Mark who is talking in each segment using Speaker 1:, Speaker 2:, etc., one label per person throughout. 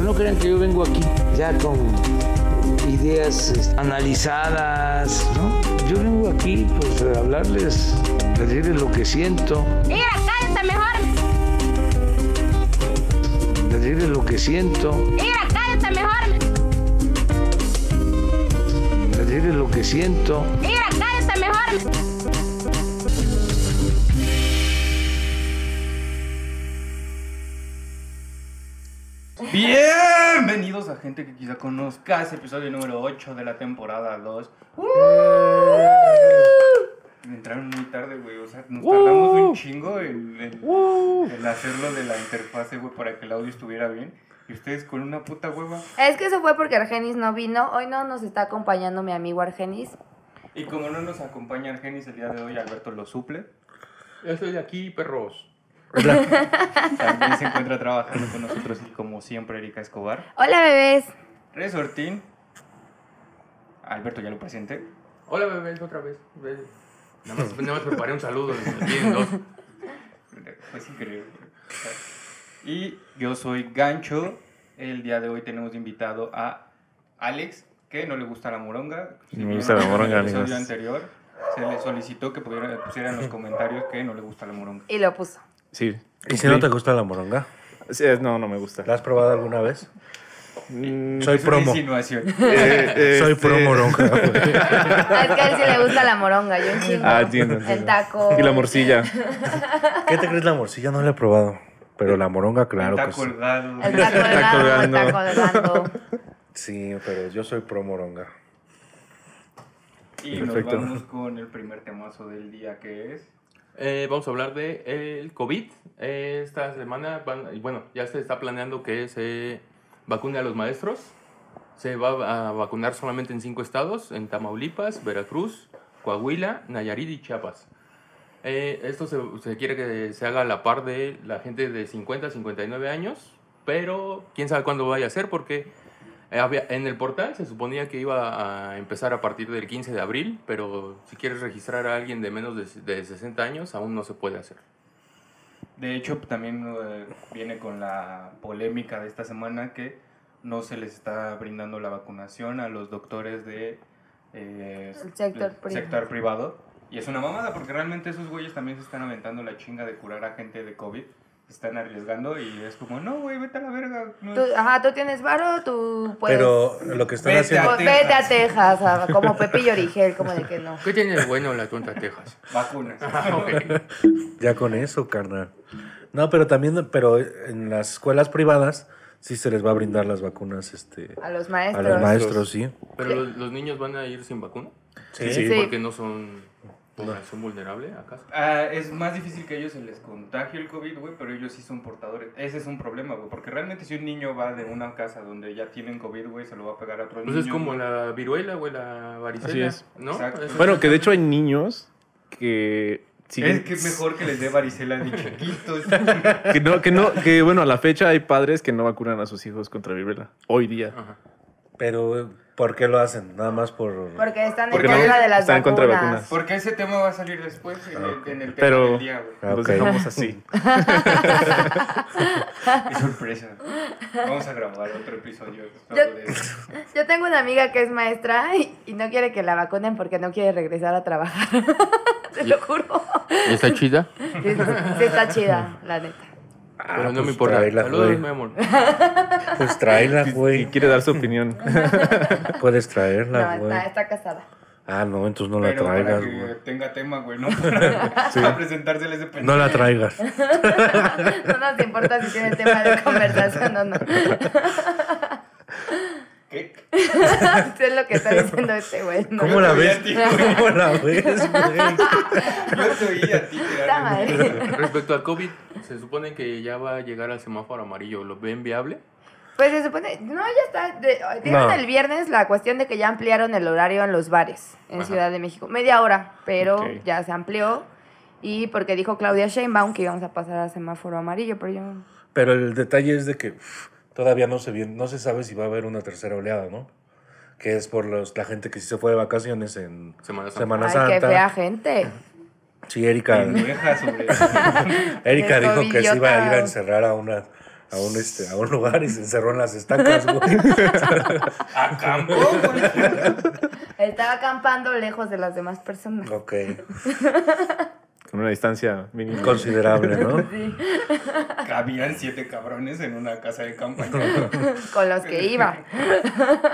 Speaker 1: no crean que yo vengo aquí ya con ideas este, analizadas, ¿no? Yo vengo aquí pues a hablarles, a decirles lo que siento,
Speaker 2: Mira, cállate mejor.
Speaker 1: a decirles lo que siento,
Speaker 2: Mira, cállate mejor.
Speaker 1: a decirles lo que siento.
Speaker 2: Mira, cállate mejor.
Speaker 3: Bienvenidos a gente que quizá conozcas, episodio número 8 de la temporada 2. Entraron muy tarde, güey, o sea, nos tardamos un chingo en, en- en hacerlo de la interfase, güey, para que el audio estuviera bien. Y ustedes con una puta hueva.
Speaker 4: Es que eso fue porque Argenis no vino. Hoy no nos está acompañando mi amigo Argenis.
Speaker 3: Y como no nos acompaña Argenis el día de hoy, Alberto lo suple.
Speaker 5: Yo estoy aquí, perros.
Speaker 3: También se encuentra trabajando con nosotros y como siempre, Erika Escobar.
Speaker 4: Hola, bebés.
Speaker 3: Resortín. Alberto ya lo presenté.
Speaker 5: Hola, bebés, otra vez. Bebés. Nada más, nada más preparé un saludo. les metí en dos.
Speaker 3: Es increíble. Y yo soy Gancho. El día de hoy tenemos de invitado a Alex, que no le gusta la moronga.
Speaker 6: No me gusta la
Speaker 3: En el
Speaker 6: moronga,
Speaker 3: episodio
Speaker 6: amigos.
Speaker 3: anterior se le solicitó que pudiera, pusiera en los comentarios que no le gusta la moronga.
Speaker 4: Y lo puso.
Speaker 6: Sí.
Speaker 7: ¿Y si no te gusta la moronga?
Speaker 6: Sí, es- No, no me gusta.
Speaker 7: ¿La has probado alguna vez? Soy
Speaker 3: Es una
Speaker 7: promo.
Speaker 3: insinuación.
Speaker 6: Eh,
Speaker 7: Soy
Speaker 6: este-
Speaker 7: pro moronga. güey.
Speaker 4: Es que a él sí le gusta la moronga. Yo un chingo.
Speaker 6: Ah, entiendo,
Speaker 4: El
Speaker 6: entiendo.
Speaker 4: taco.
Speaker 6: Y la morcilla.
Speaker 7: ¿Qué te crees la morcilla? No la he probado. Pero la moronga, claro
Speaker 3: Está
Speaker 7: que sí.
Speaker 3: colgado.
Speaker 4: El taco
Speaker 6: Está
Speaker 4: delgado, el taco
Speaker 6: colgando.
Speaker 4: delgado.
Speaker 7: Sí, pero yo soy pro moronga.
Speaker 3: Y
Speaker 6: Perfecto.
Speaker 3: nos vamos con el primer temazo del día que es.
Speaker 5: Eh, vamos a hablar de el COVID. Eh, esta semana, van- y bueno, ya se está planeando que se vacune a los maestros. Se va a vacunar solamente en cinco estados, en Tamaulipas, Veracruz, Coahuila, Nayarit y Chiapas. Eh, esto se, se quiere que se haga a la par de la gente de 50 a 59 años, pero quién sabe cuándo vaya a ser porque eh, había- en el portal se suponía que iba a empezar a partir del 15 de abril, pero si quieres registrar a alguien de menos de, de 60 años aún no se puede hacer.
Speaker 3: De hecho, también eh, viene con la polémica de esta semana que no se les está brindando la vacunación a los doctores de, eh,
Speaker 4: El sector
Speaker 3: del
Speaker 4: privado.
Speaker 3: sector privado. Y es una mamada porque realmente esos güeyes también se están aventando la chinga de curar a gente de COVID. Se están arriesgando y es como, no, güey, vete a la verga. no".
Speaker 4: Tú, ah. ajá, tú tienes varo, tú puedes.
Speaker 7: Pero lo que están
Speaker 3: Vete
Speaker 7: haciendo.
Speaker 4: Pues vete a Texas, a- como Pepillo Origel, como de que no.
Speaker 5: ¿Qué tiene de bueno la tonta Texas?
Speaker 3: Vacunas.
Speaker 5: Ah, ok.
Speaker 7: Ya con eso, carnal. No, pero también, pero en las escuelas privadas sí se les va a brindar las vacunas este,
Speaker 4: A los
Speaker 7: a
Speaker 4: maestros.
Speaker 7: los maestros, sí.
Speaker 5: ¿Pero los, los niños van a ir sin vacuna?
Speaker 7: Sí,
Speaker 4: Sí.
Speaker 5: ¿Porque no son población vulnerable acaso?
Speaker 3: Ah, es más difícil que a ellos se les contagie el COVID, güey, pero ellos sí son portadores. Ese es un problema, güey, porque realmente si un niño va de una casa donde ya tienen COVID, güey, se lo va a pegar a otro
Speaker 5: Pues
Speaker 3: niño.
Speaker 5: es como
Speaker 3: güey.
Speaker 5: la viruela o la varicela,
Speaker 6: Así es.
Speaker 5: ¿no?
Speaker 3: Exacto.
Speaker 5: Eso-
Speaker 6: Bueno, que de hecho hay niños que. siguen-
Speaker 3: Es que es mejor que les dé varicela de chiquitos.
Speaker 6: Que no, que no, que bueno, a la fecha hay padres que no vacunan a sus hijos contra viruela. Hoy día.
Speaker 5: Ajá.
Speaker 7: Pero ¿por qué lo hacen? Nada más por.
Speaker 4: Porque están
Speaker 6: Porque
Speaker 4: en
Speaker 6: no,
Speaker 4: contra de las
Speaker 6: están en contra de
Speaker 4: vacunas.
Speaker 3: Porque ese tema va a salir después
Speaker 4: Ah,
Speaker 3: en, el- en el tema
Speaker 6: Pero-
Speaker 3: del día, güey.
Speaker 7: Ah,
Speaker 6: Los
Speaker 7: ok. Ah,
Speaker 6: dejamos así.
Speaker 4: Ah.
Speaker 3: Qué sorpresa. Vamos a grabar otro episodio.
Speaker 4: Yo-
Speaker 3: sobre eso.
Speaker 4: Yo tengo una amiga que es maestra y, y no quiere que la vacunen porque no quiere regresar a trabajar. Te lo juro.
Speaker 5: ¿Está chida?
Speaker 4: Sí, sí está chida, la neta.
Speaker 7: Ah,
Speaker 5: pero no
Speaker 7: pues
Speaker 5: me importa.
Speaker 7: tráela,
Speaker 5: Saludos,
Speaker 7: güey.
Speaker 5: mi amor.
Speaker 7: Pues tráela,
Speaker 6: Y
Speaker 7: güey.
Speaker 6: quiere dar su opinión.
Speaker 7: Puedes
Speaker 4: No,
Speaker 7: traerla, güey.
Speaker 4: está, está casada.
Speaker 7: Ah, no, entonces no la
Speaker 3: Pero para
Speaker 7: traigas,
Speaker 3: que
Speaker 7: güey.
Speaker 3: tenga tema, güey, ¿no? Para para presentársele ese pendejo.
Speaker 7: No la traigas.
Speaker 4: No nos importa si tiene tema de conversación o no.
Speaker 3: ¿Qué?
Speaker 4: Eso es lo que está diciendo este güey. ¿no?
Speaker 7: ¿Cómo la ves?
Speaker 3: Yo te oí
Speaker 7: ¿Cómo la ves, güey?
Speaker 3: Yo te oí a ti
Speaker 4: Está
Speaker 3: tirar.
Speaker 4: mal.
Speaker 5: Respecto al COVID, se supone que ya va a llegar al semáforo amarillo. ¿Lo ven viable?
Speaker 4: Pues se supone, no, ya está. de- Dijeron
Speaker 7: No.
Speaker 4: el viernes la cuestión de que ya ampliaron el horario en los bares en
Speaker 5: Ajá.
Speaker 4: Ciudad de México. Media hora, pero
Speaker 6: Ok.
Speaker 4: ya se amplió. Y porque dijo Claudia Sheinbaum que íbamos a pasar a semáforo amarillo, pero yo...
Speaker 7: Pero el detalle es de que uf, todavía no se, bien, no se sabe si va a haber una tercera oleada, ¿no? Que es por los, la gente que sí se fue de vacaciones en
Speaker 5: Semana Santa.
Speaker 7: Semana
Speaker 4: Ay, qué fea
Speaker 7: Santa.
Speaker 4: gente.
Speaker 7: Sí, Erika,
Speaker 3: Pendeja sobre eso.
Speaker 7: Erika
Speaker 4: Qué
Speaker 7: dijo que se iba a ir
Speaker 4: covidiota.
Speaker 7: a encerrar a una a un, este, a un lugar y se encerró en las estacas, güey.
Speaker 3: ¿A campo?
Speaker 4: Estaba acampando lejos de las demás personas.
Speaker 7: Ok,
Speaker 6: Con una distancia mínima.
Speaker 7: considerable, ¿no?
Speaker 3: Cabían siete cabrones en una casa de campaña.
Speaker 4: Con los que iba.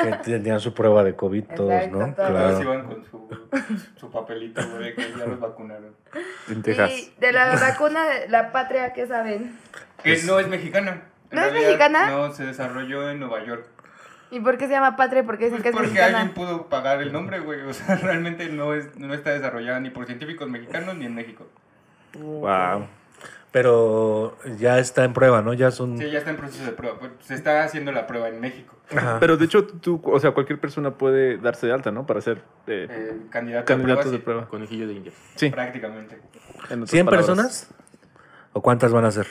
Speaker 7: Que tenían su prueba de COVID todos,
Speaker 4: Exacto,
Speaker 7: ¿no?
Speaker 4: todos.
Speaker 3: Todos
Speaker 7: Claro.
Speaker 3: iban con su, su papelito güey, de que ya los vacunaron.
Speaker 6: En Texas.
Speaker 4: Y de la vacuna, de la patria, ¿qué saben?
Speaker 3: Que no es mexicana. En
Speaker 4: ¿No es mexicana?
Speaker 3: No, se desarrolló en Nueva York. Pues
Speaker 4: ¿Y por qué se llama patria? ¿Por qué dicen que es
Speaker 3: Porque alguien
Speaker 4: mexicana?
Speaker 3: pudo pagar el nombre, güey. O sea, realmente no, es, no está desarrollada ni por científicos mexicanos ni en México.
Speaker 6: Wow.
Speaker 7: Pero ya está en prueba, ¿no? Ya es un...
Speaker 3: Sí, ya está en proceso de prueba. Pues, se está haciendo la prueba en México.
Speaker 7: Ajá.
Speaker 6: Pero de hecho, tú, o sea, cualquier persona puede darse de alta, ¿no? Para ser eh,
Speaker 3: Eh, candidato
Speaker 6: candidatos de
Speaker 3: a prueba,
Speaker 6: prueba.
Speaker 5: Conejillo de indias.
Speaker 6: Sí.
Speaker 3: sí, prácticamente.
Speaker 6: en otras
Speaker 7: 100
Speaker 6: palabras.
Speaker 7: personas? ¿O cuántas van a ser?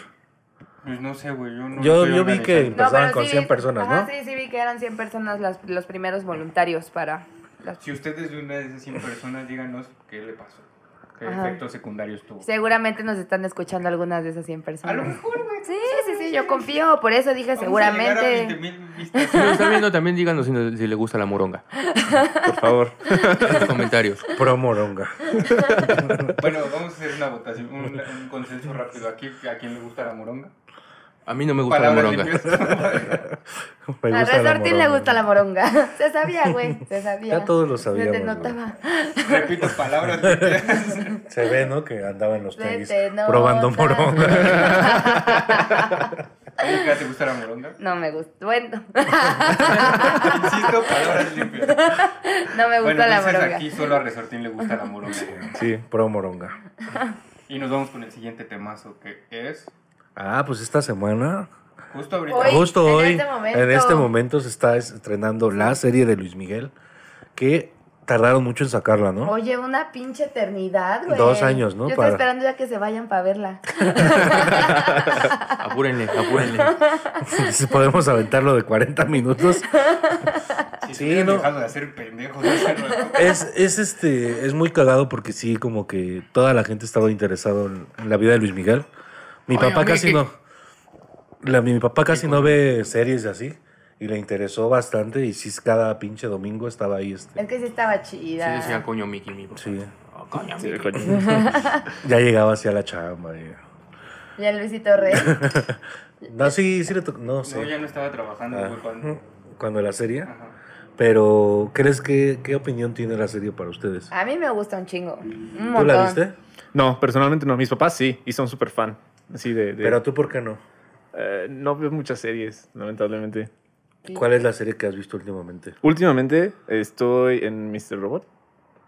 Speaker 3: Pues no sé, güey. Yo, no
Speaker 7: Yo-
Speaker 3: estoy
Speaker 7: yo vi que-
Speaker 3: organizando.
Speaker 7: Empezaban con 100 personas,
Speaker 4: ajá,
Speaker 7: ¿no?
Speaker 4: Sí, sí, vi que eran 100 personas las- los primeros voluntarios para. las-
Speaker 3: Si ustedes de una de esas 100 personas, díganos qué le pasó. ¿Qué
Speaker 4: Ajá.
Speaker 3: efectos secundarios tuvo?
Speaker 4: Seguramente nos están escuchando algunas de esas
Speaker 3: A
Speaker 4: 100
Speaker 3: lo
Speaker 4: personas.
Speaker 3: mejor, güey.
Speaker 4: Sí, sí, sí, yo confío, por eso dije
Speaker 3: vamos a llegar a
Speaker 4: seguramente.
Speaker 3: 20,000 vistas.
Speaker 5: Si lo están viendo, también díganos si, no- si le gusta la moronga.
Speaker 6: Por favor.
Speaker 5: En los comentarios.
Speaker 7: Pro Moronga.
Speaker 3: Bueno, vamos a hacer una votación, un, un consenso rápido aquí. ¿A quién le gusta la moronga?
Speaker 5: A mí no me gusta la moronga.
Speaker 3: limpias.
Speaker 7: Me
Speaker 4: A
Speaker 7: gusta la
Speaker 4: Resortín le
Speaker 7: moronga.
Speaker 4: gusta la moronga. Se sabía, güey, se sabía.
Speaker 7: Ya todos lo
Speaker 4: Se te
Speaker 7: sabíamos. güey.
Speaker 4: notaba.
Speaker 3: Repito, palabras limpias.
Speaker 7: Se ve, ¿no? Que andaba en los
Speaker 4: Se
Speaker 7: tenis
Speaker 4: te nota.
Speaker 7: probando moronga.
Speaker 3: ¿A ti ya te gusta la moronga?
Speaker 4: No me gusta. Bueno,
Speaker 3: Insisto, palabras limpias.
Speaker 4: no me gusta
Speaker 3: Bueno,
Speaker 4: la
Speaker 3: entonces
Speaker 4: moronga.
Speaker 3: aquí solo a Resortín le gusta la moronga.
Speaker 7: Sí, pro moronga.
Speaker 3: Y nos vamos con el siguiente temazo que es
Speaker 7: Ah, pues esta semana,
Speaker 3: justo ahorita.
Speaker 4: Hoy,
Speaker 7: justo
Speaker 4: en
Speaker 7: hoy,
Speaker 4: este momento.
Speaker 7: en este momento se está estrenando la serie de Luis Miguel, que tardaron mucho en sacarla, ¿no?
Speaker 4: Oye, una pinche eternidad, güey.
Speaker 7: Dos años, ¿no?
Speaker 4: Yo
Speaker 7: Para-
Speaker 4: estoy esperando ya que se vayan para verla.
Speaker 5: Apúrenle, apúrenle.
Speaker 7: Si podemos aventarlo de 40 minutos.
Speaker 3: Si
Speaker 7: Sí,
Speaker 3: se hubieran
Speaker 7: no.
Speaker 3: dejado de hacer pendejos hace rato.
Speaker 7: Es, es este, es muy cagado porque sí, como que toda la gente estaba interesado en, en la vida de Luis Miguel. Mi
Speaker 5: Oye,
Speaker 7: papá
Speaker 5: oye,
Speaker 7: casi
Speaker 5: que-
Speaker 7: no. la- mi papá casi no ve series así. Y le interesó bastante. Y sí, cada pinche domingo estaba ahí. Este,
Speaker 4: Es que sí estaba
Speaker 5: Sí,
Speaker 4: chida.
Speaker 5: decía coño Mickey, mi papá.
Speaker 7: Sí.
Speaker 5: Ah, coño,
Speaker 6: Sí,
Speaker 5: Mickey.
Speaker 6: coño.
Speaker 7: Ya llegaba hacia la chamba. y-
Speaker 4: Y el Luisito Rey.
Speaker 7: No, sí, sí le tocó. No
Speaker 3: No, ya
Speaker 7: sé.
Speaker 3: no estaba trabajando,
Speaker 7: Ah,
Speaker 3: güey, cuando-
Speaker 7: Cuando la serie.
Speaker 3: Ajá.
Speaker 7: Pero, ¿crees que qué opinión tiene la serie para ustedes?
Speaker 4: A mí me gusta un chingo. Ah, Un
Speaker 7: ¿Tú
Speaker 4: montón.
Speaker 7: la viste?
Speaker 6: No, personalmente no. Mis papás sí, y son súper fan. Así de. de-
Speaker 7: Pero tú, ¿por qué no?
Speaker 6: Eh, no veo muchas series, lamentablemente.
Speaker 4: Sí.
Speaker 7: ¿Cuál es la serie que has visto últimamente?
Speaker 6: Últimamente estoy en Mr. Robot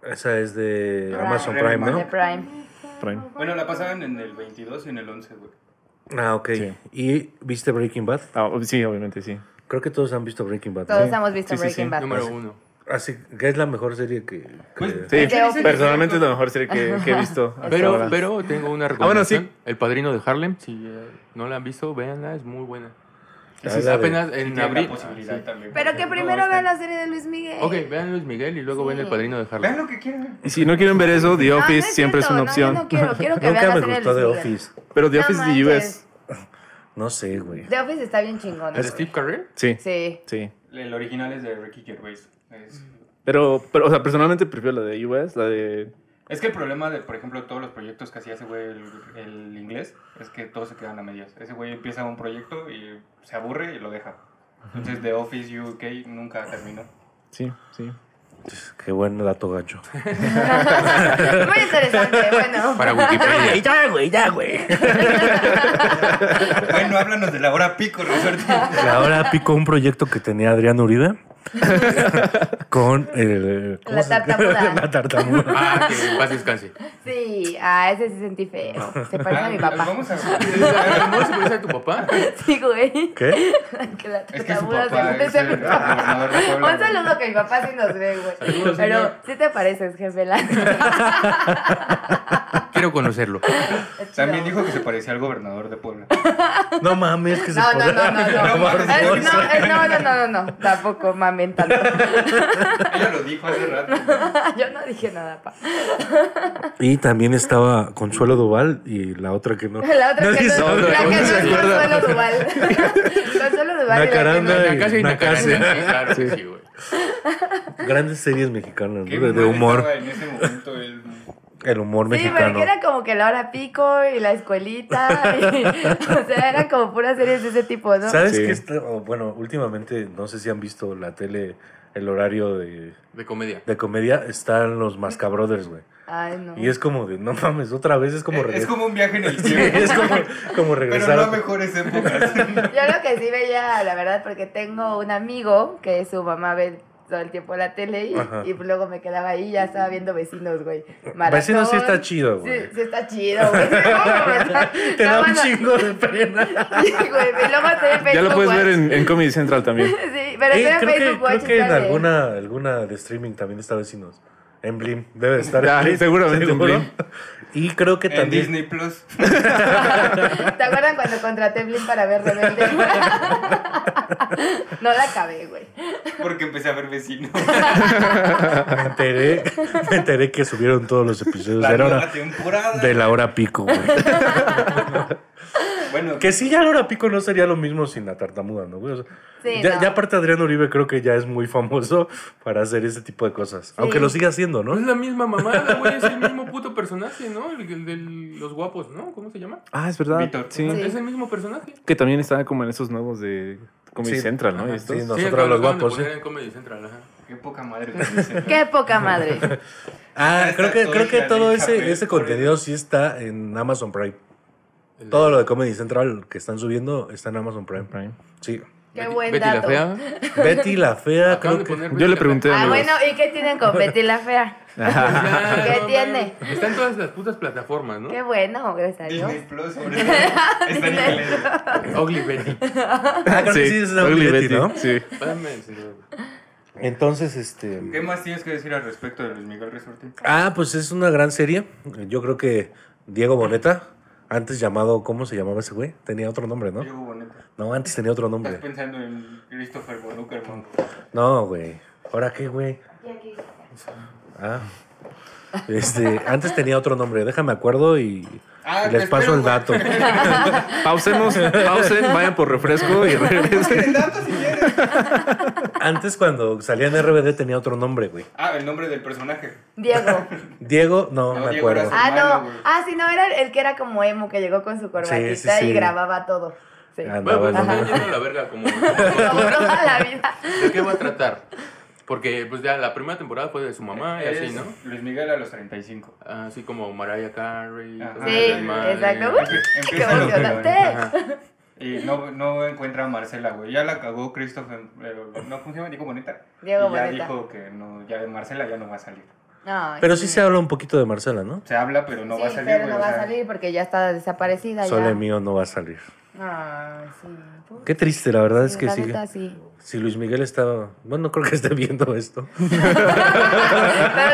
Speaker 7: Esa es de
Speaker 4: Prime.
Speaker 7: Amazon Prime,
Speaker 4: De
Speaker 7: ¿no?
Speaker 4: Prime.
Speaker 6: Prime.
Speaker 3: Bueno, la pasaban en el 22 y en el 11, güey.
Speaker 7: Ah, ok.
Speaker 6: Sí.
Speaker 7: ¿Y viste Breaking Bad?
Speaker 6: Ah, ob- sí, obviamente sí.
Speaker 7: Creo que todos han visto Breaking Bad.
Speaker 4: Todos
Speaker 7: ¿no?
Speaker 4: hemos visto
Speaker 6: Sí, sí,
Speaker 4: Breaking
Speaker 6: sí.
Speaker 4: Bad.
Speaker 5: Número uno.
Speaker 7: Así que es la mejor serie que. que-
Speaker 3: Pues,
Speaker 6: Sí,
Speaker 4: Pero-
Speaker 6: personalmente es la mejor serie que, que he visto. hasta
Speaker 5: Pero,
Speaker 6: ahora.
Speaker 5: pero tengo una
Speaker 6: bueno,
Speaker 5: recomendación.
Speaker 6: sí.
Speaker 5: El padrino de Harlem, si eh, no la han visto, véanla, es muy buena.
Speaker 7: la
Speaker 5: Es
Speaker 7: de-
Speaker 5: apenas
Speaker 3: Y
Speaker 5: en
Speaker 3: tiene
Speaker 5: abril. Ah,
Speaker 3: la posibilidad
Speaker 5: sí.
Speaker 3: también.
Speaker 4: Pero
Speaker 3: porque
Speaker 4: que
Speaker 3: no
Speaker 4: primero
Speaker 3: está-
Speaker 4: vean la serie de Luis Miguel.
Speaker 5: Ok, vean Luis Miguel y luego ven el padrino de Harlem.
Speaker 3: Vean lo que quieran.
Speaker 6: Y si no quieren ver eso, The
Speaker 4: No, no
Speaker 6: Office
Speaker 4: es
Speaker 6: siempre es
Speaker 4: cierto,
Speaker 6: una
Speaker 4: no,
Speaker 6: opción.
Speaker 4: yo No, quiero, quiero que vean
Speaker 7: Nunca
Speaker 4: la
Speaker 7: me
Speaker 4: serie de
Speaker 7: gustó The
Speaker 4: Luis Miguel.
Speaker 7: Office.
Speaker 6: Pero The
Speaker 4: No
Speaker 6: Office de US.
Speaker 4: manches.
Speaker 7: No sé, güey.
Speaker 4: The Office está bien chingón.
Speaker 5: ¿El Steve Carell?
Speaker 6: Sí,
Speaker 4: Sí.
Speaker 6: sí.
Speaker 3: El original es de Ricky Gervais. Es,
Speaker 6: Pero, pero, o sea, personalmente prefiero la de US, la de...
Speaker 3: es que el problema de, por ejemplo, todos los proyectos que hacía ese güey, el, el inglés, es que todos se quedan a medias. Ese güey empieza un proyecto y se aburre y lo deja. Entonces, The Office UK nunca terminó.
Speaker 6: Sí, sí.
Speaker 7: Qué buen dato gacho.
Speaker 4: Muy interesante, bueno.
Speaker 5: Para Wikipedia.
Speaker 7: ya, güey, ya, güey.
Speaker 3: Bueno, háblanos de la hora pico, Roberto.
Speaker 7: Ahora picó un proyecto que tenía Adrián Uribe con el. ¿cómo
Speaker 4: La
Speaker 7: se-
Speaker 4: tartamuda.
Speaker 7: la tartamuda.
Speaker 5: Ah, que en paz descanse.
Speaker 4: Sí, ah, ese sí sentí feo. Se parece a mi papá.
Speaker 3: Ah, Vamos a
Speaker 5: ¿No se parece a tu papá?
Speaker 4: Sí, güey.
Speaker 7: ¿Qué?
Speaker 4: Que la
Speaker 3: Es que su
Speaker 4: tartamuda se
Speaker 3: papá es
Speaker 4: parece a mi
Speaker 3: el
Speaker 4: papá.
Speaker 3: gobernador de Puebla.
Speaker 4: Un saludo que mi papá sí nos ve, güey. Pero sí te pareces, jefe. la-
Speaker 3: Yo
Speaker 5: quiero conocerlo.
Speaker 3: También dijo que se parecía al gobernador de Puebla.
Speaker 7: No mames, que se
Speaker 4: No, no, no, no, no.
Speaker 7: No mames,
Speaker 4: Es- no,
Speaker 7: no,
Speaker 4: es- no, no, no, no, no. Tampoco mamen tanto.
Speaker 3: Ella lo dijo hace rato.
Speaker 4: Yo no dije nada, pa.
Speaker 7: Y también estaba Consuelo Duval y la otra que no.
Speaker 4: La otra que
Speaker 7: Nadie
Speaker 4: no,
Speaker 7: sabe
Speaker 4: la
Speaker 7: cómo
Speaker 4: que no
Speaker 7: se
Speaker 4: es
Speaker 7: acuerda.
Speaker 4: Consuelo Duval. Consuelo Duval y la que no
Speaker 7: Nacaranda
Speaker 4: es-
Speaker 5: Nakase y Nakase.
Speaker 7: Nakase.
Speaker 5: claro que sí, güey.
Speaker 7: Grandes series mexicanas,
Speaker 3: Qué
Speaker 7: ¿no? De, de
Speaker 3: mal
Speaker 7: humor.
Speaker 3: estaba En ese momento él.
Speaker 7: El humor
Speaker 4: Sí, pero
Speaker 7: mexicano.
Speaker 4: que era como que la hora pico y la escuelita. y- o sea, eran como puras series de ese tipo, ¿no?
Speaker 7: ¿Sabes
Speaker 6: Sí.
Speaker 7: qué? está- o, bueno, últimamente, no sé si han visto la tele, el horario de,
Speaker 5: De comedia.
Speaker 7: de comedia, están los Mascabrothers, güey.
Speaker 4: Ay, no.
Speaker 7: Y es como de, no mames, otra vez es como
Speaker 3: Es
Speaker 7: regresar.
Speaker 3: como un viaje en el tiempo.
Speaker 7: es como, como
Speaker 3: Pero
Speaker 7: regresar.
Speaker 3: no a
Speaker 7: a-
Speaker 3: mejores épocas.
Speaker 4: Yo lo que sí veía, la verdad, porque tengo un amigo que su mamá ve todo el tiempo la tele y,
Speaker 7: Ajá.
Speaker 4: y luego me quedaba ahí y ya estaba viendo vecinos, güey. Maratón.
Speaker 7: Vecinos sí está chido,
Speaker 4: Sí,
Speaker 7: güey.
Speaker 4: sí está chido, güey.
Speaker 7: Te da un
Speaker 4: chido.
Speaker 7: chingo de pena.
Speaker 4: güey, y luego estoy en Facebook
Speaker 6: Ya lo puedes ver
Speaker 4: Watch.
Speaker 6: en, en Comedy Central también.
Speaker 4: Sí, pero
Speaker 7: Eh,
Speaker 4: estoy en
Speaker 7: creo que,
Speaker 4: Facebook Watch.
Speaker 7: creo que en
Speaker 4: está de-
Speaker 7: alguna, alguna de streaming también está Vecinos. En Blim, debe de estar.
Speaker 6: Ya,
Speaker 7: en Blim,
Speaker 6: seguramente en
Speaker 7: seguro.
Speaker 6: Blim.
Speaker 7: Y creo que
Speaker 3: en
Speaker 7: también.
Speaker 3: Disney Plus.
Speaker 4: ¿Te acuerdan cuando contraté Blim para ver Rebelde? no la acabé, güey.
Speaker 3: Porque empecé a ver vecino.
Speaker 7: Me enteré, me enteré que subieron todos los episodios
Speaker 3: La
Speaker 7: de la
Speaker 3: nueva
Speaker 7: hora,
Speaker 3: temporada.
Speaker 7: de la hora pico, güey.
Speaker 3: Bueno,
Speaker 7: Que sí, ya la hora pico no sería lo mismo sin la tartamuda, ¿no? güey? O sea,
Speaker 4: Sí,
Speaker 7: ya,
Speaker 4: no.
Speaker 7: ya aparte Adrián Uribe creo que ya es muy famoso para hacer ese tipo de cosas. Aunque lo siga haciendo,
Speaker 5: No es
Speaker 7: ¿no?
Speaker 5: la misma mamada, güey. Es el mismo puto personaje, ¿no? El, el de los guapos, ¿no? ¿Cómo se llama?
Speaker 6: Ah, es verdad.
Speaker 3: Víctor.
Speaker 6: Sí.
Speaker 4: Sí.
Speaker 5: Es el mismo personaje.
Speaker 6: Que también estaba como en esos nuevos de Comedy
Speaker 7: Sí.
Speaker 6: Central, ¿no?
Speaker 7: Ajá,
Speaker 6: Estos.
Speaker 7: sí, no.
Speaker 5: Sí,
Speaker 7: Nosotros
Speaker 5: acaban-
Speaker 7: los
Speaker 5: acaban de
Speaker 7: guapos,
Speaker 5: poner
Speaker 7: sí.
Speaker 5: en Comedy Central, ajá.
Speaker 3: qué poca madre. que dice.
Speaker 4: Qué poca madre.
Speaker 7: Ah,
Speaker 3: Esta
Speaker 7: creo que,
Speaker 3: soy
Speaker 7: creo que
Speaker 3: la
Speaker 7: todo
Speaker 3: Lisa
Speaker 7: ese,
Speaker 3: Pérez.
Speaker 7: ese contenido sí está en Amazon Prime.
Speaker 5: El-
Speaker 7: Todo lo de Comedy Central que están subiendo está en Amazon Prime.
Speaker 6: Prime.
Speaker 7: Sí.
Speaker 4: Qué
Speaker 5: Betty-
Speaker 4: buen
Speaker 5: Betty
Speaker 4: dato.
Speaker 5: la fea.
Speaker 7: Betty la
Speaker 3: Ah,
Speaker 7: Fea,
Speaker 5: Acaban
Speaker 7: creo
Speaker 5: de
Speaker 7: que.
Speaker 5: poner
Speaker 6: Yo
Speaker 5: Betty
Speaker 6: le
Speaker 5: la
Speaker 6: pregunté
Speaker 4: Ah,
Speaker 6: a
Speaker 4: bueno, ¿y qué tienen con Betty la Fea?
Speaker 5: Fea. Ya,
Speaker 4: ¿Qué
Speaker 5: no
Speaker 4: tiene?
Speaker 5: mames. Está en todas las putas plataformas, ¿no?
Speaker 4: Qué bueno, gracias a Dios.
Speaker 3: Disney Plus, sobre todo. Está en inglés.
Speaker 5: Ugly Betty.
Speaker 7: Ah, creo que sí, es la
Speaker 6: Ugly
Speaker 7: Betty,
Speaker 6: Betty,
Speaker 7: ¿no?
Speaker 6: Sí.
Speaker 5: Dame, señor.
Speaker 7: Entonces, este.
Speaker 3: ¿Qué más tienes que decir al respecto de Luis Miguel Resorte?
Speaker 7: Ah, pues es una gran serie. Yo creo que Diego Boneta, antes llamado, ¿cómo se llamaba ese güey? Tenía otro nombre, ¿no?
Speaker 3: Diego Boneta.
Speaker 7: No, antes tenía otro
Speaker 3: Estás
Speaker 7: nombre.
Speaker 3: pensando en Christopher Von Uckerman.
Speaker 7: No, güey. ¿Ahora qué, güey? Ah. Este, antes tenía otro nombre. Déjame acuerdo y,
Speaker 3: Ah,
Speaker 7: y les
Speaker 3: te
Speaker 7: paso
Speaker 3: espero,
Speaker 7: el
Speaker 3: güey.
Speaker 7: dato.
Speaker 6: Pausemos, pausen, vayan por refresco y regresen.
Speaker 3: El dato si quieres.
Speaker 7: Antes cuando salía en RBD tenía otro nombre, güey.
Speaker 3: Ah, el nombre del personaje.
Speaker 4: Diego.
Speaker 7: Diego, no,
Speaker 3: No,
Speaker 7: me
Speaker 3: Diego
Speaker 7: acuerdo.
Speaker 3: era
Speaker 4: Ah,
Speaker 3: Malo,
Speaker 4: no.
Speaker 3: güey.
Speaker 4: Ah, sí, no, era el que era como emo, que llegó con su corbatita
Speaker 7: sí, sí.
Speaker 4: y grababa todo. Sí.
Speaker 7: Ah, no.
Speaker 5: Bueno, pues
Speaker 7: Ajá.
Speaker 5: están yendo a la verga como...
Speaker 4: Como toda la vida.
Speaker 3: Ah,
Speaker 5: ¿De qué va a tratar? Porque pues ya la primera temporada fue de su mamá y así,
Speaker 3: Es
Speaker 5: ¿no?
Speaker 3: Luis Miguel a los 35.
Speaker 5: Así como Mariah Carey.
Speaker 3: Ajá.
Speaker 5: cosas
Speaker 4: Sí,
Speaker 5: de madre.
Speaker 4: exacto.
Speaker 3: Empie- Empieza
Speaker 4: Qué
Speaker 3: lo
Speaker 4: emocionante.
Speaker 3: que
Speaker 5: Ajá.
Speaker 3: Y no, no encuentra a Marcela, güey. Ya la cagó Christopher. pero no, ¿Cómo se llama? Diego Boneta.
Speaker 4: Diego
Speaker 3: y ya
Speaker 4: Boneta.
Speaker 3: dijo que no, ya de Marcela ya no va a salir.
Speaker 4: Ay,
Speaker 7: Pero sí se habla un poquito de Marcela, ¿no?
Speaker 3: Se habla, pero no
Speaker 4: sí,
Speaker 3: va a salir.
Speaker 4: pero
Speaker 3: güey,
Speaker 4: no
Speaker 3: o
Speaker 4: va a
Speaker 3: sea,
Speaker 4: salir porque ya está desaparecida.
Speaker 7: Sole
Speaker 4: ya.
Speaker 7: mío no va a salir.
Speaker 4: Ay, sí. Puta,
Speaker 7: Qué triste, la verdad es que
Speaker 4: la
Speaker 7: sí.
Speaker 4: neta, sí.
Speaker 7: Si Luis Miguel está. Bueno, no creo que esté viendo esto.
Speaker 4: Pero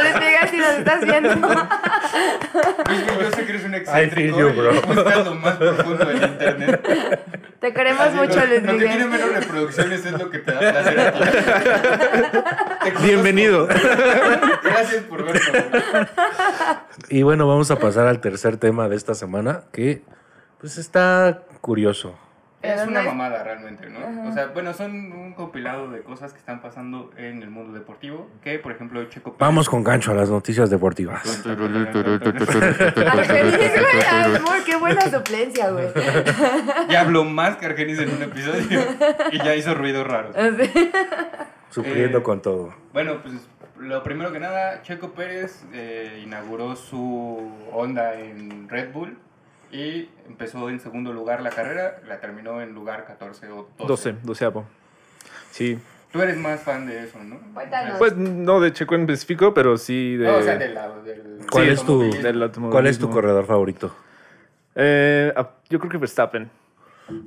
Speaker 4: les digas si nos estás viendo.
Speaker 3: Luis Miguel, yo sé que eres un
Speaker 7: I feel
Speaker 3: excéntrico.
Speaker 7: you,
Speaker 3: y
Speaker 7: bro.
Speaker 3: buscas lo más profundo del internet.
Speaker 4: Te queremos
Speaker 3: Así,
Speaker 4: mucho,
Speaker 3: lo-
Speaker 4: Luis
Speaker 3: lo que tiene
Speaker 4: Miguel.
Speaker 3: menos reproducciones es lo que te da placer a ti. Te conozco.
Speaker 6: Bienvenido.
Speaker 3: Gracias por verlo. güey.
Speaker 7: Y bueno, vamos a pasar al tercer tema de esta semana, que pues está curioso.
Speaker 4: Pero
Speaker 3: Es
Speaker 4: no
Speaker 3: una
Speaker 4: es-
Speaker 3: mamada realmente, ¿no? O sea, bueno, son un compilado de cosas que están pasando en el mundo deportivo. Que, por ejemplo, Checo Pérez-
Speaker 7: Vamos con gancho a las noticias deportivas.
Speaker 4: Argenis, güey, amor, qué buena suplencia, güey.
Speaker 3: Ya habló más que Argenis en un episodio y ya hizo ruidos raros.
Speaker 4: Así.
Speaker 7: Sufriendo
Speaker 3: Eh,
Speaker 7: con todo.
Speaker 3: Bueno, pues lo primero que nada, Checo Pérez eh, inauguró su onda en Red Bull y empezó en segundo lugar la carrera, la terminó en lugar 14 o 12.
Speaker 6: 12, 12 Sí.
Speaker 3: Tú eres más fan de eso, ¿no?
Speaker 4: Cuéntanos.
Speaker 6: Pues no de Checo en específico, pero sí Oh, de.
Speaker 3: No, o sea, del lado del...
Speaker 7: Pues, ¿Cuál es tu-
Speaker 3: automovilismo.
Speaker 6: del automovilismo. ah,
Speaker 7: ¿Cuál es tu corredor favorito?
Speaker 6: Eh, a- yo creo que Verstappen.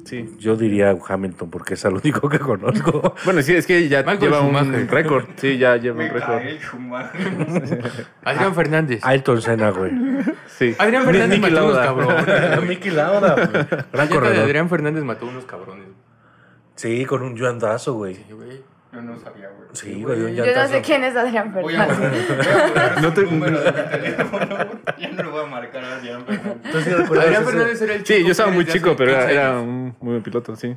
Speaker 6: Sí.
Speaker 7: Yo diría Hamilton porque es el único que conozco.
Speaker 6: Bueno, sí, es que ya
Speaker 5: Michael
Speaker 6: lleva un
Speaker 5: Schumacher.
Speaker 6: récord. Sí, ya lleva un récord.
Speaker 3: Michael Schumacher.
Speaker 5: Adrián Fernández.
Speaker 7: Ayrton Senna, güey.
Speaker 6: Sí.
Speaker 5: Adrián Fernández mató unos cabrones.
Speaker 7: Mickey Lauda, güey.
Speaker 5: La
Speaker 7: Gran
Speaker 5: llanta de
Speaker 7: corredor.
Speaker 5: Adrián Fernández mató unos cabrones.
Speaker 7: Sí, con un yuandazo, güey.
Speaker 5: Sí, güey.
Speaker 3: Yo no sabía, güey.
Speaker 7: Sí, güey, un
Speaker 4: Yo
Speaker 7: llantazo.
Speaker 4: no sé quién es Adrián
Speaker 3: Voy a
Speaker 4: Fernández.
Speaker 3: guardar, voy a guardar
Speaker 6: No
Speaker 3: su
Speaker 6: te-
Speaker 3: número de mi teléfono, güey. Ya no lo voy a marcar a Adrián Fernández.
Speaker 7: Entonces, ¿te acuerdas
Speaker 5: Adrián
Speaker 7: ese-
Speaker 5: Fernández era el
Speaker 6: Sí, yo estaba muy
Speaker 5: desde
Speaker 6: chico,
Speaker 5: hace
Speaker 6: pero era,
Speaker 5: 15
Speaker 6: era
Speaker 5: años.
Speaker 6: un muy buen piloto, sí.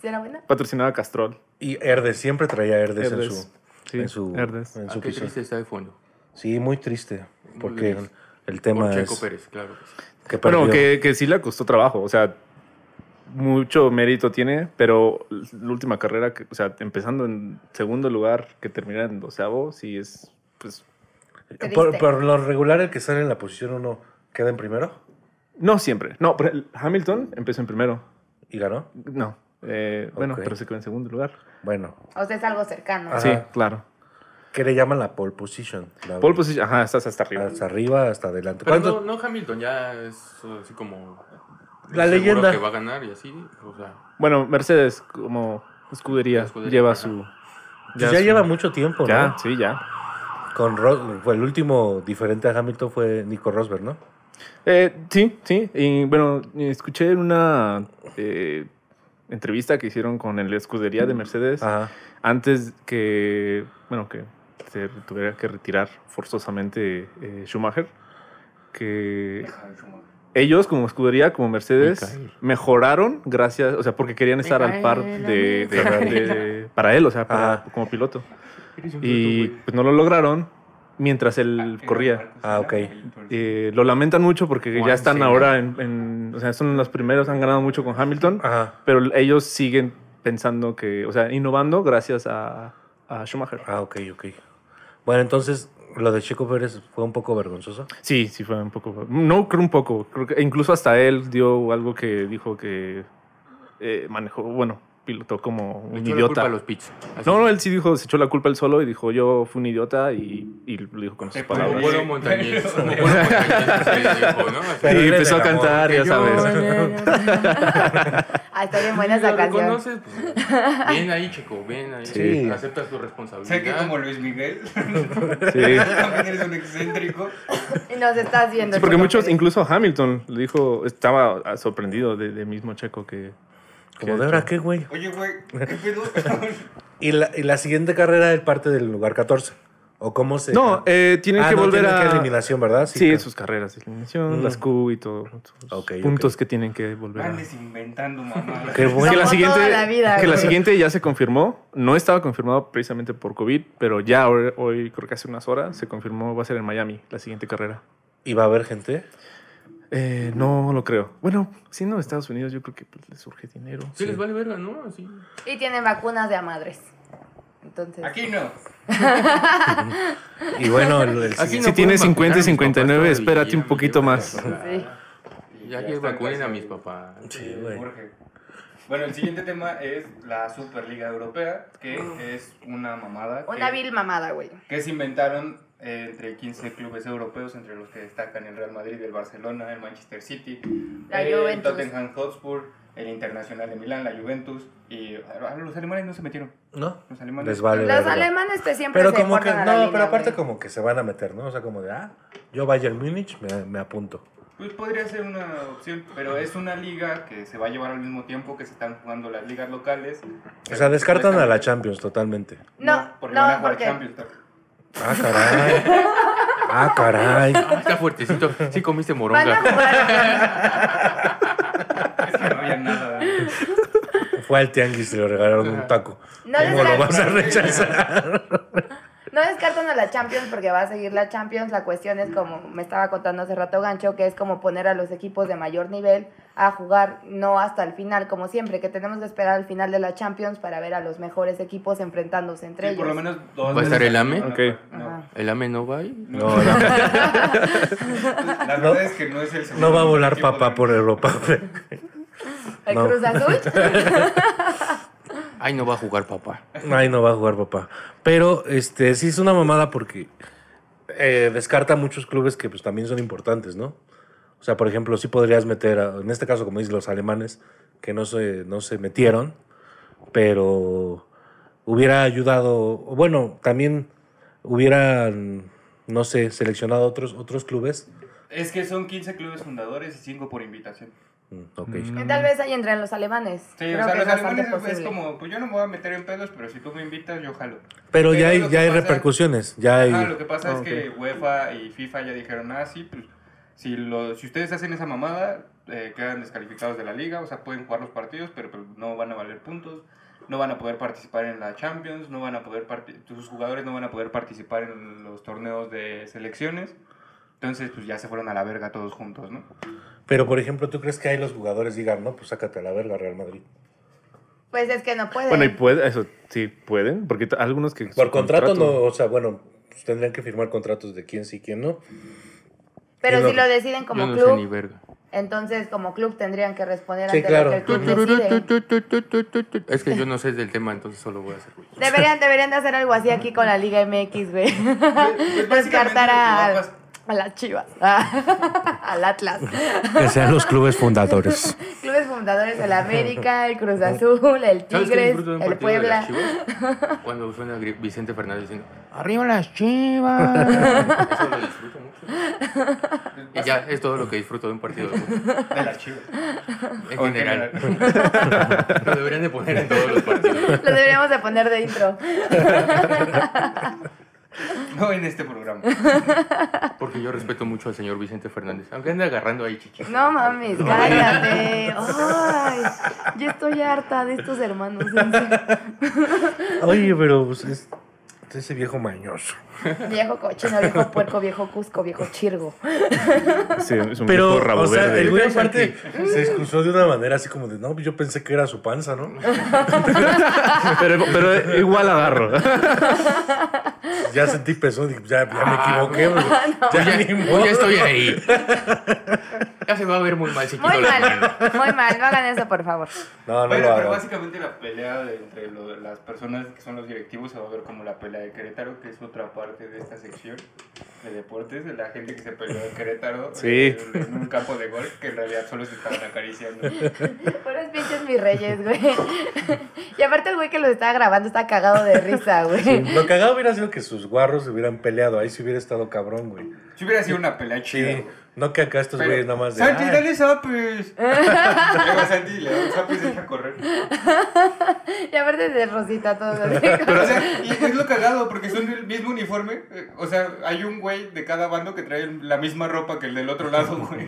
Speaker 4: ¿Será buena?
Speaker 6: Patrocinaba Castrol.
Speaker 7: Y Herdes, siempre traía Herdes, en
Speaker 6: Herdes.
Speaker 7: su,
Speaker 6: Sí,
Speaker 7: en su,
Speaker 6: Herdes.
Speaker 7: en
Speaker 5: Ah,
Speaker 7: su
Speaker 5: qué
Speaker 7: piso.
Speaker 5: triste está de fondo.
Speaker 7: Sí, muy triste,
Speaker 5: Muy
Speaker 7: porque
Speaker 5: triste.
Speaker 7: el
Speaker 5: Por
Speaker 7: tema
Speaker 5: Checo
Speaker 7: es
Speaker 5: Pérez, claro. que sí.
Speaker 7: que perdió.
Speaker 6: Bueno, que, que sí le costó trabajo, o sea, mucho mérito tiene, pero la última carrera, que, o sea, empezando en segundo lugar, que termina en doceavo, sí es, pues,
Speaker 4: Triste.
Speaker 7: Eh, por, por lo regular el que sale en la posición uno queda en primero
Speaker 6: no siempre. No, pero el Hamilton empezó en primero.
Speaker 7: y ganó.
Speaker 6: No, eh, bueno,
Speaker 7: Ok.
Speaker 6: pero se quedó en segundo lugar.
Speaker 7: Bueno,
Speaker 4: O sea, es algo cercano.
Speaker 7: Ah,
Speaker 6: Sí,
Speaker 7: Ajá.
Speaker 6: claro.
Speaker 7: que le llaman la pole position. La-
Speaker 6: Pole position, ajá, estás hasta arriba.
Speaker 7: Hasta arriba, hasta adelante.
Speaker 5: Pero
Speaker 7: ¿Cuánto?
Speaker 5: no, no Hamilton, ya es así como...
Speaker 7: La
Speaker 5: seguro
Speaker 7: leyenda.
Speaker 5: que va a ganar y así, o sea...
Speaker 6: Bueno, Mercedes como escudería,
Speaker 5: Escudería,
Speaker 6: lleva
Speaker 5: ajá.
Speaker 6: su...
Speaker 7: Pues ya
Speaker 6: su-
Speaker 7: lleva mucho tiempo,
Speaker 6: Ya,
Speaker 7: ¿no?
Speaker 6: sí, ya.
Speaker 7: Con Ro- fue el último diferente a Hamilton fue Nico Rosberg, ¿no?
Speaker 6: Eh, sí, sí. Y bueno, escuché en una eh, entrevista que hicieron con el escudería de Mercedes
Speaker 7: Ajá.
Speaker 6: antes que, bueno, que se tuviera que retirar forzosamente eh, Schumacher, que ellos como escudería, como Mercedes,
Speaker 5: Michael.
Speaker 6: mejoraron gracias, o sea, porque querían estar al par de, de-
Speaker 7: Ferrari.
Speaker 6: de- para él, o sea, para-
Speaker 7: Ajá.
Speaker 6: como piloto.
Speaker 5: eres un
Speaker 6: Y
Speaker 5: bruto, güey.
Speaker 6: pues no lo lograron mientras él corría.
Speaker 7: Ah, ok.
Speaker 6: Eh, lo lamentan mucho porque
Speaker 5: Juan
Speaker 6: ya están
Speaker 5: Cena.
Speaker 6: ahora en, en- O sea, son los primeros, han ganado mucho con Hamilton,
Speaker 7: Ajá.
Speaker 6: pero ellos siguen pensando que. O sea, innovando gracias a, a Schumacher.
Speaker 7: Ah, ok, ok. Bueno, entonces lo de Checo Pérez fue un poco vergonzoso.
Speaker 6: Sí, sí, fue un poco. No, creo un poco. Creo que incluso hasta él dio algo que dijo que eh, manejó. Bueno, pilotó como
Speaker 5: Le
Speaker 6: un
Speaker 5: echó la culpa
Speaker 6: idiota.
Speaker 5: a los pits. Así.
Speaker 6: No, no, él sí dijo, se echó la culpa él solo y dijo, yo fui un idiota y, y lo dijo con sus
Speaker 3: Te puedo
Speaker 5: Como
Speaker 6: palabras.
Speaker 5: bueno montañés. Como bueno montañés, se dijo, ¿no? Así.
Speaker 6: Y
Speaker 7: Pero él es
Speaker 6: empezó a
Speaker 7: del amor,
Speaker 6: cantar, ya
Speaker 5: que yo-
Speaker 6: sabes.
Speaker 4: Ah, está bien buena
Speaker 5: ¿Lo
Speaker 4: esa canción.
Speaker 5: reconoces? Pues, bien ahí, Checo, bien ahí.
Speaker 7: Sí.
Speaker 5: Aceptas tu
Speaker 3: Sé que
Speaker 5: responsabilidad.
Speaker 3: como Luis Miguel,
Speaker 6: Sí.
Speaker 3: también eres un excéntrico.
Speaker 4: Y nos estás viendo.
Speaker 6: Sí, porque
Speaker 4: Checo
Speaker 6: muchos,
Speaker 4: Pérez.
Speaker 6: incluso Hamilton, le dijo, estaba ah, sorprendido de, de mismo Checo que...
Speaker 7: Como
Speaker 6: que-
Speaker 7: de ahora, ¿qué, güey?
Speaker 3: Oye, güey, ¿qué pedo?
Speaker 7: Y la, y la siguiente carrera él parte del lugar 14. ¿O cómo se.?
Speaker 6: No, eh, tienen
Speaker 7: Ah,
Speaker 6: que
Speaker 7: no,
Speaker 6: volver
Speaker 7: tiene que
Speaker 6: a...
Speaker 7: eliminación, ¿verdad?
Speaker 6: sí,
Speaker 7: claro.
Speaker 6: sus carreras de eliminación,
Speaker 7: Mm.
Speaker 6: las Q y todo. sus
Speaker 7: Ok, ok.
Speaker 6: puntos que tienen que volver a...
Speaker 3: Andes inventando, mamá.
Speaker 7: Qué bueno.
Speaker 6: Que la,
Speaker 4: Como
Speaker 6: siguiente,
Speaker 4: toda la vida,
Speaker 6: que la
Speaker 4: güey.
Speaker 6: siguiente ya se confirmó. No estaba confirmado precisamente por COVID, pero ya hoy, hoy, creo que hace unas horas, se confirmó va a ser en Miami la siguiente carrera.
Speaker 7: ¿Y va a haber gente?
Speaker 6: Eh, no lo creo. Bueno, siendo Estados Unidos, yo creo que pues, le surge dinero.
Speaker 5: Sí, les vale verga, ¿no? Así.
Speaker 4: Y tienen vacunas de a madres. Entonces.
Speaker 3: Aquí no.
Speaker 7: Y bueno, el,
Speaker 5: Así
Speaker 7: el siguiente-
Speaker 6: si
Speaker 5: no
Speaker 6: tienes
Speaker 5: pueden vacunar a
Speaker 6: 50,
Speaker 5: mis
Speaker 6: 59,
Speaker 5: papás
Speaker 6: espérate
Speaker 5: todavía,
Speaker 6: un poquito
Speaker 5: ya,
Speaker 6: más.
Speaker 5: ya,
Speaker 4: Sí.
Speaker 3: Y
Speaker 5: Ya que
Speaker 3: están
Speaker 5: vacunen a
Speaker 3: casi-
Speaker 5: mis papás.
Speaker 7: Sí,
Speaker 3: eh,
Speaker 7: güey.
Speaker 3: Jorge. Bueno, el siguiente tema es la Superliga Europea, que es una mamada.
Speaker 4: Una
Speaker 3: que-
Speaker 4: vil mamada, güey.
Speaker 3: que se inventaron eh, entre 15 clubes europeos, entre los que destacan el Real Madrid, el Barcelona, el Manchester City,
Speaker 4: La
Speaker 3: el
Speaker 4: Juventus.
Speaker 3: Tottenham Hotspur, el Internacional de Milán, la Juventus, y ah, los alemanes no se metieron.
Speaker 7: ¿No?
Speaker 3: Los alemanes.
Speaker 7: Les vale.
Speaker 4: Los
Speaker 7: verga.
Speaker 4: alemanes te siempre
Speaker 7: Pero
Speaker 4: se
Speaker 7: como que.
Speaker 4: portan
Speaker 7: No,
Speaker 4: a la
Speaker 7: pero
Speaker 4: línea,
Speaker 7: aparte,
Speaker 4: güey.
Speaker 7: como que se van a meter, ¿no? O sea, como de, ah, yo Bayern Múnich me, me apunto.
Speaker 3: Pues podría ser una opción, pero es una liga que se va a llevar al mismo tiempo que se están jugando las ligas locales.
Speaker 7: O sea, descartan a la Champions totalmente.
Speaker 4: No,
Speaker 3: porque
Speaker 4: no,
Speaker 3: van a jugar
Speaker 4: porque-
Speaker 3: Champions.
Speaker 7: Ah, caray. Ah, caray.
Speaker 5: Ah, está fuertecito. Sí comiste
Speaker 4: Van a
Speaker 5: moronga.
Speaker 4: jugar.
Speaker 3: Es que no había nada.
Speaker 7: Fue al tianguis y le regalaron un taco.
Speaker 4: No
Speaker 7: ¿Cómo lo
Speaker 4: descartan-
Speaker 7: vas a rechazar?
Speaker 4: No descartan a la Champions porque va a seguir la Champions. La cuestión es como me estaba contando hace rato Gancho, que es como poner a los equipos de mayor nivel a jugar no hasta el final, como siempre, que tenemos que esperar al final de la Champions para ver a los mejores equipos enfrentándose entre
Speaker 3: Sí,
Speaker 4: ellos.
Speaker 3: por lo menos dos.
Speaker 5: ¿Va a estar el AME?
Speaker 3: No,
Speaker 6: Ok.
Speaker 3: no,
Speaker 5: El AME no va ahí.
Speaker 3: no. pues,
Speaker 7: No, no,
Speaker 3: La
Speaker 7: No-
Speaker 3: verdad es que no es el segundo
Speaker 7: no va a volar
Speaker 3: equipo
Speaker 7: papá
Speaker 3: de-
Speaker 7: por Europa.
Speaker 4: El
Speaker 7: No.
Speaker 4: Cruz Azul.
Speaker 5: Ay, no va a jugar papá.
Speaker 7: Ay, no va a jugar papá. Pero este sí es una mamada porque eh, descarta muchos clubes que pues también son importantes, ¿no? O sea, por ejemplo, sí podrías meter, a- en este caso, como dices, los alemanes, que no se, no se metieron, pero hubiera ayudado, o bueno, también hubieran, no sé, seleccionado otros, otros clubes.
Speaker 3: Es que son 15 clubes fundadores y 5 por invitación.
Speaker 7: Mm, Ok.
Speaker 4: Que tal vez ahí entren los alemanes.
Speaker 3: Sí,
Speaker 4: Creo
Speaker 3: o sea,
Speaker 4: que
Speaker 3: los
Speaker 4: es bastante
Speaker 3: alemanes es
Speaker 4: posible.
Speaker 3: como, pues yo no me voy a meter en pedos, pero si tú me invitas, yo jalo.
Speaker 7: Pero
Speaker 3: Pero
Speaker 7: ya hay,
Speaker 3: lo que
Speaker 7: ya hay
Speaker 3: pasa-
Speaker 7: repercusiones, ya hay...
Speaker 3: Ah, lo que pasa
Speaker 7: Ah,
Speaker 3: es
Speaker 7: ok.
Speaker 3: que UEFA y FIFA ya dijeron, ah, sí, pues si, lo, si ustedes hacen esa mamada, eh, quedan descalificados de la liga, o sea, pueden jugar los partidos, pero, pues, no van a valer puntos, no van a poder participar en la Champions, no van a poder parti- tus jugadores no van a poder participar en los torneos de selecciones. Entonces, pues ya se fueron a la verga todos juntos, ¿no?
Speaker 7: Pero, por ejemplo, ¿tú crees que ahí los jugadores digan, no, pues sácate a la verga Real Madrid?
Speaker 4: Pues es que no pueden.
Speaker 6: Bueno, y puede, eso sí, pueden, porque t- algunos que...
Speaker 7: Por
Speaker 6: su
Speaker 7: contrato, no, o sea, bueno, pues, tendrían que firmar contratos de quién sí, quién no.
Speaker 4: Pero
Speaker 7: yo
Speaker 4: si
Speaker 7: no-
Speaker 4: lo deciden como
Speaker 5: Yo no sé ni
Speaker 4: club,
Speaker 5: verga.
Speaker 4: entonces como club tendrían que responder
Speaker 7: Sí,
Speaker 4: ante
Speaker 7: claro.
Speaker 4: lo que el club decide.
Speaker 5: Es que yo no sé del tema, entonces solo voy a hacer ruido.
Speaker 4: Deberían, deberían de hacer algo así aquí con la Liga MX, güey.
Speaker 3: Pues, básicamente pues. lo
Speaker 4: Descartar
Speaker 3: que va
Speaker 4: a,
Speaker 3: a pas-
Speaker 4: a las Chivas, a- al Atlas.
Speaker 7: Que sean los clubes fundadores.
Speaker 4: Clubes fundadores del América, el Cruz Azul, el
Speaker 5: ¿Sabes qué
Speaker 4: Tigres,
Speaker 5: disfruto de un
Speaker 4: el
Speaker 5: partido de las
Speaker 4: Puebla.
Speaker 5: Chivas? Cuando suena Gri- Vicente Fernández diciendo ¡Arriba las chivas! Eso lo disfruto mucho. Y ya es todo lo que disfruto de un partido de fútbol,
Speaker 3: De las chivas.
Speaker 5: En
Speaker 3: O
Speaker 5: general. Lo deberían de poner en todos los partidos.
Speaker 4: Lo deberíamos de poner de intro.
Speaker 3: No en este programa.
Speaker 5: Porque yo respeto mucho al señor Vicente Fernández. Aunque ande agarrando ahí chichis.
Speaker 4: No mames, cállate. Ay, yo estoy harta de estos hermanos. en serio.
Speaker 7: Oye, pero pues, es, es ese viejo mañoso.
Speaker 4: Viejo cochino, viejo puerco, viejo cusco, viejo chirgo.
Speaker 6: Sí, es un
Speaker 7: Pero,
Speaker 6: viejo rabo
Speaker 7: o sea,
Speaker 6: verde.
Speaker 7: el güey
Speaker 5: Pero
Speaker 7: aparte se excusó de una manera así como de, no, yo pensé que era su panza, ¿no?
Speaker 6: Pero, pero igual agarro.
Speaker 7: Ya sentí pezón, dije, ya, ya me equivoqué, pues, ya,
Speaker 5: Ya,
Speaker 7: ni modo.
Speaker 5: ya estoy ahí. Ya se va a ver muy mal si quito
Speaker 4: Muy
Speaker 5: la
Speaker 4: mal,
Speaker 5: mano.
Speaker 4: muy mal. No hagan eso, por favor.
Speaker 7: No, no
Speaker 3: Bueno,
Speaker 7: lo
Speaker 3: pero
Speaker 7: hago.
Speaker 3: básicamente la pelea de entre lo- las personas que son los directivos se va a ver como la pelea de Querétaro, que es otra parte de esta sección de deportes, de la gente que se peleó en Querétaro
Speaker 6: Sí.
Speaker 3: en, en un campo de golf, que en realidad solo se estaban acariciando.
Speaker 4: Puros pinches mis reyes, güey. Y aparte el güey que lo estaba grabando está cagado de risa, güey.
Speaker 7: Lo cagado hubiera sido que sus guarros se hubieran peleado, ahí sí hubiera estado cabrón, güey.
Speaker 3: Si hubiera sido una pelea chida.
Speaker 7: Sí,
Speaker 3: güey.
Speaker 7: no que acá estos
Speaker 3: Pero-
Speaker 7: güeyes nada más de... "Ah".
Speaker 3: Santi,
Speaker 7: "Ay,
Speaker 3: dale zapes. Llega Santi y le da un zape y se echa a correr.
Speaker 4: Y aparte de Rosita todo. así.
Speaker 3: o sea, y es lo cagado porque son del mismo uniforme. eh, O sea, hay un güey de cada bando que trae la misma ropa que el del otro lado, güey.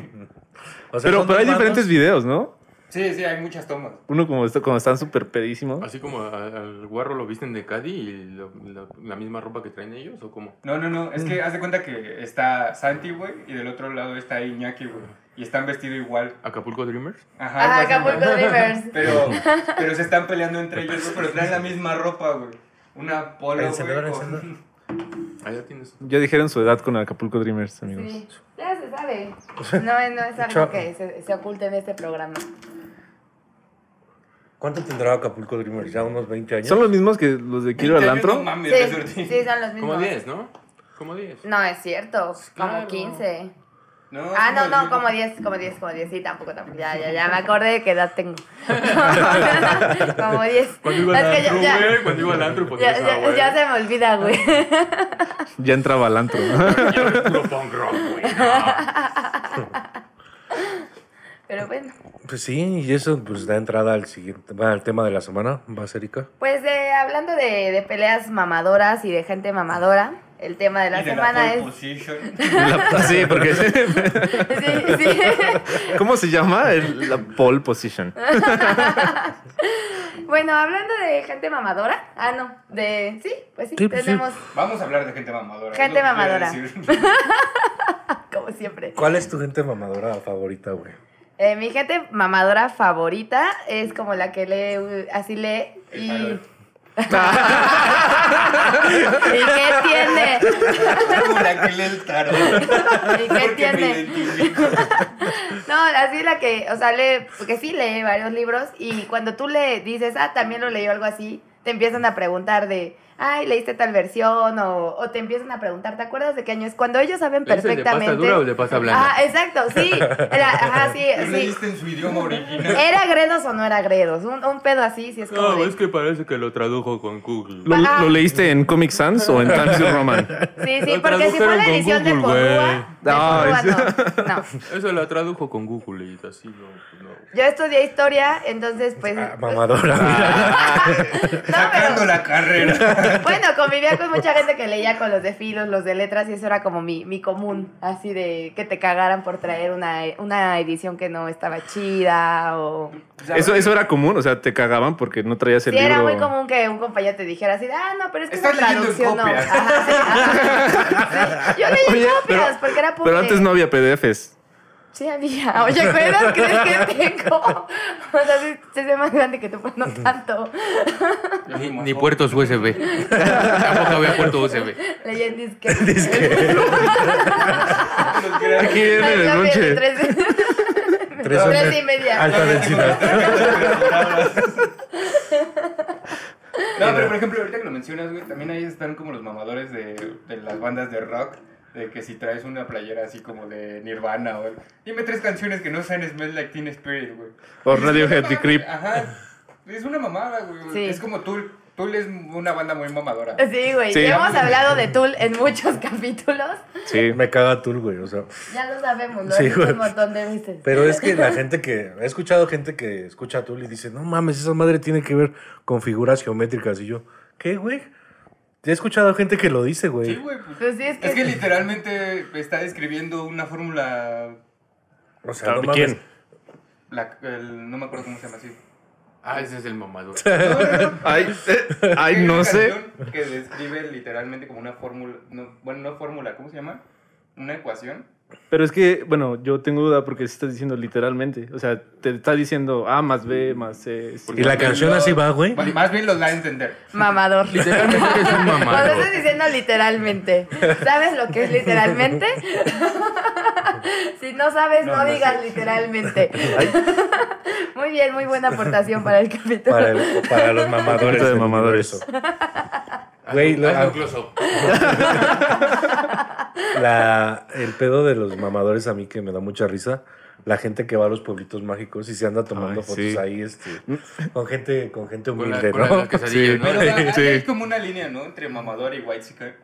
Speaker 7: O sea,
Speaker 6: Pero, pero hay
Speaker 7: son dos bandos.
Speaker 6: diferentes videos, ¿no?
Speaker 3: Sí, sí, hay muchas tomas.
Speaker 6: Uno como esto, cuando están súper pedísimos.
Speaker 5: Así como a- al guarro lo visten de Cadi y lo- la- la misma ropa que traen ellos, ¿o cómo?
Speaker 3: No, no, no, es que haz de cuenta que está Santi, güey, y del otro lado está Iñaki, güey. Y están vestidos igual.
Speaker 5: ¿Acapulco Dreamers?
Speaker 3: Ajá,
Speaker 4: Ajá,
Speaker 3: algo así,
Speaker 4: Acapulco
Speaker 3: güey.
Speaker 4: Rivers.
Speaker 3: Pero, pero se están peleando entre ellos, güey, pero traen la misma ropa, güey. Una polo,
Speaker 7: Encendedor,
Speaker 3: güey.
Speaker 7: encendedor.
Speaker 3: con-
Speaker 5: Allá tienes.
Speaker 6: Ya dijeron su edad con Acapulco Dreamers, amigos.
Speaker 4: Sí, ya se sabe. No, no es algo que se, se oculte en este programa.
Speaker 7: ¿Cuánto tendrá Acapulco Dreamers? ¿Ya unos 20 años?
Speaker 6: ¿Son los mismos que los de Kiro al
Speaker 3: Iñaki,
Speaker 6: antro?
Speaker 3: No mames, Luis
Speaker 4: Sí,
Speaker 3: Ortiz.
Speaker 4: sí, son los mismos.
Speaker 5: Como 10, ¿no? Como 10.
Speaker 4: No, es cierto, como
Speaker 5: Claro.
Speaker 4: 15.
Speaker 3: No,
Speaker 4: Ah, no,
Speaker 3: es
Speaker 4: no,
Speaker 3: muy-
Speaker 4: como 10, como 10, como 10. Sí, tampoco, tampoco. Ya, ya, ya me acordé de qué edad tengo. como 10.
Speaker 5: Cuando iba al
Speaker 4: Es que
Speaker 5: antro,
Speaker 4: ya- ya-
Speaker 5: güey. Cuando iba al antro, pues
Speaker 4: Ya, ya, ya se me olvida, güey.
Speaker 6: Ya entraba al antro. ¿no?
Speaker 5: Puro punk rock, güey. no.
Speaker 4: Pero bueno.
Speaker 7: Pues sí, y eso pues da entrada al siguiente, va al tema de la semana, va Erika.
Speaker 4: Pues eh, hablando de, de peleas mamadoras y de gente mamadora, el tema de la
Speaker 3: y de
Speaker 4: semana
Speaker 3: la
Speaker 4: es.
Speaker 3: pole position.
Speaker 6: La- sí, porque...
Speaker 4: Sí, sí.
Speaker 6: ¿Cómo se llama? El- la pole position.
Speaker 4: Bueno, hablando de gente mamadora. Ah, no. De. Sí, pues sí,
Speaker 7: Sí, pues sí.
Speaker 4: tenemos,
Speaker 3: Vamos a hablar de gente mamadora. es
Speaker 4: Gente
Speaker 3: lo que quiero
Speaker 4: mamadora.
Speaker 3: decir.
Speaker 4: como siempre.
Speaker 7: ¿Cuál es tu gente mamadora favorita, güey?
Speaker 4: Eh, mi gente mamadora favorita es como la que lee, uh, así lee y...
Speaker 3: Ay,
Speaker 4: ¿Y qué tiene?
Speaker 3: Como la que lee el tarot.
Speaker 4: ¿Y qué
Speaker 3: Porque me
Speaker 4: tiene?
Speaker 3: identifico.
Speaker 4: No, así la que, o sea, lee, porque sí lee varios libros y cuando tú le dices, ah, también lo leyó algo así, te empiezan a preguntar de, ay, leíste tal versión, o, o te empiezan a preguntar, ¿te acuerdas de qué año es? Cuando ellos saben
Speaker 5: ¿Le dices de pasta
Speaker 4: perfectamente...
Speaker 5: dura o de pasta blanda?
Speaker 4: Ah, exacto, sí. Era- ajá, sí,
Speaker 3: ¿Tú
Speaker 4: sí.
Speaker 3: leíste en su idioma original?
Speaker 4: ¿Era Gredos o no era Gredos? Un, un pedo así, si es como...
Speaker 5: No,
Speaker 4: de-
Speaker 5: es que parece que lo tradujo con Google.
Speaker 6: ¿Lo,
Speaker 4: Ah.
Speaker 6: lo leíste en Comic Sans o en Times New Roman?
Speaker 4: Sí, sí,
Speaker 5: Lo
Speaker 4: porque si fue la
Speaker 5: tradujeron con
Speaker 4: edición de
Speaker 5: Google, güey.
Speaker 4: Porrúa, de Porrúa
Speaker 6: Ay, sí.
Speaker 4: no, no.
Speaker 5: Eso lo tradujo con Google y así no. no.
Speaker 4: Yo estudié historia, entonces pues...
Speaker 7: Ah, mamadora.
Speaker 4: no,
Speaker 3: Sacando
Speaker 4: pero-
Speaker 3: la carrera.
Speaker 4: Bueno, convivía con mucha gente que leía con los de filos, los de letras, y eso era como mi, mi común, así de que te cagaran por traer una, una edición que no estaba chida o...
Speaker 6: Eso, eso era común, o sea, te cagaban porque no traías el
Speaker 4: Sí,
Speaker 6: libro.
Speaker 4: era muy común que un compañero te dijera así, de, ah, no, pero es que esa
Speaker 3: Estás leyendo en
Speaker 4: traducción no.
Speaker 3: copia.
Speaker 4: Ajá, sí, ajá. Sí, Yo leí
Speaker 6: Oye,
Speaker 4: copias
Speaker 6: pero-
Speaker 4: porque era
Speaker 6: Pero
Speaker 4: public.
Speaker 6: antes no había PDFs.
Speaker 4: Sí, había. Oye, ¿cuántas crees que tengo? O sea, sí, sí, soy más grande que tú, pero no tanto.
Speaker 5: Ni, ni puertos USB. Tampoco había puertos USB.
Speaker 4: Leí en disque.
Speaker 6: Aquí viene
Speaker 4: Ay,
Speaker 6: el
Speaker 4: cambia de
Speaker 6: lonche.
Speaker 4: tres,
Speaker 6: Ah.
Speaker 7: Tres
Speaker 4: tres y media.
Speaker 7: Alta densidad.
Speaker 3: No, pero por ejemplo, ahorita que lo mencionas, güey, también ahí están como los mamadores de, de las bandas de rock. De que si traes una playera así como de Nirvana o... Dime tres canciones que no sean Smells Like Teen Spirit, güey.
Speaker 6: O
Speaker 3: Es una
Speaker 6: Radiohead y
Speaker 3: mamada,
Speaker 6: Creep.
Speaker 3: Ajá. Es una mamada, güey.
Speaker 4: Sí.
Speaker 3: Es como Tool. Tool es una banda muy mamadora.
Speaker 4: Sí, güey.
Speaker 6: Sí.
Speaker 4: Ya hemos hablado de Tool en muchos capítulos.
Speaker 6: Sí.
Speaker 7: Me caga Tool, güey. O sea,
Speaker 4: Ya lo sabemos, lo
Speaker 7: Sí,
Speaker 4: he dicho
Speaker 7: güey.
Speaker 4: un montón de veces.
Speaker 7: pero es que la gente que. He escuchado gente que escucha a Tool y dice: No mames, esa madre tiene que ver con figuras geométricas. Y yo, ¿qué, güey? He escuchado gente que lo dice, güey.
Speaker 3: Sí, güey. pues.
Speaker 4: Pues sí, es que,
Speaker 3: Es que literalmente está describiendo una fórmula...
Speaker 7: o sea, no
Speaker 6: ¿Quién?
Speaker 7: mames.
Speaker 3: la- el- no me acuerdo cómo se llama así.
Speaker 5: Ah, ese es el mamador.
Speaker 6: Ay, eh, ay,
Speaker 3: Hay una
Speaker 6: no sé.
Speaker 3: canción Que describe literalmente como una fórmula. no, bueno, no fórmula, ¿cómo se llama? Una ecuación.
Speaker 6: Pero es que, bueno, yo tengo duda porque sí estás diciendo literalmente. O sea, te está diciendo A más B más C. sí.
Speaker 7: Y la canción
Speaker 3: Lo-
Speaker 7: así va, güey.
Speaker 3: Bueno, Más bien los da a entender.
Speaker 4: Mamador.
Speaker 5: Literalmente eres un
Speaker 4: Cuando
Speaker 5: mamador.
Speaker 4: estás diciendo literalmente, ¿sabes lo que es literalmente? si no sabes, no,
Speaker 3: No, no
Speaker 4: digas literalmente. muy bien, muy buena aportación para el capítulo.
Speaker 7: Para, el- para los mamadores.
Speaker 6: Gente de
Speaker 7: del
Speaker 6: mamadores.
Speaker 7: universo.
Speaker 5: Ah,
Speaker 7: Güey, lo-
Speaker 5: Hazlo close up.
Speaker 7: La, el pedo de los mamadores a mí que me da mucha risa. La gente que va a los pueblitos mágicos y se anda tomando
Speaker 6: Ay,
Speaker 7: fotos
Speaker 6: sí. Mm.
Speaker 7: ahí este, con, gente, con gente
Speaker 5: Con la-
Speaker 7: humilde,
Speaker 5: con la-
Speaker 7: ¿no?
Speaker 5: la quesadilla,
Speaker 6: Sí.
Speaker 5: ¿no?
Speaker 3: Pero hay,
Speaker 6: Sí.
Speaker 3: hay como una línea, ¿no? Entre mamador y white chica.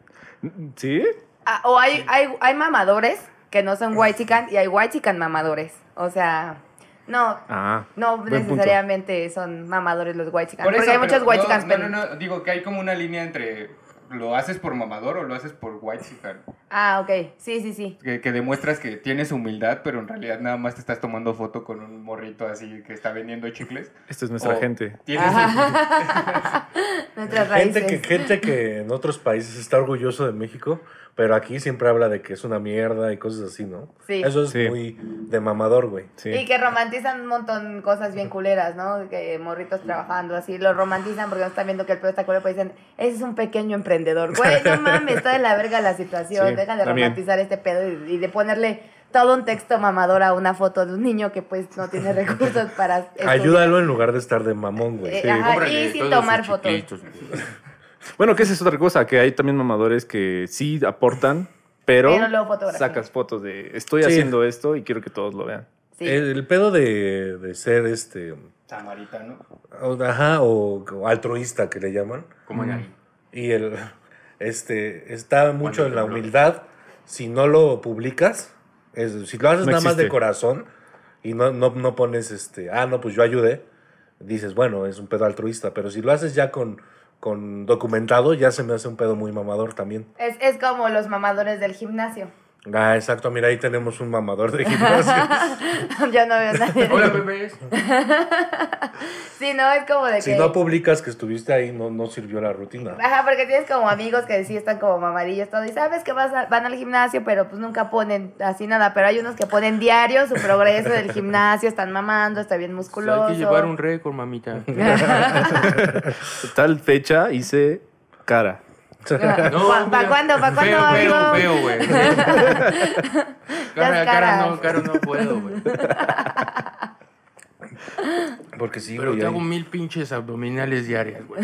Speaker 6: ¿Sí?
Speaker 4: Ah, o hay, hay, hay mamadores que no son white y hay white mamadores. O sea, no,
Speaker 6: Ah.
Speaker 4: no
Speaker 6: buen punto.
Speaker 4: necesariamente son mamadores los white
Speaker 3: Por
Speaker 4: porque
Speaker 3: eso,
Speaker 4: hay
Speaker 3: pero
Speaker 4: muchos white
Speaker 3: no, no, no, no, digo que hay como una línea entre lo haces por mamador o lo haces por white chica.
Speaker 4: Ah, ok. Sí, sí, sí.
Speaker 3: Que, que demuestras que tienes humildad, pero en realidad nada más te estás tomando foto con un morrito así que está vendiendo chicles.
Speaker 6: Esta es
Speaker 5: Oh.
Speaker 6: nuestra
Speaker 3: O
Speaker 6: gente.
Speaker 3: Tienes
Speaker 4: Nuestras
Speaker 7: Gente
Speaker 4: raíces.
Speaker 7: que, gente que en otros países está orgulloso de México, pero aquí siempre habla de que es una mierda y cosas así, ¿no?
Speaker 4: Sí.
Speaker 7: Eso es
Speaker 6: Sí.
Speaker 7: muy de mamador, güey.
Speaker 6: Sí.
Speaker 4: Y que romantizan un montón cosas bien culeras, ¿no? Que morritos trabajando así, lo romantizan porque no están viendo que el pedo está culero, pues dicen, ese es un pequeño emprendedor. Güey, no mames, está de la verga la situación,
Speaker 6: Sí,
Speaker 4: deja de
Speaker 6: también.
Speaker 4: romantizar este pedo y, y de ponerle todo un texto mamador a una foto de un niño que pues no tiene recursos para... estudiar.
Speaker 7: Ayúdalo en lugar de estar de mamón, güey.
Speaker 4: Eh,
Speaker 6: sí,
Speaker 4: ajá,
Speaker 5: Cómprale
Speaker 4: y sin
Speaker 5: todos
Speaker 4: tomar
Speaker 5: sus
Speaker 4: fotos.
Speaker 5: chiclitos.
Speaker 6: Bueno, que esa es otra cosa, que hay también mamadores que sí aportan, pero,
Speaker 4: Pero luego fotografían.
Speaker 6: sacas fotos de estoy
Speaker 7: Sí.
Speaker 6: haciendo esto y quiero que todos lo vean.
Speaker 4: Sí.
Speaker 7: El, el pedo de, de ser este.
Speaker 3: samaritano.
Speaker 7: o- Ajá, o, o altruista que le llaman.
Speaker 5: Como
Speaker 3: Mm.
Speaker 5: en ahí.
Speaker 7: Y el este está mucho
Speaker 5: Cuando
Speaker 7: en la
Speaker 5: tembló.
Speaker 7: humildad. Si no lo publicas, es- si lo haces
Speaker 6: No
Speaker 7: nada más de
Speaker 6: existe.
Speaker 7: corazón y no, no, no pones este, ah, no, pues yo ayudé, dices, bueno, es un pedo altruista. Pero si lo haces ya con, con documentado, ya se me hace un pedo muy mamador también.
Speaker 4: Es, es como los mamadores del gimnasio.
Speaker 7: Ah, exacto, mira, ahí tenemos un mamador de gimnasio.
Speaker 4: Yo no veo nadie.
Speaker 5: Hola, bebés.
Speaker 4: Sí, no, es como de
Speaker 7: si
Speaker 4: que...
Speaker 7: no publicas que estuviste ahí, no, no sirvió la rutina.
Speaker 4: Ajá, porque tienes como amigos que sí están como mamadillos todo y sabes que vas a- van al gimnasio, pero pues nunca ponen así nada, pero hay unos que ponen diario su progreso del gimnasio, están mamando, está bien
Speaker 5: Pues
Speaker 4: musculoso.
Speaker 5: Hay que llevar un récord, mamita.
Speaker 6: Tal fecha hice cara.
Speaker 5: No,
Speaker 4: ¿Pa- pa'
Speaker 5: mira.
Speaker 4: cuándo? ¿Pa' cuándo,
Speaker 5: Feo, feo,
Speaker 4: amigo?
Speaker 5: feo, güey.
Speaker 4: Las
Speaker 5: Cara, cara,
Speaker 4: caras.
Speaker 5: no, cara, no puedo, güey.
Speaker 7: Porque sí,
Speaker 5: Pero
Speaker 7: güey.
Speaker 5: te hago
Speaker 7: ahí-
Speaker 5: mil pinches abdominales diarias, güey.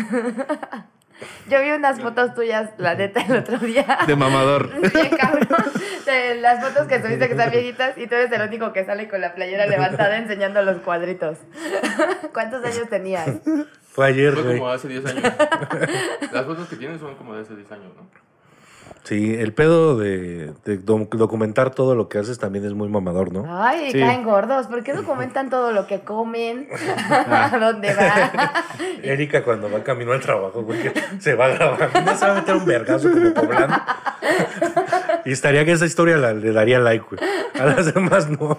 Speaker 4: Yo vi unas fotos tuyas, la neta, el otro día.
Speaker 6: De mamador.
Speaker 4: Bien cabrón. De las fotos que subiste que están viejitas y tú eres el único que sale con la playera levantada enseñando los cuadritos. ¿Cuántos años tenías?
Speaker 7: Fue ayer,
Speaker 5: Fue
Speaker 7: güey.
Speaker 5: como hace 10 años. Las fotos que tienes son como de hace 10 años, ¿no?
Speaker 7: Sí, el pedo de, de dom- documentar todo lo que haces también es muy mamador, ¿no?
Speaker 4: Ay,
Speaker 6: Sí.
Speaker 4: caen gordos. ¿Por qué documentan todo lo que comen?
Speaker 7: Ah.
Speaker 4: ¿A dónde van?
Speaker 7: Erika cuando va camino al trabajo, güey, que se va grabando, no se va a meter un vergazo como poblano. Y estaría que esa historia la- le daría like, güey. A las demás no.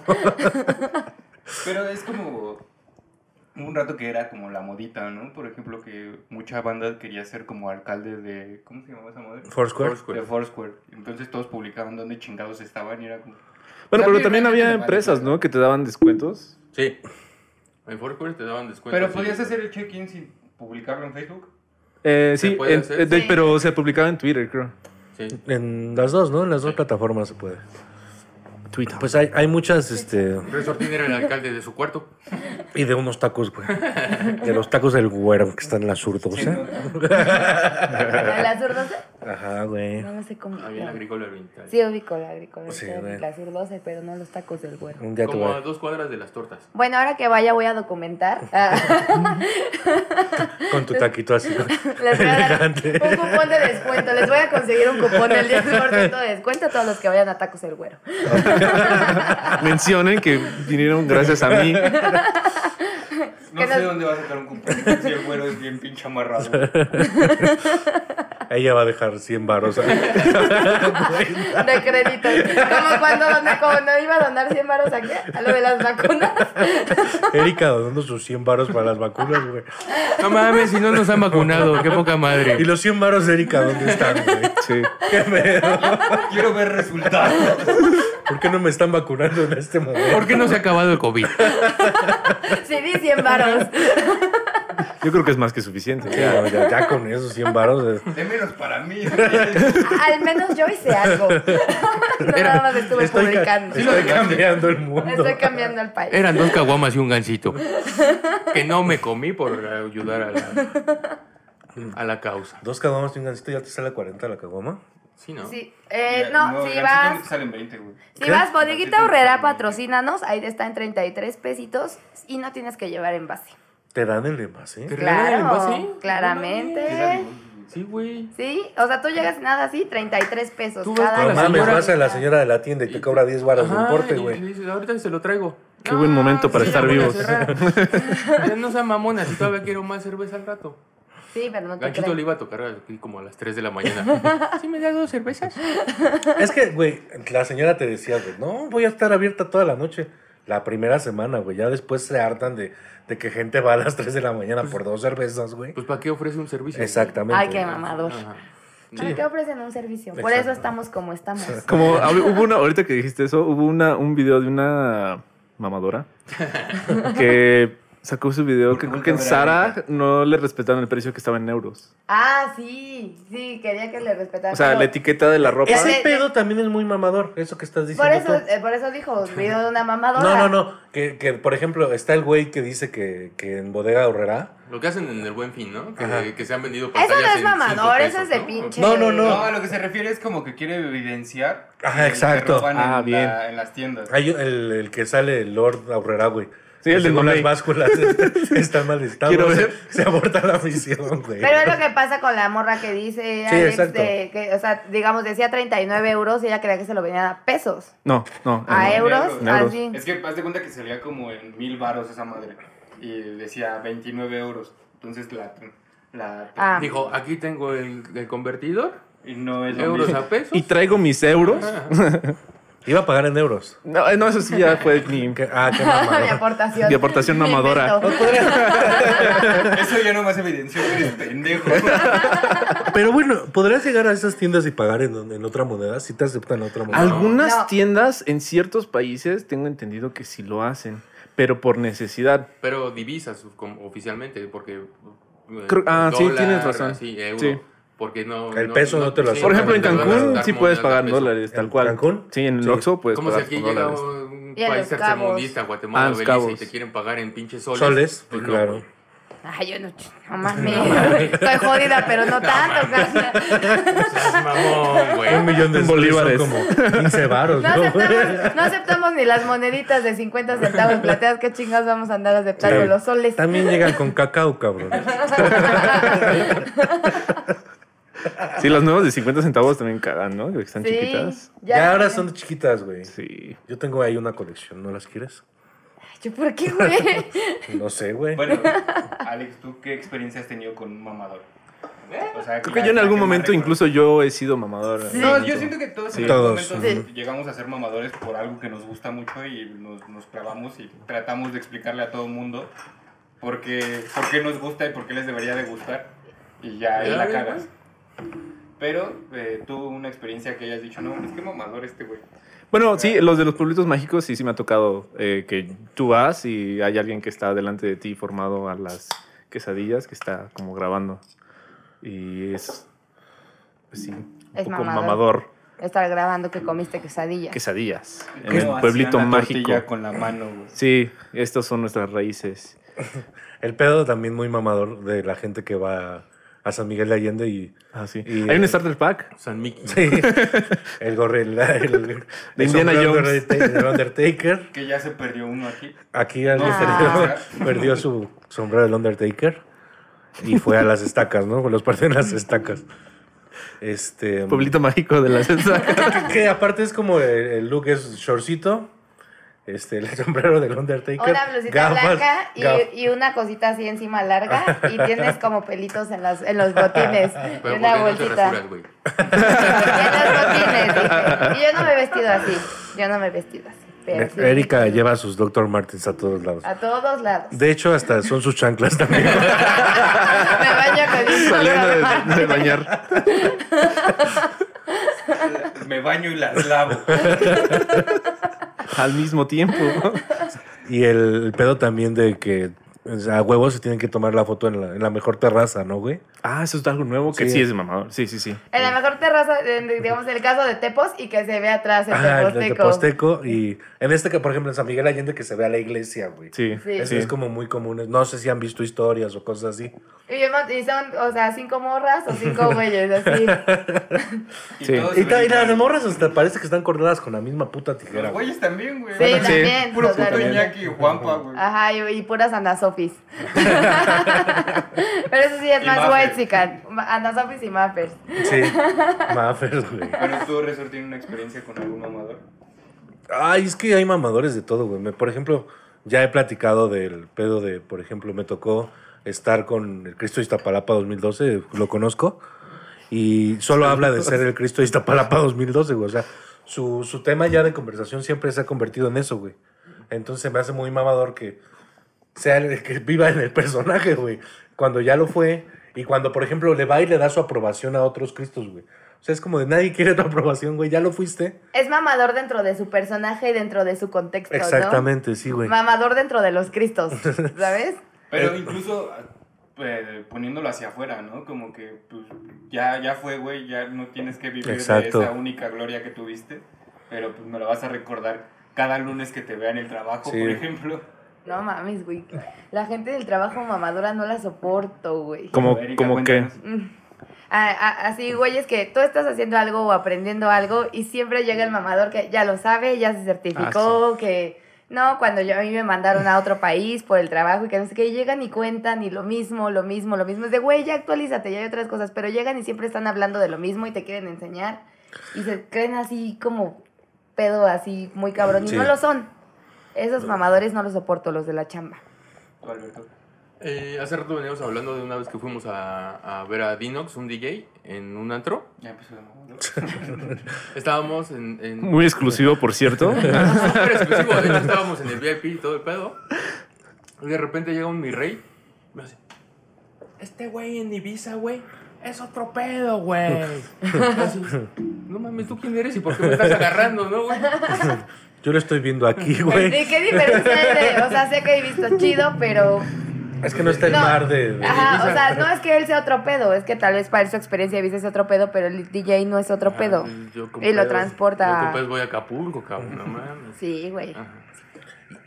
Speaker 3: Pero es como hubo un rato que era como la modita, ¿no? Por ejemplo, que mucha banda quería ser como alcalde de... ¿Cómo se llamaba esa madre?
Speaker 7: Foursquare.
Speaker 5: Foursquare.
Speaker 3: De Foursquare. Entonces todos publicaban dónde chingados estaban y era como...
Speaker 6: Bueno, pero también
Speaker 3: realmente
Speaker 6: había
Speaker 3: me vale
Speaker 6: empresas,
Speaker 3: verga.
Speaker 6: ¿no? Que te daban descuentos.
Speaker 5: Sí. En Foursquare te daban descuento.
Speaker 3: Pero
Speaker 5: sí.
Speaker 3: podías hacer el check-in sin publicarlo en Facebook.
Speaker 6: Eh,
Speaker 5: ¿Se
Speaker 6: sí,
Speaker 5: puede
Speaker 6: en-
Speaker 5: hacer?
Speaker 6: eh, de-
Speaker 4: Sí.
Speaker 6: pero se publicaba en Twitter, creo.
Speaker 5: Sí.
Speaker 7: En las dos, ¿no? En las dos plataformas se puede.
Speaker 6: Twitter.
Speaker 7: Pues hay, hay muchas, este.
Speaker 5: Resortín era el alcalde de su cuarto.
Speaker 7: Y de unos tacos, güey. De los tacos del güero que están en la surdosa.
Speaker 4: ¿A las zurdose?
Speaker 7: Ajá, güey.
Speaker 4: No, no sé cómo.
Speaker 5: Había el agrícola oriental.
Speaker 4: Sí, ubico la agrícola.
Speaker 7: Sí,
Speaker 4: Sí,
Speaker 7: bueno.
Speaker 4: las zurdose, pero no los tacos del güero.
Speaker 7: Un día te
Speaker 5: Como
Speaker 7: voy
Speaker 5: a
Speaker 7: a-
Speaker 5: dos cuadras de las tortas.
Speaker 4: Bueno, ahora que vaya voy a documentar. Ah,
Speaker 7: con tu taquito así.
Speaker 4: Les voy a dar
Speaker 7: Elegante.
Speaker 4: un cupón de descuento. Les voy a conseguir un cupón del 10% de descuento a todos los que vayan a Tacos el Güero.
Speaker 6: Mencionen que vinieron gracias a mí.
Speaker 3: No
Speaker 4: Que
Speaker 3: sé
Speaker 4: nos-
Speaker 3: dónde vas a sacar un cumpleaños si el güero es bien pinche amarrado.
Speaker 7: Ella va a dejar 100 varos.
Speaker 4: De crédito. Como cuando, dona- cuando iba a donar 100 varos a qué? A lo de las vacunas.
Speaker 7: Erika donando sus 100 varos para las vacunas, güey.
Speaker 5: No mames, si no nos han vacunado. Qué poca
Speaker 7: Y
Speaker 5: madre.
Speaker 7: los 100 varos de Erika, ¿dónde están, güey?
Speaker 6: Sí.
Speaker 7: ¿Qué pedo?
Speaker 3: Quiero ver resultados.
Speaker 7: ¿Por qué no me están vacunando en este momento?
Speaker 5: ¿Por qué no se ha acabado el COVID?
Speaker 4: Sí, di 100 varos.
Speaker 6: Yo creo que es más que suficiente.
Speaker 7: Sí, no, ya, ya con esos 100 varos. eh.
Speaker 3: De menos para mí.
Speaker 4: Al menos yo hice algo. No nada más estuve
Speaker 7: Estoy, ca-
Speaker 4: publicando.
Speaker 7: estoy cambiando el mundo.
Speaker 4: Estoy cambiando el país.
Speaker 5: Eran dos caguamas y un gancito. Que no me comí por ayudar a la, a la causa.
Speaker 7: Dos caguamas y un gancito, ya te sale a 40 la caguama.
Speaker 5: Sí, ¿no?
Speaker 4: Sí, eh, no, si vas...
Speaker 3: Salen 20, güey.
Speaker 4: Si
Speaker 7: ¿Qué?
Speaker 4: vas, Bodeguita Horrera, patrocínanos. Ahí está en 33 pesitos y no tienes que llevar envase.
Speaker 7: Te dan el envase.
Speaker 5: ¿Te
Speaker 7: ¿eh?
Speaker 5: regalan el
Speaker 4: Claro,
Speaker 5: envase?
Speaker 4: claramente.
Speaker 5: No mames. Sí, güey.
Speaker 4: ¿Sí? O sea, tú llegas y nada así, 33 pesos.
Speaker 5: Tú vas
Speaker 4: cada
Speaker 5: con la
Speaker 7: No
Speaker 4: uno.
Speaker 7: mames,
Speaker 5: señora-
Speaker 7: vas a la señora de la tienda y te cobra 10 varos de
Speaker 5: Ajá,
Speaker 7: importe,
Speaker 5: y- y
Speaker 7: güey.
Speaker 5: dices, ahorita se lo traigo.
Speaker 6: Qué buen momento para estar
Speaker 5: la voy a
Speaker 6: vivos.
Speaker 5: cerrar. Ya no sea mamona, si todavía quiero más cerveza al rato.
Speaker 4: Sí, pero no te
Speaker 5: Ganchito
Speaker 4: creen.
Speaker 5: le iba a tocar aquí como a las 3 de la mañana. ¿Sí me das dos cervezas?
Speaker 7: Es que, güey, la señora te decía, güey, no, voy a estar abierta toda la noche. La primera semana, güey. Ya después se hartan de, de que gente va a las 3 de la mañana por dos cervezas, güey.
Speaker 5: Pues ¿para qué ofrece un servicio?
Speaker 7: Exactamente.
Speaker 4: Ay, qué mamador.
Speaker 5: Ajá.
Speaker 4: ¿Para qué ofrecen un servicio? Por eso
Speaker 7: Exacto.
Speaker 4: estamos como estamos.
Speaker 6: Como hab- hubo una, ahorita que dijiste eso, hubo una, un video de una mamadora que sacó su video que creo que en Sara no le respetaron el precio que estaba en euros.
Speaker 4: Ah, sí, sí, quería que le respetaran.
Speaker 6: O sea, la
Speaker 4: Pero-
Speaker 6: etiqueta de la ropa.
Speaker 7: Ese
Speaker 4: Ese-
Speaker 7: pedo también es muy mamador, eso que estás
Speaker 4: por
Speaker 7: diciendo.
Speaker 4: eso,
Speaker 7: tú.
Speaker 4: eh, por eso dijo, video de una mamadora.
Speaker 7: No, no, no. Que, que, por ejemplo, está el güey que dice que, que en Bodega Horrera.
Speaker 5: Lo que hacen en el Buen Fin, ¿no?
Speaker 7: Ajá.
Speaker 5: Que, que se han vendido
Speaker 4: Eso no
Speaker 5: pantallas
Speaker 4: es
Speaker 5: en
Speaker 4: mamador,
Speaker 5: cinco
Speaker 4: eso es
Speaker 5: pesos,
Speaker 4: de
Speaker 5: ¿no?
Speaker 4: pinche.
Speaker 7: No, no,
Speaker 3: No,
Speaker 7: no.
Speaker 3: a lo que se refiere es como que quiere evidenciar.
Speaker 7: Ajá,
Speaker 3: que- que
Speaker 7: exacto.
Speaker 3: roban
Speaker 6: Ah,
Speaker 3: en,
Speaker 6: bien.
Speaker 3: la- en las tiendas.
Speaker 7: Hay el, el que sale el Lord Horrera, güey.
Speaker 6: Sí, el de
Speaker 7: Según
Speaker 6: Mamey.
Speaker 7: las básculas están mal estado.
Speaker 6: Quiero
Speaker 7: se-
Speaker 6: ver.
Speaker 7: Se, aborta la misión, güey.
Speaker 4: Pero es lo que pasa con la morra que dice
Speaker 7: Sí,
Speaker 4: Alex,
Speaker 7: exacto.
Speaker 4: de que, o sea, digamos, decía 39 euros y ella creía que se lo venían a pesos.
Speaker 6: No, no.
Speaker 4: A
Speaker 6: eh, no.
Speaker 4: euros,
Speaker 3: euros.
Speaker 4: así.
Speaker 3: Es que haz de cuenta que salía como en mil varos esa madre. Y decía 29 euros. Entonces la. la
Speaker 4: Ah,
Speaker 5: Dijo, aquí tengo el, el convertidor,
Speaker 3: Y no es lo
Speaker 5: euros
Speaker 3: mismo.
Speaker 5: a pesos.
Speaker 6: Y traigo mis euros.
Speaker 7: Iba a pagar en euros.
Speaker 6: No, eh, no, eso sí ya fue mi,
Speaker 7: Que- ah, qué
Speaker 4: mi
Speaker 7: mamador.
Speaker 4: aportación.
Speaker 6: mi aportación
Speaker 4: Mi
Speaker 6: mamadora.
Speaker 4: invento.
Speaker 6: ah.
Speaker 3: Eso ya nomás evidenció que eres pendejo.
Speaker 7: Pero bueno, podrías llegar a esas tiendas y pagar en, en otra moneda si te aceptan otra moneda.
Speaker 6: Algunas
Speaker 4: No.
Speaker 6: tiendas en ciertos países tengo entendido que sí lo hacen, pero por necesidad.
Speaker 5: Pero divisas como oficialmente, porque. eh,
Speaker 6: Creo- ah, sí, tienes razón.
Speaker 5: así, euro.
Speaker 6: Sí.
Speaker 5: Porque no.
Speaker 7: El peso no te lo
Speaker 6: Por
Speaker 7: Sí,
Speaker 6: ejemplo, en
Speaker 5: te van a
Speaker 6: Cancún
Speaker 5: dar
Speaker 6: sí
Speaker 5: monedas
Speaker 6: puedes
Speaker 5: de
Speaker 6: pagar en
Speaker 5: peso.
Speaker 6: dólares, tal
Speaker 7: ¿En
Speaker 6: cual.
Speaker 7: Cancún?
Speaker 6: Sí, en el
Speaker 7: Sí.
Speaker 6: Oxxo puedes
Speaker 5: Como si
Speaker 6: pagar
Speaker 5: aquí
Speaker 6: con
Speaker 5: llega
Speaker 6: dólares.
Speaker 5: un
Speaker 4: Y a
Speaker 5: país
Speaker 4: Los Cabos.
Speaker 5: tercermundista,
Speaker 6: Ah,
Speaker 5: Guatemala,
Speaker 6: Los
Speaker 5: Belice, y
Speaker 6: Cabos.
Speaker 5: te quieren pagar en pinches soles.
Speaker 7: Soles,
Speaker 5: Pues no,
Speaker 7: claro.
Speaker 5: güey.
Speaker 4: Ay, yo no, ch- no mames. Estoy jodida, pero no tanto, carnal.
Speaker 5: Seas mamón, güey.
Speaker 7: Un millón de
Speaker 6: En
Speaker 7: bolívares.
Speaker 6: bolívares.
Speaker 7: Son como 15 varos,
Speaker 4: No
Speaker 7: ¿no?
Speaker 4: aceptamos, no aceptamos ni las moneditas de 50 centavos plateadas. ¿Qué chingados vamos a andar aceptando
Speaker 7: Pero
Speaker 4: los soles?
Speaker 7: También llegan con cacao, cabrón.
Speaker 6: Sí, las nuevas de 50 centavos también cagan, ¿no? Que están
Speaker 4: Sí,
Speaker 6: chiquitas.
Speaker 7: Ya, ahora son chiquitas, güey.
Speaker 6: Sí.
Speaker 7: Yo tengo ahí una colección, ¿no las quieres?
Speaker 4: Yo, ¿Por qué, güey?
Speaker 7: No sé, güey.
Speaker 3: Bueno, Alex, ¿tú qué experiencia has tenido con un mamador?
Speaker 4: Eh,
Speaker 3: O sea,
Speaker 6: Creo
Speaker 3: la-
Speaker 6: que yo en
Speaker 3: la
Speaker 6: algún
Speaker 3: más
Speaker 6: momento,
Speaker 3: recuerdas.
Speaker 6: incluso yo he sido mamador. en algún
Speaker 3: No, yo
Speaker 6: momento.
Speaker 3: siento que todos
Speaker 6: Sí.
Speaker 3: en algún
Speaker 7: Todos,
Speaker 3: momento
Speaker 4: ujú.
Speaker 3: llegamos a ser mamadores por algo que nos gusta mucho y nos, nos clavamos y tratamos de explicarle a todo el mundo por qué, por qué nos gusta y por qué les debería de gustar y ya ahí
Speaker 5: Ya,
Speaker 3: la
Speaker 5: güey,
Speaker 3: cagas. Pero eh, tuvo una experiencia que hayas dicho, no, es que mamador este güey.
Speaker 6: Bueno, sí, los de los pueblitos mágicos sí, sí me ha tocado eh, que tú vas y hay alguien que está delante de ti formado a las quesadillas que está como grabando. Y es. Pues sí, un
Speaker 4: Es
Speaker 6: poco
Speaker 4: mamador.
Speaker 6: mamador.
Speaker 4: Estar grabando que comiste quesadilla.
Speaker 6: Quesadillas. En
Speaker 3: ¿Cómo
Speaker 6: el
Speaker 3: hacían
Speaker 6: pueblito
Speaker 3: la
Speaker 6: mágico.
Speaker 3: tortilla con la mano, güey.
Speaker 6: Sí, estas son nuestras raíces.
Speaker 7: El pedo también muy mamador de la gente que va a San Miguel de Allende y.
Speaker 6: Ah, sí.
Speaker 7: Y,
Speaker 6: hay
Speaker 7: eh,
Speaker 6: un starter pack.
Speaker 5: San Miki.
Speaker 7: Sí. El gorril. El,
Speaker 6: De Indiana
Speaker 7: sombrero
Speaker 6: Jones.
Speaker 7: de Undertaker- de Undertaker.
Speaker 3: Que ya se perdió uno aquí.
Speaker 7: Aquí alguien
Speaker 4: Ah.
Speaker 7: perdió, perdió su sombrero del Undertaker y fue a las estacas, ¿no? Los partió en las estacas. Este.
Speaker 6: Pueblito mágico de las
Speaker 7: Que, que aparte es como el, el look es shortcito. Este, el sombrero del Undertaker.
Speaker 4: Una blusita blanca y,
Speaker 7: gaf-
Speaker 4: y una cosita así encima larga y tienes como pelitos en, las, en los botines. y
Speaker 5: Pero ¿por
Speaker 4: una
Speaker 5: qué no te
Speaker 4: bolsita.
Speaker 5: rasuras, güey?
Speaker 4: en los botines. dije. Y yo no me he vestido así. Yo no me he vestido así. Pero
Speaker 7: Eh,
Speaker 4: sí.
Speaker 7: Erika lleva sus Dr. Martens a todos lados.
Speaker 4: A todos lados.
Speaker 7: De hecho, hasta son sus chanclas también.
Speaker 4: me baño con un
Speaker 6: saliendo
Speaker 4: solo
Speaker 6: de,
Speaker 4: mar.
Speaker 6: de bañar.
Speaker 3: Me baño y las lavo.
Speaker 6: Al mismo tiempo.
Speaker 7: Y el, el pedo también de que o sea, a huevos se tienen que tomar la foto en la, en la mejor terraza, ¿no, güey?
Speaker 6: Ah, eso es algo nuevo que
Speaker 7: Sí.
Speaker 6: sí, es mamador. Sí, sí, sí.
Speaker 4: En la mejor terraza, en- digamos, en el caso de Tepos y que se ve atrás el
Speaker 7: Ah, el de
Speaker 4: Teposteco.
Speaker 7: Posteco. Y en este que, por ejemplo, en San Miguel Allende, que se ve a la iglesia, güey.
Speaker 6: Sí,
Speaker 4: Sí.
Speaker 7: Eso
Speaker 6: sí.
Speaker 7: es como muy común. No sé si han visto historias o cosas así.
Speaker 4: Y, vemos- y son, o sea, cinco morras o cinco güeyes, así.
Speaker 3: Y
Speaker 6: Sí.
Speaker 3: todos
Speaker 7: Y, ta- y las
Speaker 3: brincan.
Speaker 7: remorras hasta parece que están cortadas con la misma puta tijera.
Speaker 3: Los
Speaker 7: güey.
Speaker 3: güeyes también, güey.
Speaker 4: Sí, también.
Speaker 3: Puro puto
Speaker 4: totalmente.
Speaker 3: Iñaki y Juanpa, güey.
Speaker 4: Ajá, y, y puras andasofis. Pero eso sí es
Speaker 3: Y
Speaker 4: más
Speaker 3: Muffers.
Speaker 4: white chican. Andasofis y mappers.
Speaker 7: Sí. Mafers, güey.
Speaker 3: Bueno, tú, Resort, tiene una experiencia con algún mamador.
Speaker 7: Ay, es que hay mamadores de todo, güey. Me- Por ejemplo, ya he platicado del pedo de, por ejemplo, me tocó estar con el Cristo de Iztapalapa 2012, lo conozco, y solo habla de ser el Cristo de Iztapalapa 2012, güey. O sea, su, su tema ya de conversación siempre se ha convertido en eso, güey. Entonces me hace muy mamador que sea el que viva en el personaje, güey. Cuando ya lo fue, y cuando, por ejemplo, le va y le da su aprobación a otros Cristos, güey. O sea, es como de nadie quiere tu aprobación, güey. Ya lo fuiste.
Speaker 4: Es mamador dentro de su personaje y dentro de su contexto, ¿no?
Speaker 7: Exactamente, sí, güey.
Speaker 4: Mamador dentro de los cristos, ¿sabes?
Speaker 3: Pero incluso eh, poniéndolo hacia afuera, ¿no? Como que pues, ya, ya fue, güey, ya no tienes que vivir
Speaker 7: Exacto.
Speaker 3: de esa única gloria que tuviste. Pero pues me lo vas a recordar cada lunes que te vea en el trabajo,
Speaker 7: Sí.
Speaker 3: por ejemplo.
Speaker 4: No mames, güey. La gente del trabajo mamadora no la soporto, güey.
Speaker 6: Como,
Speaker 3: Erika,
Speaker 6: como que.
Speaker 3: cuéntanos.
Speaker 4: A- a- Así, güey, es que tú estás haciendo algo o aprendiendo algo y siempre llega el mamador que ya lo sabe, ya se certificó,
Speaker 7: Ah,
Speaker 4: que no, cuando yo a mí me mandaron a otro país por el trabajo y que no sé qué, y llegan y cuentan y lo mismo, lo mismo, lo mismo. Es de, güey, ya actualízate, ya hay otras cosas, pero llegan y siempre están hablando de lo mismo y te quieren enseñar y se creen así como pedo, así muy cabrón
Speaker 7: Sí.
Speaker 4: y no lo son. Esos mamadores no los soporto, los de la chamba.
Speaker 3: Tú, Alberto.
Speaker 5: Eh, hace rato veníamos hablando de una vez que fuimos a, a ver a Dinox, un DJ, en un antro.
Speaker 3: Ya empezó de mamador.
Speaker 5: Estábamos en... en
Speaker 6: Muy exclusivo, por cierto.
Speaker 5: Súper exclusivo, de hecho, estábamos en el VIP y todo el pedo. Y de repente llega un mi rey. Me hace. Este güey en Ibiza, güey. Es otro pedo, güey. Así, No mames, ¿tú quién eres y por qué me estás agarrando, no, güey?
Speaker 7: Yo lo estoy viendo aquí,
Speaker 4: Sí,
Speaker 7: güey.
Speaker 4: qué diferencia hay de- o sea, sé que he visto chido, pero
Speaker 7: Es que no está el
Speaker 4: No.
Speaker 7: mar de. de-
Speaker 4: Ajá, o sea, no es que él sea otro pedo, es que tal vez para él su experiencia de vida es otro pedo, pero el DJ no es otro pedo.
Speaker 5: Ah, yo con
Speaker 4: Y lo
Speaker 5: pedos-
Speaker 4: transporta.
Speaker 5: Yo con pedos voy a Acapulco, cabrón. No mames.
Speaker 4: Sí, güey.
Speaker 5: Ah,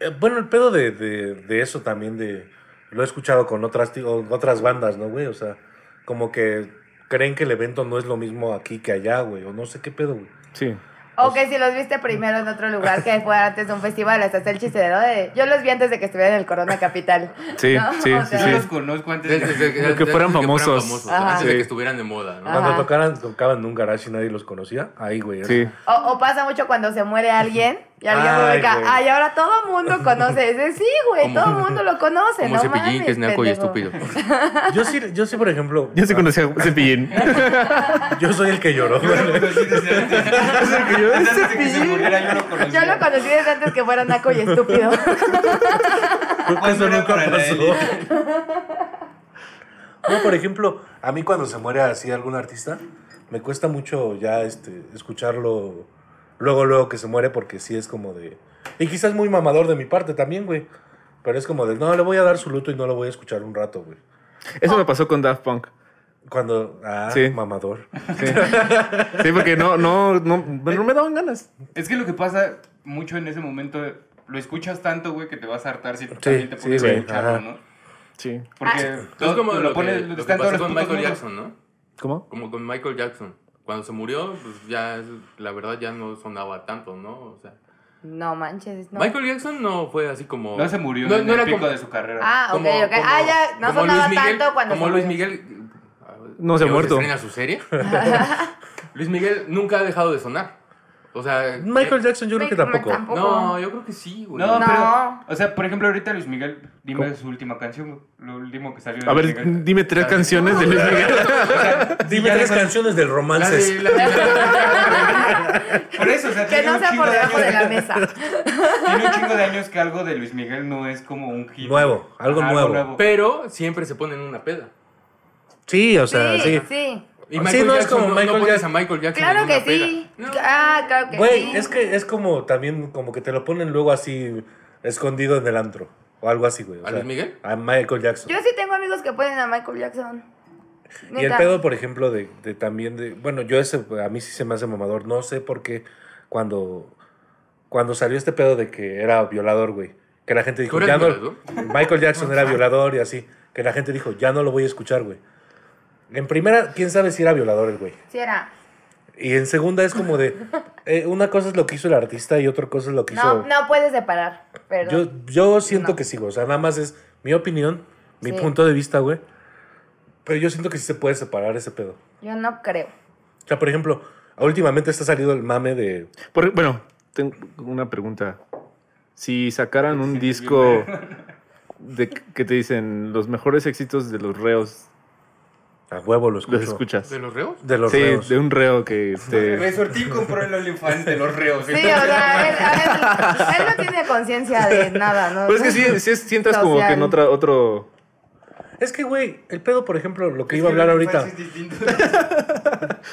Speaker 7: Eh, Bueno, el pedo de, de- de eso también, de lo he escuchado con otras, ti- o- otras bandas, ¿no, güey? O sea, como que creen que el evento no es lo mismo aquí que allá, güey, o no sé qué pedo, güey.
Speaker 6: Sí.
Speaker 4: O
Speaker 5: pues
Speaker 4: que si los viste primero en otro lugar que fue antes de un festival, hasta está el chiste de, ¿no? de, yo los vi antes de que estuvieran en el Corona Capital.
Speaker 6: Sí,
Speaker 4: No,
Speaker 6: sí,
Speaker 4: o
Speaker 6: sí,
Speaker 4: sea,
Speaker 3: Yo
Speaker 6: sí.
Speaker 3: los conozco antes de
Speaker 5: Desde,
Speaker 3: que...
Speaker 6: Lo que fueran famosos.
Speaker 4: Ajá. Ah,
Speaker 5: antes de
Speaker 6: Sí.
Speaker 5: que estuvieran de moda, ¿no?
Speaker 4: Ajá.
Speaker 7: Cuando tocaran, tocaban en un garage y nadie los conocía, ahí, güey.
Speaker 6: Sí.
Speaker 7: así.
Speaker 4: O, o pasa mucho cuando se muere alguien y alguien
Speaker 7: Ay,
Speaker 4: publica,
Speaker 7: güey.
Speaker 4: ay, ahora todo el mundo conoce ese. Sí, güey,
Speaker 5: Como-
Speaker 4: todo el mundo lo conoce,
Speaker 5: Como
Speaker 4: ¿no?
Speaker 5: cepillín
Speaker 4: mames,
Speaker 5: que es naco y
Speaker 4: pendejo".
Speaker 5: estúpido.
Speaker 7: Yo sí, yo sí, por ejemplo.
Speaker 6: Yo sí conocía a Cepillín.
Speaker 7: Yo soy el que lloró, güey.
Speaker 3: Antes de que se muriera yo lo
Speaker 4: Yo lo
Speaker 3: conocía.
Speaker 4: conocí desde antes que fuera naco y estúpido.
Speaker 7: Creo que
Speaker 3: ¿Cuándo
Speaker 7: eso
Speaker 3: era
Speaker 7: nunca
Speaker 3: para
Speaker 7: pasó.
Speaker 3: Nelly?
Speaker 7: No, por ejemplo, a mí cuando se muere así algún artista, me cuesta mucho ya este, escucharlo luego, luego que se muere, porque sí es como de... Y quizás muy mamador de mi parte también, güey. Pero es como de, no, le voy a dar su luto y no lo voy a escuchar un rato, güey.
Speaker 6: Eso me pasó con Daft Punk.
Speaker 7: Cuando... Ah,
Speaker 6: Sí.
Speaker 7: mamador.
Speaker 6: Sí, Sí, porque no, no, no, no me daban ganas.
Speaker 3: Es que lo que pasa mucho en ese momento, lo escuchas tanto, güey, que te vas a hartar si
Speaker 7: sí,
Speaker 3: también te pones a
Speaker 7: güey,
Speaker 3: escucharlo,
Speaker 7: ajá.
Speaker 3: ¿no?
Speaker 6: Sí.
Speaker 3: Porque todo-
Speaker 5: es como
Speaker 3: lo,
Speaker 5: lo,
Speaker 3: pones,
Speaker 5: que, lo que
Speaker 3: están todos
Speaker 5: pasó
Speaker 3: los
Speaker 5: con
Speaker 3: putos
Speaker 5: Michael
Speaker 3: mundos.
Speaker 5: Jackson, ¿no?
Speaker 6: ¿Cómo?
Speaker 5: Como con Michael Jackson. Cuando se murió, pues ya, la verdad, ya no sonaba tanto, ¿no? O sea,
Speaker 4: No manches, no.
Speaker 5: Michael Jackson no fue así como...
Speaker 3: No se murió en el
Speaker 5: era
Speaker 3: pico
Speaker 5: como-
Speaker 3: de su carrera.
Speaker 4: Ah, ok,
Speaker 5: como-
Speaker 4: ok. ah,
Speaker 5: como-
Speaker 4: ya, no
Speaker 5: como
Speaker 4: sonaba
Speaker 5: Luis Miguel-
Speaker 4: tanto cuando
Speaker 5: Como
Speaker 4: se
Speaker 5: Luis
Speaker 4: murió.
Speaker 5: Miguel...
Speaker 6: No se ha
Speaker 5: Digo,
Speaker 6: muerto.
Speaker 5: estrena su serie. Luis Miguel nunca ha dejado de sonar. O sea...
Speaker 7: Michael
Speaker 5: eh,
Speaker 7: Jackson yo creo que
Speaker 4: Michael
Speaker 7: tampoco.
Speaker 4: Jackson.
Speaker 5: No, yo creo que sí, güey.
Speaker 3: No,
Speaker 4: No.
Speaker 3: pero, o sea, por ejemplo, ahorita Luis Miguel, dime
Speaker 6: ¿Cómo?
Speaker 3: su última canción, güey, lo último que salió de
Speaker 6: A
Speaker 3: Luis
Speaker 6: ver,
Speaker 3: Miguel.
Speaker 6: dime tres
Speaker 3: ¿Sabes?
Speaker 6: canciones de Luis Miguel.
Speaker 7: Dime tres canciones del
Speaker 5: La
Speaker 7: romance.
Speaker 5: de- la de-
Speaker 3: Por eso, o sea,
Speaker 4: Que
Speaker 3: tiene
Speaker 4: no
Speaker 3: un
Speaker 4: sea
Speaker 3: chingo
Speaker 4: por
Speaker 3: de
Speaker 4: debajo de
Speaker 3: años-
Speaker 4: la mesa.
Speaker 3: Tiene un chingo de años que algo de Luis Miguel no es como un hit.
Speaker 7: Nuevo, algo
Speaker 3: Ajá,
Speaker 7: nuevo.
Speaker 5: Pero siempre se ponen una peda.
Speaker 7: Sí, o sea,
Speaker 4: sí,
Speaker 7: sí. Pues
Speaker 4: sí.
Speaker 5: Y
Speaker 7: Sí,
Speaker 5: Michael
Speaker 7: no, es
Speaker 5: Jackson,
Speaker 7: como
Speaker 5: no- no
Speaker 7: Michael
Speaker 5: pones
Speaker 7: Jackson.
Speaker 5: a Michael Jackson
Speaker 4: Claro
Speaker 5: en
Speaker 4: que
Speaker 5: una peda.
Speaker 4: sí.
Speaker 5: No.
Speaker 4: Ah, claro que
Speaker 7: Güey,
Speaker 4: sí.
Speaker 7: es que es como también, como que te lo ponen luego así, escondido en el antro. O algo así, güey. o
Speaker 5: ¿A Luis Miguel?
Speaker 7: A Michael Jackson.
Speaker 4: Yo sí tengo amigos que ponen a Michael Jackson.
Speaker 7: y el
Speaker 4: Neta.
Speaker 7: pedo, por ejemplo, de, de también de. Bueno, yo ese, a mí sí se me hace mamador. No sé por qué cuando, cuando salió este pedo de que era violador, güey. Que la gente dijo,
Speaker 5: ¿Tú
Speaker 7: ya
Speaker 5: eras
Speaker 7: no. Michael Jackson era violador y así. Que la gente dijo, ya no lo voy a escuchar, güey. En primera, quién sabe si era violador el güey.
Speaker 4: Sí era.
Speaker 7: Y en segunda es como de. eh, una cosa es lo que hizo el artista y otra cosa es lo que hizo.
Speaker 4: No, no puedes separar. Perdón.
Speaker 7: Yo, yo siento
Speaker 4: No.
Speaker 7: que sí, güey. O sea, nada más es mi opinión, mi
Speaker 4: Sí.
Speaker 7: punto de vista, güey. Pero yo siento que sí se puede separar ese pedo.
Speaker 4: Yo, no creo.
Speaker 7: O sea, por ejemplo, últimamente está salido el mame de.
Speaker 6: Por- bueno, tengo una pregunta. Si sacaran un disco de que te dicen los mejores éxitos de los reos,
Speaker 7: A huevo lo escucho.
Speaker 6: los escuchas.
Speaker 5: ¿De los reos?
Speaker 4: pues
Speaker 7: De los
Speaker 6: sí,
Speaker 7: reos. Pues
Speaker 6: de un reo que
Speaker 3: Güey,
Speaker 6: te...
Speaker 3: Sortín compró el OnlyFans de los reos.
Speaker 4: Sí, o sea, él, a él- él no tiene conciencia de nada, ¿no?
Speaker 6: Pero
Speaker 7: Pues
Speaker 6: es que sí, sí sientas como que en
Speaker 4: Social.
Speaker 6: otra, otro...
Speaker 7: Es que, güey, el pedo, por ejemplo, lo que iba a hablar ahorita.
Speaker 3: Es distinto.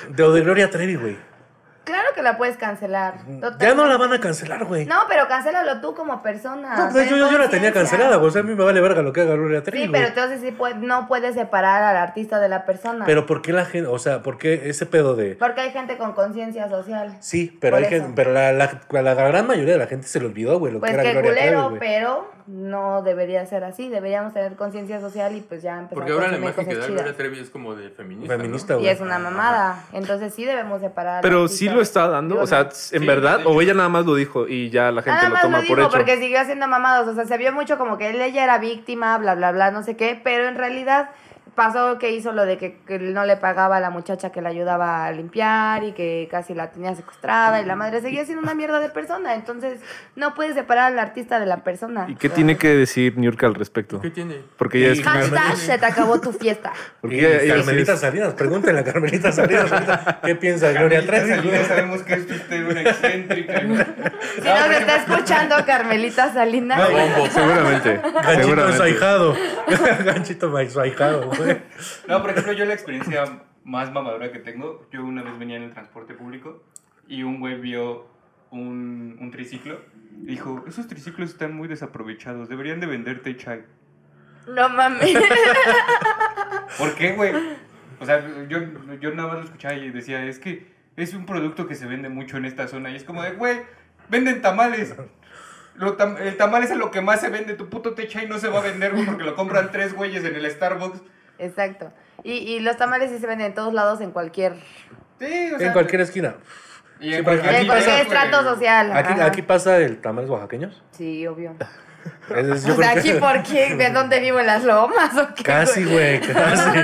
Speaker 7: De Ode Gloria Trevi, güey.
Speaker 4: Claro que la puedes cancelar. Total.
Speaker 7: Ya no la van a cancelar, güey.
Speaker 4: No, pero cancélalo tú como persona.
Speaker 7: No, pues,
Speaker 4: Ten
Speaker 7: yo, yo la tenía
Speaker 4: conciencia.
Speaker 7: cancelada, güey. O sea, a mí me vale verga lo que haga Gloria Trevi.
Speaker 4: Sí,
Speaker 7: güey.
Speaker 4: pero entonces sí puede- no puedes separar al artista de la persona.
Speaker 7: Pero ¿por qué la gente.? O sea, ¿por qué ese pedo de.
Speaker 4: Porque hay gente con conciencia social.
Speaker 7: Sí, pero,
Speaker 4: Por
Speaker 7: hay gente-
Speaker 4: eso.
Speaker 7: pero la, la- la gran mayoría de la gente se le olvidó, güey, lo
Speaker 4: Pues
Speaker 7: que era
Speaker 4: que
Speaker 7: Gloria Trevi,
Speaker 4: culero,
Speaker 7: güey.
Speaker 4: pero no debería ser así. Deberíamos tener conciencia social y pues ya empezar
Speaker 5: Porque
Speaker 4: a
Speaker 5: ahora la
Speaker 4: consumir
Speaker 5: imagen que da
Speaker 4: cosas
Speaker 5: Gloria
Speaker 4: chidas.
Speaker 5: Trevi es como de feminista. ¿no?
Speaker 7: Feminista, güey.
Speaker 4: Y es una mamada. Entonces sí debemos separar. al
Speaker 6: Pero
Speaker 4: artista.
Speaker 6: sí lo está dando, o sea, en
Speaker 5: de
Speaker 6: verdad,
Speaker 5: hecho.
Speaker 6: o ella nada más lo dijo y ya la gente
Speaker 4: Nada
Speaker 6: lo
Speaker 4: más
Speaker 6: toma
Speaker 4: lo
Speaker 6: por
Speaker 4: dijo
Speaker 6: hecho.
Speaker 4: porque siguió haciendo mamadas. O sea, se vio mucho como que él, ella era víctima, bla, bla, bla, no sé qué. Pero en realidad pasó que hizo lo de que, que no le pagaba a la muchacha que la ayudaba a limpiar y que casi la tenía secuestrada y la madre seguía siendo una mierda de persona. Entonces no puedes separar al artista de la persona.
Speaker 6: ¿Y qué tiene que decir Niurka al respecto?
Speaker 5: ¿Qué tiene?
Speaker 6: Porque ella
Speaker 7: Y-
Speaker 6: es...
Speaker 4: Hashtag se te acabó tu fiesta.
Speaker 6: Porque
Speaker 7: Y
Speaker 6: ella- ella sí
Speaker 7: Carmelita
Speaker 6: es-
Speaker 7: Salinas, pregúntenle a Carmelita Salinas ahorita qué piensa de Gloria
Speaker 3: Carmelita
Speaker 7: Trevi.
Speaker 3: Salinas,
Speaker 7: güey.
Speaker 3: sabemos que es usted una excéntrica. ¿no?
Speaker 4: Si nos está escuchando Carmelita Salinas.
Speaker 5: Bombo.
Speaker 6: Seguramente,
Speaker 7: Ganchito
Speaker 6: seguramente.
Speaker 7: ensaijado. Ganchito ensaijado, güey.
Speaker 3: No, por ejemplo, yo la experiencia más mamadora que tengo, yo una vez venía en el transporte público y un güey vio un, un triciclo y dijo, esos triciclos están muy desaprovechados, deberían de venderte chai.
Speaker 4: No mames.
Speaker 3: ¿Por qué, güey? O sea, yo, yo nada más lo escuchaba y decía, es que es un producto que se vende mucho en esta zona. Y es como de, güey, venden tamales. Lo tam- el tamal es lo que más se vende. Tu puto techa y no se va a vender, güey, porque lo compran tres güeyes en el Starbucks.
Speaker 4: Exacto. Y, y los tamales sí se venden en todos lados, en cualquier,
Speaker 3: Sí, o sea.
Speaker 7: En cualquier esquina.
Speaker 3: y en
Speaker 7: Sí, porque
Speaker 3: cualquier
Speaker 7: aquí
Speaker 4: en cualquier
Speaker 7: pasa,
Speaker 4: estrato social.
Speaker 7: Aquí,
Speaker 4: Ajá.
Speaker 7: aquí pasa el tamales oaxaqueños.
Speaker 4: Sí, obvio.
Speaker 7: Es- es- yo
Speaker 4: O sea,
Speaker 7: creo que-
Speaker 4: aquí por qué, ¿de dónde vivo en las lomas o qué?
Speaker 7: Casi, güey, casi.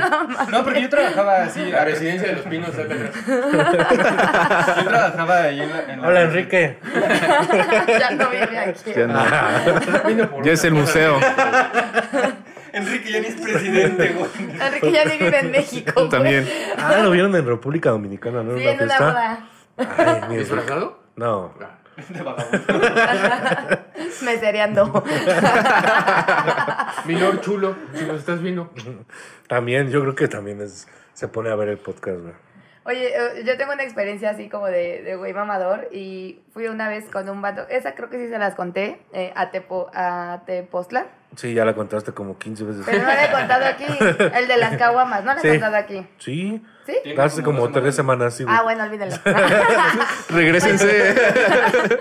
Speaker 3: No, porque yo trabajaba así.
Speaker 5: La residencia de los pinos ¿eh? está acá atrás.
Speaker 3: Yo trabajaba ahí en la. en la-
Speaker 7: Hola, Enrique.
Speaker 4: ya no vive aquí.
Speaker 6: Ya, no. Ya es el museo.
Speaker 3: Enrique ya ni es presidente, güey.
Speaker 4: Enrique ya ni vive en México. güey.
Speaker 6: También.
Speaker 7: Ah, lo vieron en República Dominicana, ¿no?
Speaker 4: Sí,
Speaker 7: Una
Speaker 4: en una
Speaker 7: fiesta.
Speaker 4: boda.
Speaker 7: Ay, mi-
Speaker 5: ¿Disfrazado?
Speaker 7: No.
Speaker 3: De vagabundo.
Speaker 4: Mesereando.
Speaker 5: Minor Ah. chulo, si nos estás viendo.
Speaker 7: También, yo creo que también es, se pone a ver el podcast, güey.
Speaker 4: Oye, eh, yo tengo una experiencia así como de, de güey mamador y fui una vez con un vato, esa creo que sí se las conté, eh, a, Tepo, a Tepoztlán,
Speaker 7: Sí, ya la contaste como 15 veces.
Speaker 4: pero no la he contado aquí, el de las caguamas, no la he
Speaker 7: Sí.
Speaker 4: contado aquí,
Speaker 7: Sí,
Speaker 4: ¿sí?
Speaker 3: Tiene
Speaker 7: hace como
Speaker 3: dos
Speaker 7: tres semanas, sí, güey.
Speaker 4: Ah, bueno, olvídenlo.
Speaker 6: Regrésense.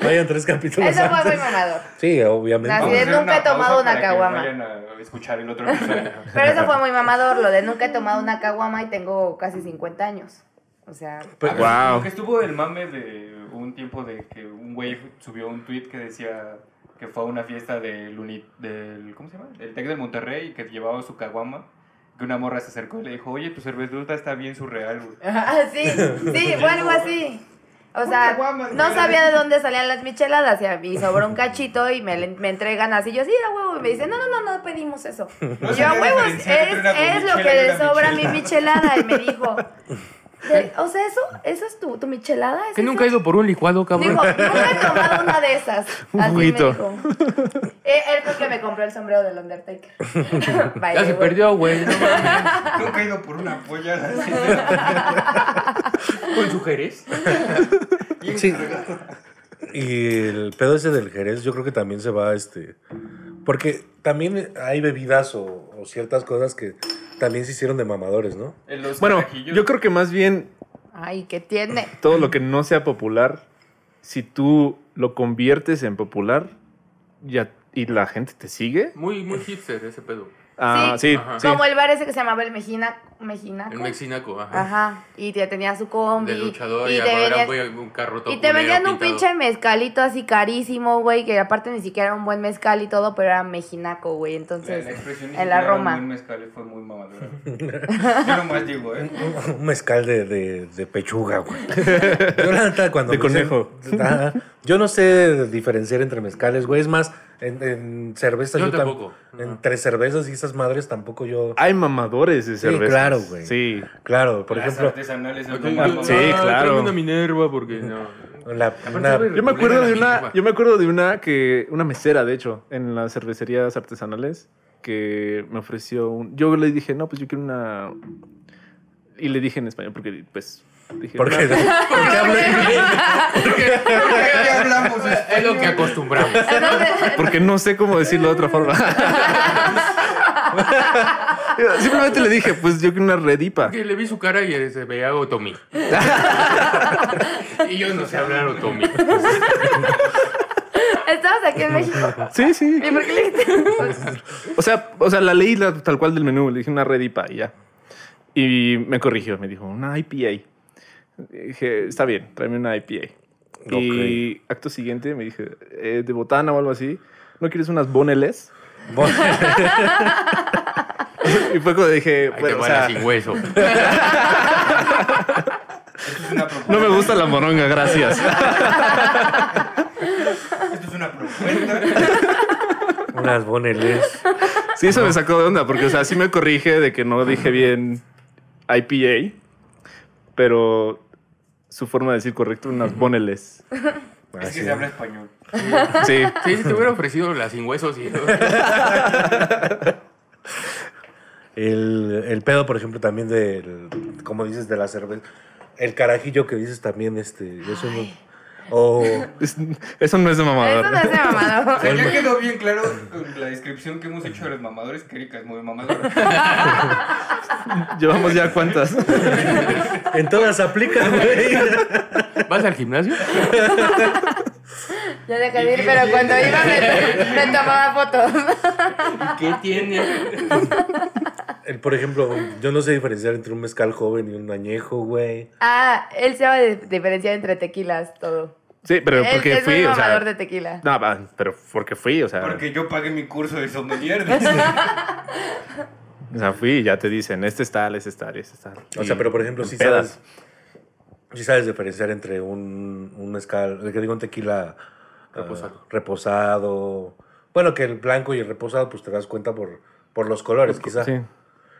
Speaker 7: Vayan tres capítulos
Speaker 4: Eso fue muy
Speaker 7: antes.
Speaker 4: mamador.
Speaker 7: Sí, obviamente.
Speaker 4: Así
Speaker 3: Vamos a
Speaker 4: es,
Speaker 3: hacer
Speaker 4: nunca he
Speaker 3: pausa
Speaker 4: tomado una
Speaker 3: para que
Speaker 4: caguama.
Speaker 3: Vayan a escuchar el otro episodio.
Speaker 4: Pero eso fue muy mamador, lo de nunca he tomado una caguama y tengo casi 50 años. O sea,
Speaker 7: Pero-
Speaker 3: Ah, pero
Speaker 6: Wow.
Speaker 3: como que estuvo el mame de un tiempo de que un güey subió un tweet que decía que fue a una fiesta del, uni- del ¿cómo se llama? Del Tec del Monterrey y que llevaba su caguama. Que una morra se acercó y le dijo, oye, tu cerveza está bien surreal, güey.
Speaker 4: Ah, sí, sí, fue algo así. O sea,
Speaker 3: caguamas,
Speaker 4: no
Speaker 3: güey.
Speaker 4: sabía de dónde salían las micheladas y a mí sobró un cachito y me, le- me entregan así. Yo sí, a huevo. Y me dicen, no, no, no, no pedimos eso.
Speaker 3: No
Speaker 4: yo,
Speaker 3: sabía
Speaker 4: a huevos, es,
Speaker 3: diferenciar entre una
Speaker 4: es lo que
Speaker 3: gomichela y
Speaker 4: le
Speaker 3: una
Speaker 4: sobra a mi
Speaker 3: michela.
Speaker 4: michelada. Y me dijo, "De- o sea, eso, eso es tu, tu michelada. ¿Es
Speaker 5: ¿Que
Speaker 4: eso?".
Speaker 5: nunca he ido por un licuado, cabrón?
Speaker 4: Dijo, nunca he tomado una de esas.
Speaker 6: Un
Speaker 4: Así me
Speaker 6: juguito.
Speaker 4: dijo. Eh, Él fue el que me compró el sombrero del Undertaker. By
Speaker 5: ya
Speaker 4: the
Speaker 5: se
Speaker 4: way.
Speaker 5: perdió, güey. no mames.
Speaker 3: Nunca he ido por una polla. así.
Speaker 5: ¿Con su jerez?
Speaker 7: Sí. Y el pedo ese del Jerez, yo creo que también se va, este. Porque también hay bebidas o, o ciertas cosas que también se hicieron de mamadores, ¿no?
Speaker 3: En los
Speaker 6: Bueno,
Speaker 3: carajillos.
Speaker 6: yo creo que más bien
Speaker 4: Ay, ¿qué tiene?
Speaker 6: todo lo que no sea popular, si tú lo conviertes en popular ya- y la gente te sigue.
Speaker 5: Muy, muy hipster ese pedo.
Speaker 6: Ah,
Speaker 4: Sí.
Speaker 6: sí,
Speaker 5: Ajá.
Speaker 6: sí.
Speaker 4: Como el bar ese que se llamaba el Mejina, Mejinaco.
Speaker 5: El mexinaco, ajá.
Speaker 4: Ajá. Y te tenía su combi.
Speaker 5: De luchador
Speaker 4: y
Speaker 5: y,
Speaker 4: te
Speaker 5: ahora
Speaker 4: venías-
Speaker 5: voy a un carro todo
Speaker 4: y te
Speaker 5: culero
Speaker 4: vendían un
Speaker 5: pintado.
Speaker 4: pinche mezcalito así carísimo, güey, que aparte ni siquiera era un buen mezcal y todo, pero era mejinaco, güey.
Speaker 3: La, la
Speaker 4: Entonces,
Speaker 3: expresión
Speaker 4: en la Roma.
Speaker 3: Un mezcal fue muy mamadora. Yo nomás digo, ¿eh?
Speaker 7: Un mezcal de, de- de pechuga, güey. Yo la neta, cuando
Speaker 6: De
Speaker 7: me dicen-
Speaker 6: conejo.
Speaker 7: Ah, yo no sé diferenciar entre mezcales, güey. Es más, en, en cervezas
Speaker 5: Yo
Speaker 7: tam-
Speaker 5: tampoco.
Speaker 7: Entre cervezas y esas madres tampoco yo.
Speaker 6: Hay mamadores de cerveza.
Speaker 7: claro, güey.
Speaker 6: Sí.
Speaker 7: Claro, por
Speaker 3: Las
Speaker 7: ejemplo,
Speaker 3: artesanales es
Speaker 5: Yo-
Speaker 3: lo
Speaker 5: yo-
Speaker 3: más
Speaker 5: ah,
Speaker 6: Sí,
Speaker 3: mamador.
Speaker 6: claro.
Speaker 5: tráeme una Minerva porque no.
Speaker 7: la, una-
Speaker 5: sabe
Speaker 6: Yo me acuerdo de una,
Speaker 5: Minerva.
Speaker 6: yo me acuerdo de una que, una mesera, de hecho, en las cervecerías artesanales, que me ofreció un. Yo le dije, no, pues yo quiero una. Y le dije en español, porque pues. Dije,
Speaker 7: ¿Por qué?
Speaker 6: "Una-
Speaker 7: ¿Por qué hablé bien?
Speaker 3: ¿Qué hablamos?
Speaker 5: Es lo que acostumbramos.
Speaker 4: entonces-
Speaker 6: Porque no sé cómo decirlo de otra forma. Simplemente le dije, pues yo quiero una redipa.
Speaker 5: Porque le vi su cara y se veía otomí. y yo no sé hablar otomí.
Speaker 4: estabas aquí en México.
Speaker 6: Sí, sí.
Speaker 4: ¿Y por qué le dijiste?
Speaker 6: O sea, o sea, la leí la- tal cual del menú, le dije una redipa y ya. Y me corrigió, me dijo, una IPA. Dije, está bien, tráeme una IPA. Y acto siguiente me dije, "Eh, de botana o algo así, ¿no quieres unas boneles?
Speaker 7: Bueno,
Speaker 6: Y fue cuando dije,
Speaker 5: Ahí te
Speaker 6: bueno, o
Speaker 5: van
Speaker 6: sea,
Speaker 5: sin hueso.
Speaker 3: Esto es una propuesta.
Speaker 6: no me gusta la moronga, gracias.
Speaker 3: Esto es una propuesta.
Speaker 7: Unas boneles.
Speaker 6: Sí, eso me sacó de onda, porque, o sea, sí me corrige de que no dije bien IPA, pero su forma de decir correcto, unas boneles.
Speaker 3: Es que Pues se habla español.
Speaker 6: Sí.
Speaker 5: Sí, si te hubiera ofrecido la sin huesos y
Speaker 7: El, el pedo, por ejemplo, también del, como dices, de la cerveza. El carajillo que dices también, este, es uno- O
Speaker 6: Es- eso no es de mamador.
Speaker 4: Eso no es de mamador.
Speaker 3: sea, ya quedó bien claro con la descripción que hemos hecho de los mamadores que Erika es muy mamadora.
Speaker 6: Llevamos ya cuántas.
Speaker 7: en todas aplica, güey.
Speaker 5: ¿Vas al gimnasio?
Speaker 4: Yo dejé de ir, pero cuando iba me, me tomaba fotos.
Speaker 5: ¿Qué tiene?
Speaker 7: El, por ejemplo, yo no sé diferenciar entre un mezcal joven y un añejo, güey.
Speaker 4: Ah, él se va a diferenciar entre tequilas, todo.
Speaker 6: Sí, pero
Speaker 4: él
Speaker 6: porque
Speaker 4: es muy
Speaker 6: fui, o sea.
Speaker 4: mamador de tequila.
Speaker 6: No, va, pero porque fui, o sea.
Speaker 3: Porque yo pagué mi curso de sommelier.
Speaker 6: O sea, fui y ya te dicen, este es tal, este es tal, este es tal.
Speaker 7: O
Speaker 6: Y
Speaker 7: sea, pero por ejemplo,
Speaker 6: en
Speaker 7: si
Speaker 6: pedas.
Speaker 7: sabes, si sabes diferenciar entre un, un mezcal, que digo, un tequila ah,
Speaker 5: Reposado.
Speaker 7: reposado. Bueno, que el blanco y el reposado, pues te das cuenta por, por los colores, quizás.
Speaker 6: Sí.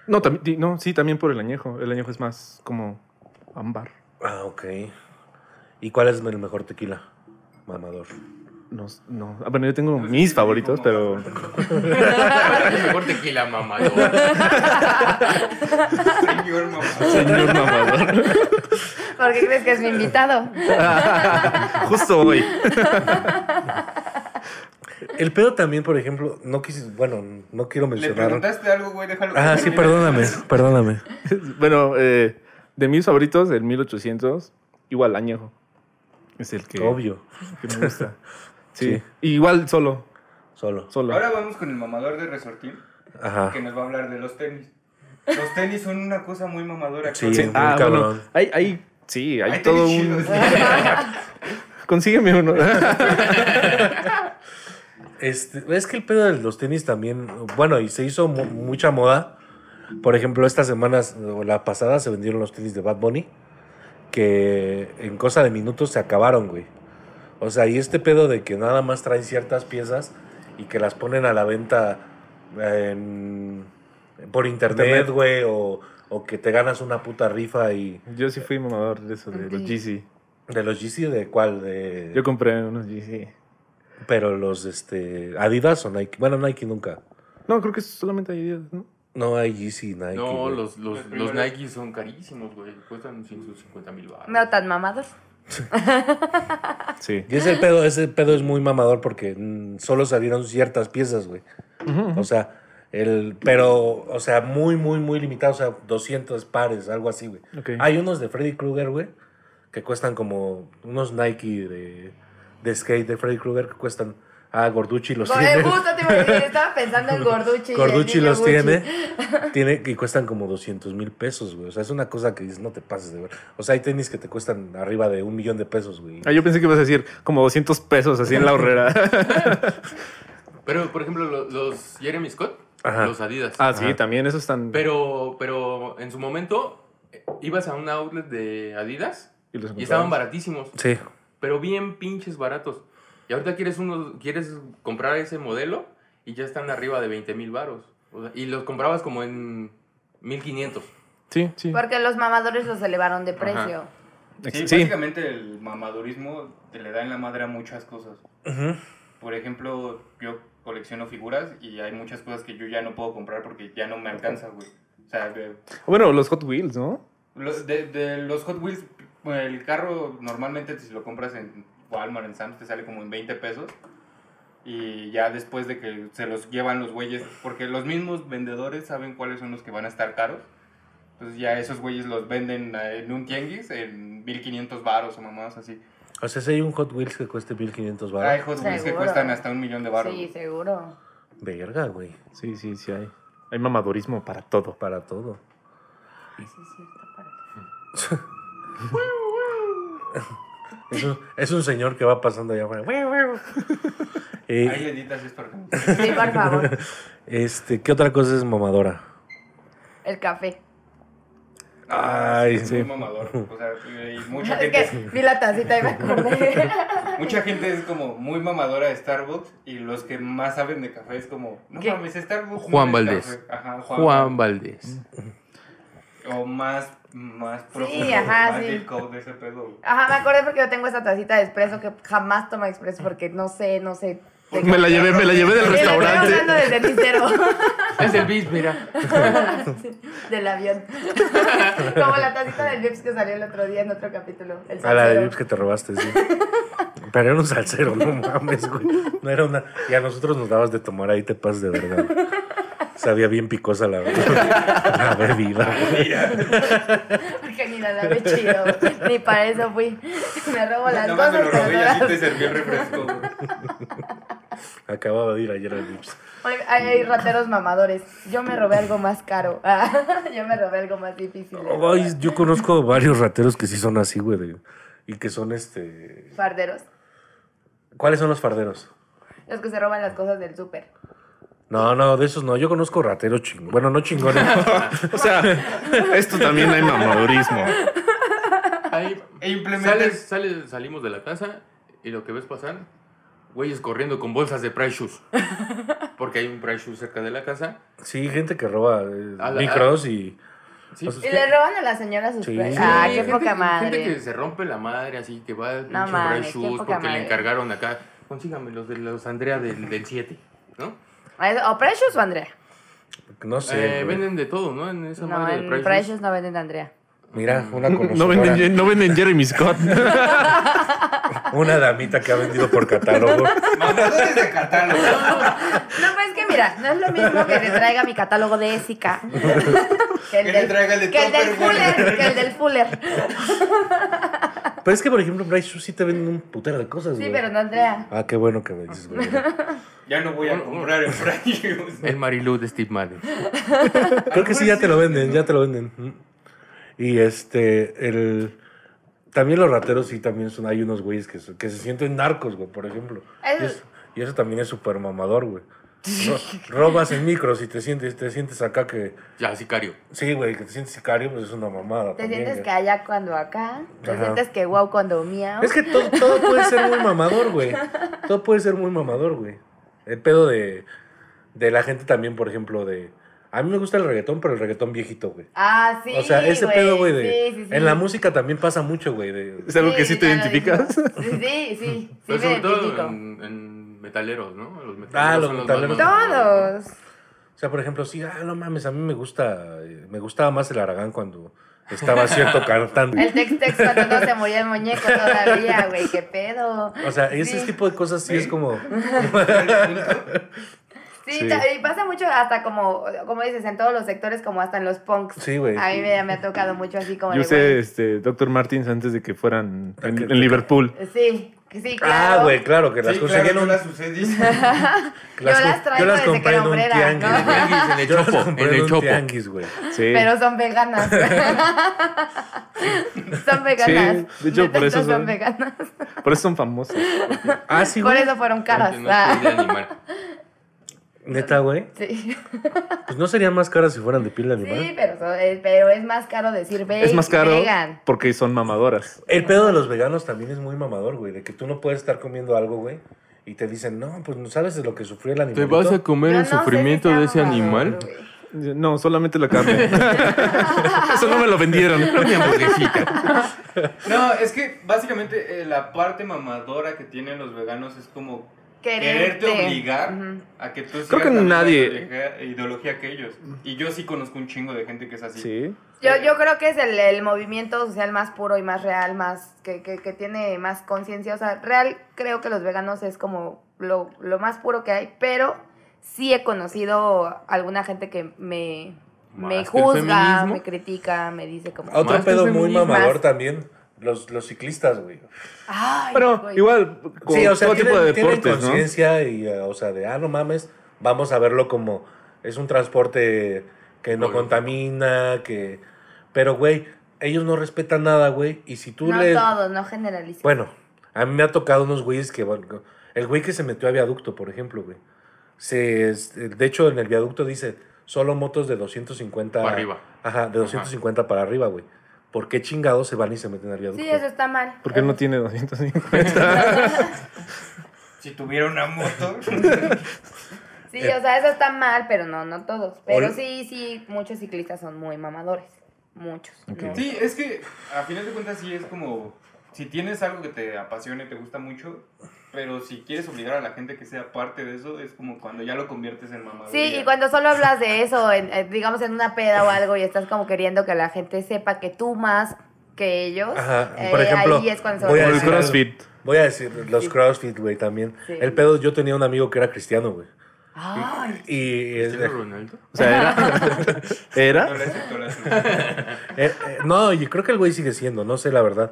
Speaker 6: No, tam- di- no, sí, también por el añejo. El añejo es más como ámbar.
Speaker 7: Ah, ok. ¿Y cuál es el mejor tequila? Mamador.
Speaker 6: No, no. Ah, bueno, yo tengo mis favoritos, pero.
Speaker 5: Mejor tequila, mamador.
Speaker 3: Señor mamador.
Speaker 6: Señor mamador.
Speaker 4: ¿Por qué crees que es mi invitado?
Speaker 6: Justo hoy.
Speaker 7: El pedo también, por ejemplo, no quise, bueno, no quiero
Speaker 3: Le
Speaker 7: mencionar.
Speaker 3: preguntaste algo, güey, déjalo.
Speaker 7: Ah, sí, perdóname, perdóname.
Speaker 6: Bueno, eh, de mis favoritos, el 1800, igual añejo. Es el que,
Speaker 7: Obvio,
Speaker 6: que me gusta. Sí. Igual solo,
Speaker 7: solo.
Speaker 6: solo.
Speaker 3: Ahora vamos con el mamador de resortín,
Speaker 7: Ajá.
Speaker 3: que nos va a hablar de los tenis. Los tenis son una cosa muy mamadora.
Speaker 7: Sí.
Speaker 6: Sí,
Speaker 7: muy
Speaker 6: ah,
Speaker 7: cabrón.
Speaker 6: bueno, hay, hay, sí, hay,
Speaker 3: Hay
Speaker 6: todo
Speaker 3: tenis
Speaker 6: un...
Speaker 3: chidos.
Speaker 6: Consígueme uno.
Speaker 7: Este, es que el pedo de los tenis también, bueno, y se hizo mu- mucha moda. Por ejemplo, estas semanas o la pasada se vendieron los tenis de Bad Bunny, que en cosa de minutos se acabaron, güey. O sea, y este pedo de que nada más traen ciertas piezas y que las ponen a la venta en- por internet,
Speaker 6: Internet.
Speaker 7: güey, o, o que te ganas una puta rifa y...
Speaker 6: Yo sí fui mamador de eso, de los
Speaker 4: Sí.
Speaker 6: GC.
Speaker 7: ¿De los GC de cuál? De,
Speaker 6: Yo compré unos GC.
Speaker 7: pero los este, Adidas o Nike. Bueno, Nike nunca.
Speaker 6: No, creo que solamente hay 10, ¿no?
Speaker 7: No hay GC, Nike.
Speaker 5: No,
Speaker 7: güey.
Speaker 5: los, los,
Speaker 3: Los
Speaker 5: los
Speaker 3: primeros.
Speaker 5: Nike son carísimos, güey. Cuestan 150 mil baros.
Speaker 4: No tan mamados.
Speaker 6: Sí.
Speaker 7: Y ese pedo, ese pedo es muy mamador porque mm, solo salieron ciertas piezas, güey. O sea, el, pero, o sea, muy, muy, muy limitado. O sea, 200 pares, algo así, güey.
Speaker 6: Ok.
Speaker 7: Hay unos de Freddy Krueger, güey, que cuestan como unos Nike de, de skate de Freddy Krueger que cuestan. Ah, Gorducci los
Speaker 4: Eh,
Speaker 7: tiene.
Speaker 4: Justo te iba a decir, estaba pensando en Gorducci. y el
Speaker 7: Gorducci
Speaker 4: niño
Speaker 7: los
Speaker 4: Gucci.
Speaker 7: tiene, tiene. Y cuestan como 200 mil pesos, güey. O sea, es una cosa que dices, no te pases de ver. O sea, hay tenis que te cuestan arriba de un millón de pesos, güey.
Speaker 6: Ah, yo pensé que ibas a decir como 200 pesos así en la horrera.
Speaker 5: Pero, por ejemplo, lo- los Jeremy Scott,
Speaker 7: Ajá.
Speaker 5: los Adidas.
Speaker 6: ah, sí,
Speaker 7: Ajá.
Speaker 6: también esos están...
Speaker 5: Pero, pero en su momento, eh, ibas a un outlet de Adidas
Speaker 6: Y, los
Speaker 5: y estaban
Speaker 6: encontrabas.
Speaker 5: baratísimos.
Speaker 7: Sí.
Speaker 5: pero bien pinches baratos. Y ahorita quieres, uno, quieres comprar ese modelo y ya están arriba de 20 mil baros. O sea, y los comprabas como en 1500.
Speaker 6: Sí, sí.
Speaker 4: Porque los mamadores los elevaron de precio.
Speaker 3: Sí,
Speaker 6: Ex- Sí,
Speaker 3: básicamente el mamadurismo te le da en la madre a muchas cosas. Por ejemplo, yo colecciono figuras y hay muchas cosas que yo ya no puedo comprar porque ya no me alcanza, güey. O sea, de,
Speaker 6: Bueno, los Hot Wheels, ¿no?
Speaker 3: los- de- de los Hot Wheels, el carro normalmente si lo compras en Walmart, en Sam's, te sale como en 20 pesos. Y ya después de que se los llevan los güeyes, porque los mismos vendedores saben cuáles son los que van a estar caros. Entonces ya esos güeyes los venden eh, en un tianguis en 1500 baros o mamadas así.
Speaker 7: O sea, si hay un Hot Wheels que cueste 1500
Speaker 3: Hay
Speaker 7: baros.
Speaker 3: Hot Wheels que
Speaker 4: Seguro.
Speaker 3: cuestan hasta un millón de baros.
Speaker 4: Sí, seguro.
Speaker 7: Verga, güey.
Speaker 6: Sí, sí, sí hay. Hay mamadurismo para todo.
Speaker 7: Para todo. Es un, es un señor que va pasando allá afuera. Guau, guau.
Speaker 3: Ahí
Speaker 7: Eh,
Speaker 3: editas esto. Arturo.
Speaker 4: Sí, por favor.
Speaker 7: este, ¿qué otra cosa es mamadora?
Speaker 4: El café.
Speaker 7: Ay,
Speaker 3: Es
Speaker 7: sí.
Speaker 3: Muy mamador. O sea, y mucha
Speaker 4: Es
Speaker 3: gente,
Speaker 4: que vi la tacita y me acordé.
Speaker 3: mucha gente es como muy mamadora de Starbucks y los que más saben de café es como, no
Speaker 4: ¿Qué?
Speaker 3: mames, Starbucks. no
Speaker 5: Juan
Speaker 3: es
Speaker 5: Valdés.
Speaker 3: café". Ajá, Juan.
Speaker 5: Juan Valdés.
Speaker 3: O más, más profundo.
Speaker 4: ajá,
Speaker 3: más
Speaker 4: sí.
Speaker 3: deep code de ese pedo.
Speaker 4: Ajá, me acordé porque yo tengo esta tacita de espresso que jamás toma expreso porque no sé, no sé, De-
Speaker 6: Me la llevé, me la llevé del
Speaker 4: Te la estoy hablando
Speaker 6: restaurante.
Speaker 4: desde el tintero,
Speaker 5: Es el bis, mira.
Speaker 4: del avión. Como la tacita del Vips que salió el otro día en otro capítulo. El
Speaker 7: A Ah, la de
Speaker 4: salsero.
Speaker 7: Vips que te robaste, sí. Pero era un salsero, no mames, güey. No era una. Y a nosotros nos dabas de tomar ahí te pasas de verdad. Sabía bien picosa la, la bebida. güey.
Speaker 4: Porque ni la lavé chido, ni para eso fui. Me robo las
Speaker 3: Nada más me
Speaker 4: cosas.
Speaker 3: lo
Speaker 4: pero
Speaker 3: robé y
Speaker 4: no
Speaker 3: así
Speaker 4: las-
Speaker 3: te serví el refresco. güey.
Speaker 7: Acababa de ir ayer al Vips.
Speaker 4: Oye, Hay, hay rateros mamadores. Yo me robé algo más caro. Yo me robé algo más difícil. de robar.
Speaker 7: Oh, Ay, yo conozco varios rateros que sí son así, güey. de- Y que son este.
Speaker 4: Farderos.
Speaker 7: ¿Cuáles son los farderos?
Speaker 4: Los que se roban las cosas del súper.
Speaker 7: Pues No, no, de esos no. Yo conozco rateros chingones. Bueno, no chingones.
Speaker 6: O sea, esto también hay mamadurismo.
Speaker 5: Ahí
Speaker 3: E implementas.
Speaker 5: sales, sales- salimos de la casa y lo que ves pasar, güeyes corriendo con bolsas de Price Shoes. Porque hay un Price Shoes cerca de la casa.
Speaker 7: Sí, gente que roba eh,
Speaker 5: A la-
Speaker 7: micros y.
Speaker 5: Sí,
Speaker 7: O sea,
Speaker 4: Y le roban a la señora sus
Speaker 7: Sí.
Speaker 4: pre-
Speaker 7: Sí,
Speaker 4: Ah, qué
Speaker 5: gente-
Speaker 4: poca
Speaker 5: Gente que
Speaker 4: madre.
Speaker 5: se rompe la madre, así que va al
Speaker 4: No
Speaker 5: pinche
Speaker 4: mames,
Speaker 5: Price
Speaker 4: qué
Speaker 5: Shoes
Speaker 4: poca
Speaker 5: porque
Speaker 4: madre.
Speaker 5: le encargaron acá. Consígame los de los Andrea del, del 7, ¿no?
Speaker 4: A eso- ¿O Precious o Andrea?
Speaker 7: No sé.
Speaker 5: Eh,
Speaker 7: güey.
Speaker 5: venden de todo, ¿no? En esa
Speaker 4: No,
Speaker 5: madre de
Speaker 4: en
Speaker 5: Price Shoes.
Speaker 4: Precious no venden a Andrea.
Speaker 7: Mira, una conocedora.
Speaker 6: No venden, no venden Jeremy Scott.
Speaker 7: Una damita que ha vendido por catálogo.
Speaker 3: Mamadores de catálogo.
Speaker 4: No, pues es que mira, no es lo mismo que te traiga mi catálogo de Ésica. que
Speaker 3: Que le traiga el de
Speaker 4: que el del
Speaker 3: Tupperware.
Speaker 4: Fuller. Que el del Fuller.
Speaker 7: Pero es que, por ejemplo, en Price Shoes sí te venden un putero de cosas, güey.
Speaker 4: Sí, pero no Andrea.
Speaker 7: Ah, qué bueno que me dices, güey.
Speaker 3: Ya no voy a comprar en Price
Speaker 5: El Marilú de Steve Madden.
Speaker 7: Eh, Creo que sí, ya te lo venden, ya te lo venden. Mm. Y este, el... También los rateros sí también son... Hay unos güeyes que, se- que se sienten narcos, güey, por ejemplo.
Speaker 4: Eso-
Speaker 7: Y eso, y eso también es súper mamador, güey. Ro- robas en micros y te sientes, te sientes acá que...
Speaker 5: Ya, sicario.
Speaker 7: Sí, güey, que te sientes sicario, pues es una mamada.
Speaker 4: Te
Speaker 7: también,
Speaker 4: sientes
Speaker 7: güey.
Speaker 4: que allá cuando acá. Te
Speaker 7: Ajá.
Speaker 4: sientes que wow cuando miau.
Speaker 7: Es que todo, todo puede ser muy mamador, güey. Todo puede ser muy mamador, güey. El pedo de, de la gente también, por ejemplo, de... A mí me gusta el reggaetón, pero el reggaetón viejito, güey.
Speaker 4: Ah, sí.
Speaker 7: o sea, ese pedo, güey, de...
Speaker 4: Sí, sí, sí.
Speaker 7: En la música también pasa mucho, güey. de-
Speaker 6: Es algo que sí te
Speaker 4: ya lo
Speaker 6: identificas.
Speaker 4: dijimos. Sí, sí, sí. Sí, me
Speaker 5: Pero sobre todo
Speaker 4: identifico.
Speaker 5: en, en metaleros, ¿no? Los metaleros
Speaker 7: Ah, los
Speaker 5: son
Speaker 7: metaleros.
Speaker 5: más mamadores.
Speaker 4: Todos.
Speaker 7: O sea, por ejemplo, sí, ah, no mames, a mí me gusta... eh, Me gustaba más el Aragán cuando estaba cierto cantando.
Speaker 4: El tex-tex cuando no se murió el muñeco todavía, güey. ¿Qué pedo?
Speaker 7: O sea, ese
Speaker 4: Sí.
Speaker 7: tipo de cosas sí es como...
Speaker 4: Sí,
Speaker 7: Sí.
Speaker 4: ta- y pasa mucho hasta como, como dices, en todos los sectores, como hasta en los punks.
Speaker 7: Sí, güey.
Speaker 4: A mí me, me ha tocado mucho así como
Speaker 6: Yo
Speaker 4: de, güey,
Speaker 6: usé este, Dr. Martins antes de que fueran en, en Liverpool.
Speaker 4: Sí, sí, claro.
Speaker 7: Ah, güey, claro, que las
Speaker 3: Sí,
Speaker 7: conseguí
Speaker 3: claro,
Speaker 7: en
Speaker 3: no
Speaker 7: un...
Speaker 3: la sucedí.
Speaker 4: Yo las traigo desde que era obrera,
Speaker 5: En el tianguis, en el
Speaker 7: Yo las
Speaker 5: chopo,
Speaker 7: compré
Speaker 5: en el
Speaker 7: un
Speaker 5: chopo.
Speaker 7: tianguis, güey.
Speaker 6: Sí.
Speaker 4: Pero son veganas. son veganas.
Speaker 6: de hecho,
Speaker 4: Neta,
Speaker 6: por eso
Speaker 4: son,
Speaker 6: son-
Speaker 4: veganas.
Speaker 6: Por eso son famosos.
Speaker 7: Ah, sí,
Speaker 4: Por
Speaker 7: güey.
Speaker 4: eso fueron caras.
Speaker 5: No
Speaker 4: Ah,
Speaker 5: estoy de animal.
Speaker 7: Neta, güey.
Speaker 4: sí.
Speaker 7: Pues no serían más caras si fueran de piel de animal.
Speaker 4: Sí, pero, so- eh, pero es más caro decir ve-
Speaker 6: Es más caro
Speaker 4: vegan.
Speaker 6: porque son mamadoras.
Speaker 7: El pedo de los veganos también es muy mamador, güey. De que tú no puedes estar comiendo algo, güey. Y te dicen, no, pues no sabes de lo que sufrió el
Speaker 5: ¿Te
Speaker 7: animal.
Speaker 5: vas a comer
Speaker 4: Yo
Speaker 5: el
Speaker 4: no sé si
Speaker 5: sufrimiento
Speaker 4: sea
Speaker 5: de ese
Speaker 4: mamador,
Speaker 5: animal?
Speaker 4: güey.
Speaker 6: No, solamente la carne. eso no me lo vendieron.
Speaker 5: Mi hamburguesita.
Speaker 3: No, es que básicamente eh, la parte mamadora que tienen los veganos es como
Speaker 4: Quererte.
Speaker 3: quererte obligar
Speaker 4: Ujú.
Speaker 3: a que tú sigas
Speaker 6: Creo que
Speaker 3: la misma
Speaker 6: nadie-
Speaker 3: ideología- ideología que ellos. Y yo sí conozco un chingo de gente que es así.
Speaker 6: Sí.
Speaker 4: Yo, yo creo que es el, el movimiento social más puro y más real, más que, que, que tiene más conciencia. O sea, real creo que los veganos es como lo, lo más puro que hay, pero sí he conocido alguna gente que me, me
Speaker 5: ¿Más que el
Speaker 4: juzga,
Speaker 5: feminismo?
Speaker 4: me critica, me dice como...
Speaker 7: Otro
Speaker 5: Más que
Speaker 7: pedo muy
Speaker 5: feminismo.
Speaker 7: mamador
Speaker 4: Más.
Speaker 7: también, los, los ciclistas, güey.
Speaker 4: Ay,
Speaker 6: Pero
Speaker 4: güey".
Speaker 6: igual, con
Speaker 7: Sí, o sea,
Speaker 6: todo
Speaker 7: tienen,
Speaker 6: tipo de
Speaker 7: tienen
Speaker 6: deportes, ¿no?
Speaker 7: conciencia y, eh, o sea, de, ah, no mames, vamos a verlo como es un transporte que no
Speaker 5: Obvio.
Speaker 7: contamina, que... Pero, güey, ellos no respetan nada, güey. Y si tú
Speaker 4: no
Speaker 7: les...
Speaker 4: todos, no generalicen.
Speaker 7: Bueno, a mí me ha tocado unos güeyes que... bueno, el güey que se metió a viaducto, por ejemplo, güey. Se, es- de hecho, en el viaducto dice, solo motos de 250...
Speaker 5: Para arriba.
Speaker 7: Ajá, de 250 para arriba, güey. ¿Por qué chingados se van y se meten al viaducto?
Speaker 4: sí, eso está mal.
Speaker 6: Porque no tiene 250.
Speaker 3: Si tuviera una moto.
Speaker 4: Sí, o sea, eso está mal, pero no, no todos. Pero
Speaker 7: Ol-
Speaker 4: sí, sí, muchos ciclistas son muy mamadores. Muchos. ¿no?
Speaker 3: sí, es que a final de cuentas sí es como. Si tienes algo que te apasione, te gusta mucho, Pero si quieres obligar a la gente que sea parte de eso, es como cuando ya lo conviertes en mamá.
Speaker 4: Sí, y cuando solo hablas de eso, en- en, digamos en una peda o algo, y estás como queriendo que la gente sepa que tú más que ellos,
Speaker 7: Ajá,
Speaker 4: eh,
Speaker 7: por ejemplo,
Speaker 4: ahí es cuando se
Speaker 7: voy a
Speaker 4: vuelve
Speaker 6: Como el
Speaker 7: decir
Speaker 4: mal.
Speaker 7: algo.
Speaker 6: CrossFit.
Speaker 7: Voy a decir, los CrossFit, güey, también.
Speaker 4: Sí.
Speaker 7: El pedo, yo tenía un amigo que era cristiano, güey.
Speaker 4: Ay,
Speaker 7: Y eh, es-
Speaker 5: ¿Cristiano Ronaldo?
Speaker 6: O sea, era.
Speaker 3: No
Speaker 6: era.
Speaker 3: le aceptó la solución.
Speaker 7: eh, eh, no, yo creo que el güey sigue siendo, no sé la verdad.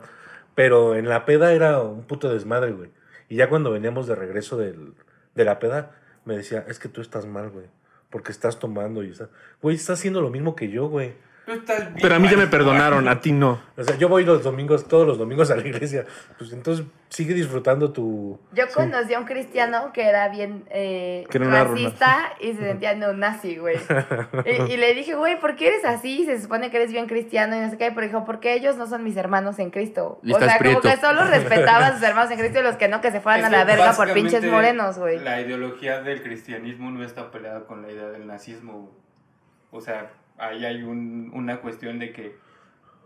Speaker 7: Pero en la peda era un puto desmadre, güey. Y ya cuando veníamos de regreso del- de la peda, me decía, es que tú estás mal, güey. Porque estás tomando y está. Güey, estás haciendo lo mismo que yo, güey.
Speaker 3: Tú estás bien
Speaker 6: Pero a mí ya me
Speaker 3: mal.
Speaker 6: perdonaron, a ti no.
Speaker 7: O sea, yo voy los domingos, todos los domingos a la iglesia. Pues entonces sigue disfrutando tu.
Speaker 4: Yo conocí a un cristiano que era bien eh,
Speaker 6: Que era una
Speaker 4: racista y se sentía neonazi, güey. Y, y le dije, güey, ¿por qué eres así? Se supone que eres bien cristiano y no sé qué. Pero dijo, porque ellos no son mis hermanos en Cristo.
Speaker 5: Y
Speaker 4: o
Speaker 5: estás
Speaker 4: sea, como
Speaker 5: prieto.
Speaker 4: que solo respetaban a sus hermanos en Cristo y los que no, que se fueran
Speaker 3: Es
Speaker 4: a la
Speaker 3: que
Speaker 4: verga por
Speaker 3: básicamente
Speaker 4: pinches morenos, güey.
Speaker 3: La ideología del cristianismo no está peleada con la idea del nazismo. güey. O sea, ahí hay un- una cuestión de que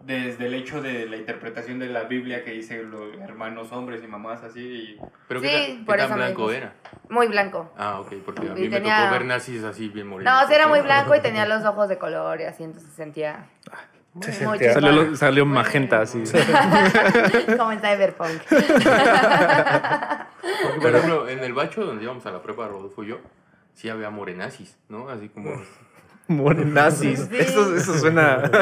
Speaker 3: desde el hecho de la interpretación de la Biblia que dice los hermanos hombres y mamás así y
Speaker 5: ¿Pero
Speaker 4: Sí,
Speaker 5: qué, tan-
Speaker 4: por
Speaker 5: qué tan
Speaker 4: eso me
Speaker 5: blanco
Speaker 4: dijo.
Speaker 5: era?
Speaker 4: Muy blanco.
Speaker 5: Ah, ok, porque a
Speaker 4: Y
Speaker 5: mí me
Speaker 4: tenía-
Speaker 5: tocó ver nazis así bien moridos.
Speaker 4: No, sí era muy blanco y tenía los ojos de color y así, entonces sentía
Speaker 7: Se
Speaker 4: Muy
Speaker 7: sentía-
Speaker 6: Salió, lo- salió magenta así.
Speaker 4: como en Cyberpunk.
Speaker 5: Porque, por ejemplo, en el bacho donde íbamos a la prepa, Rodolfo y yo, sí había morenazis, ¿no? Así como...
Speaker 6: Morenazis.
Speaker 4: Sí.
Speaker 6: Eso, eso suena.
Speaker 4: No, no,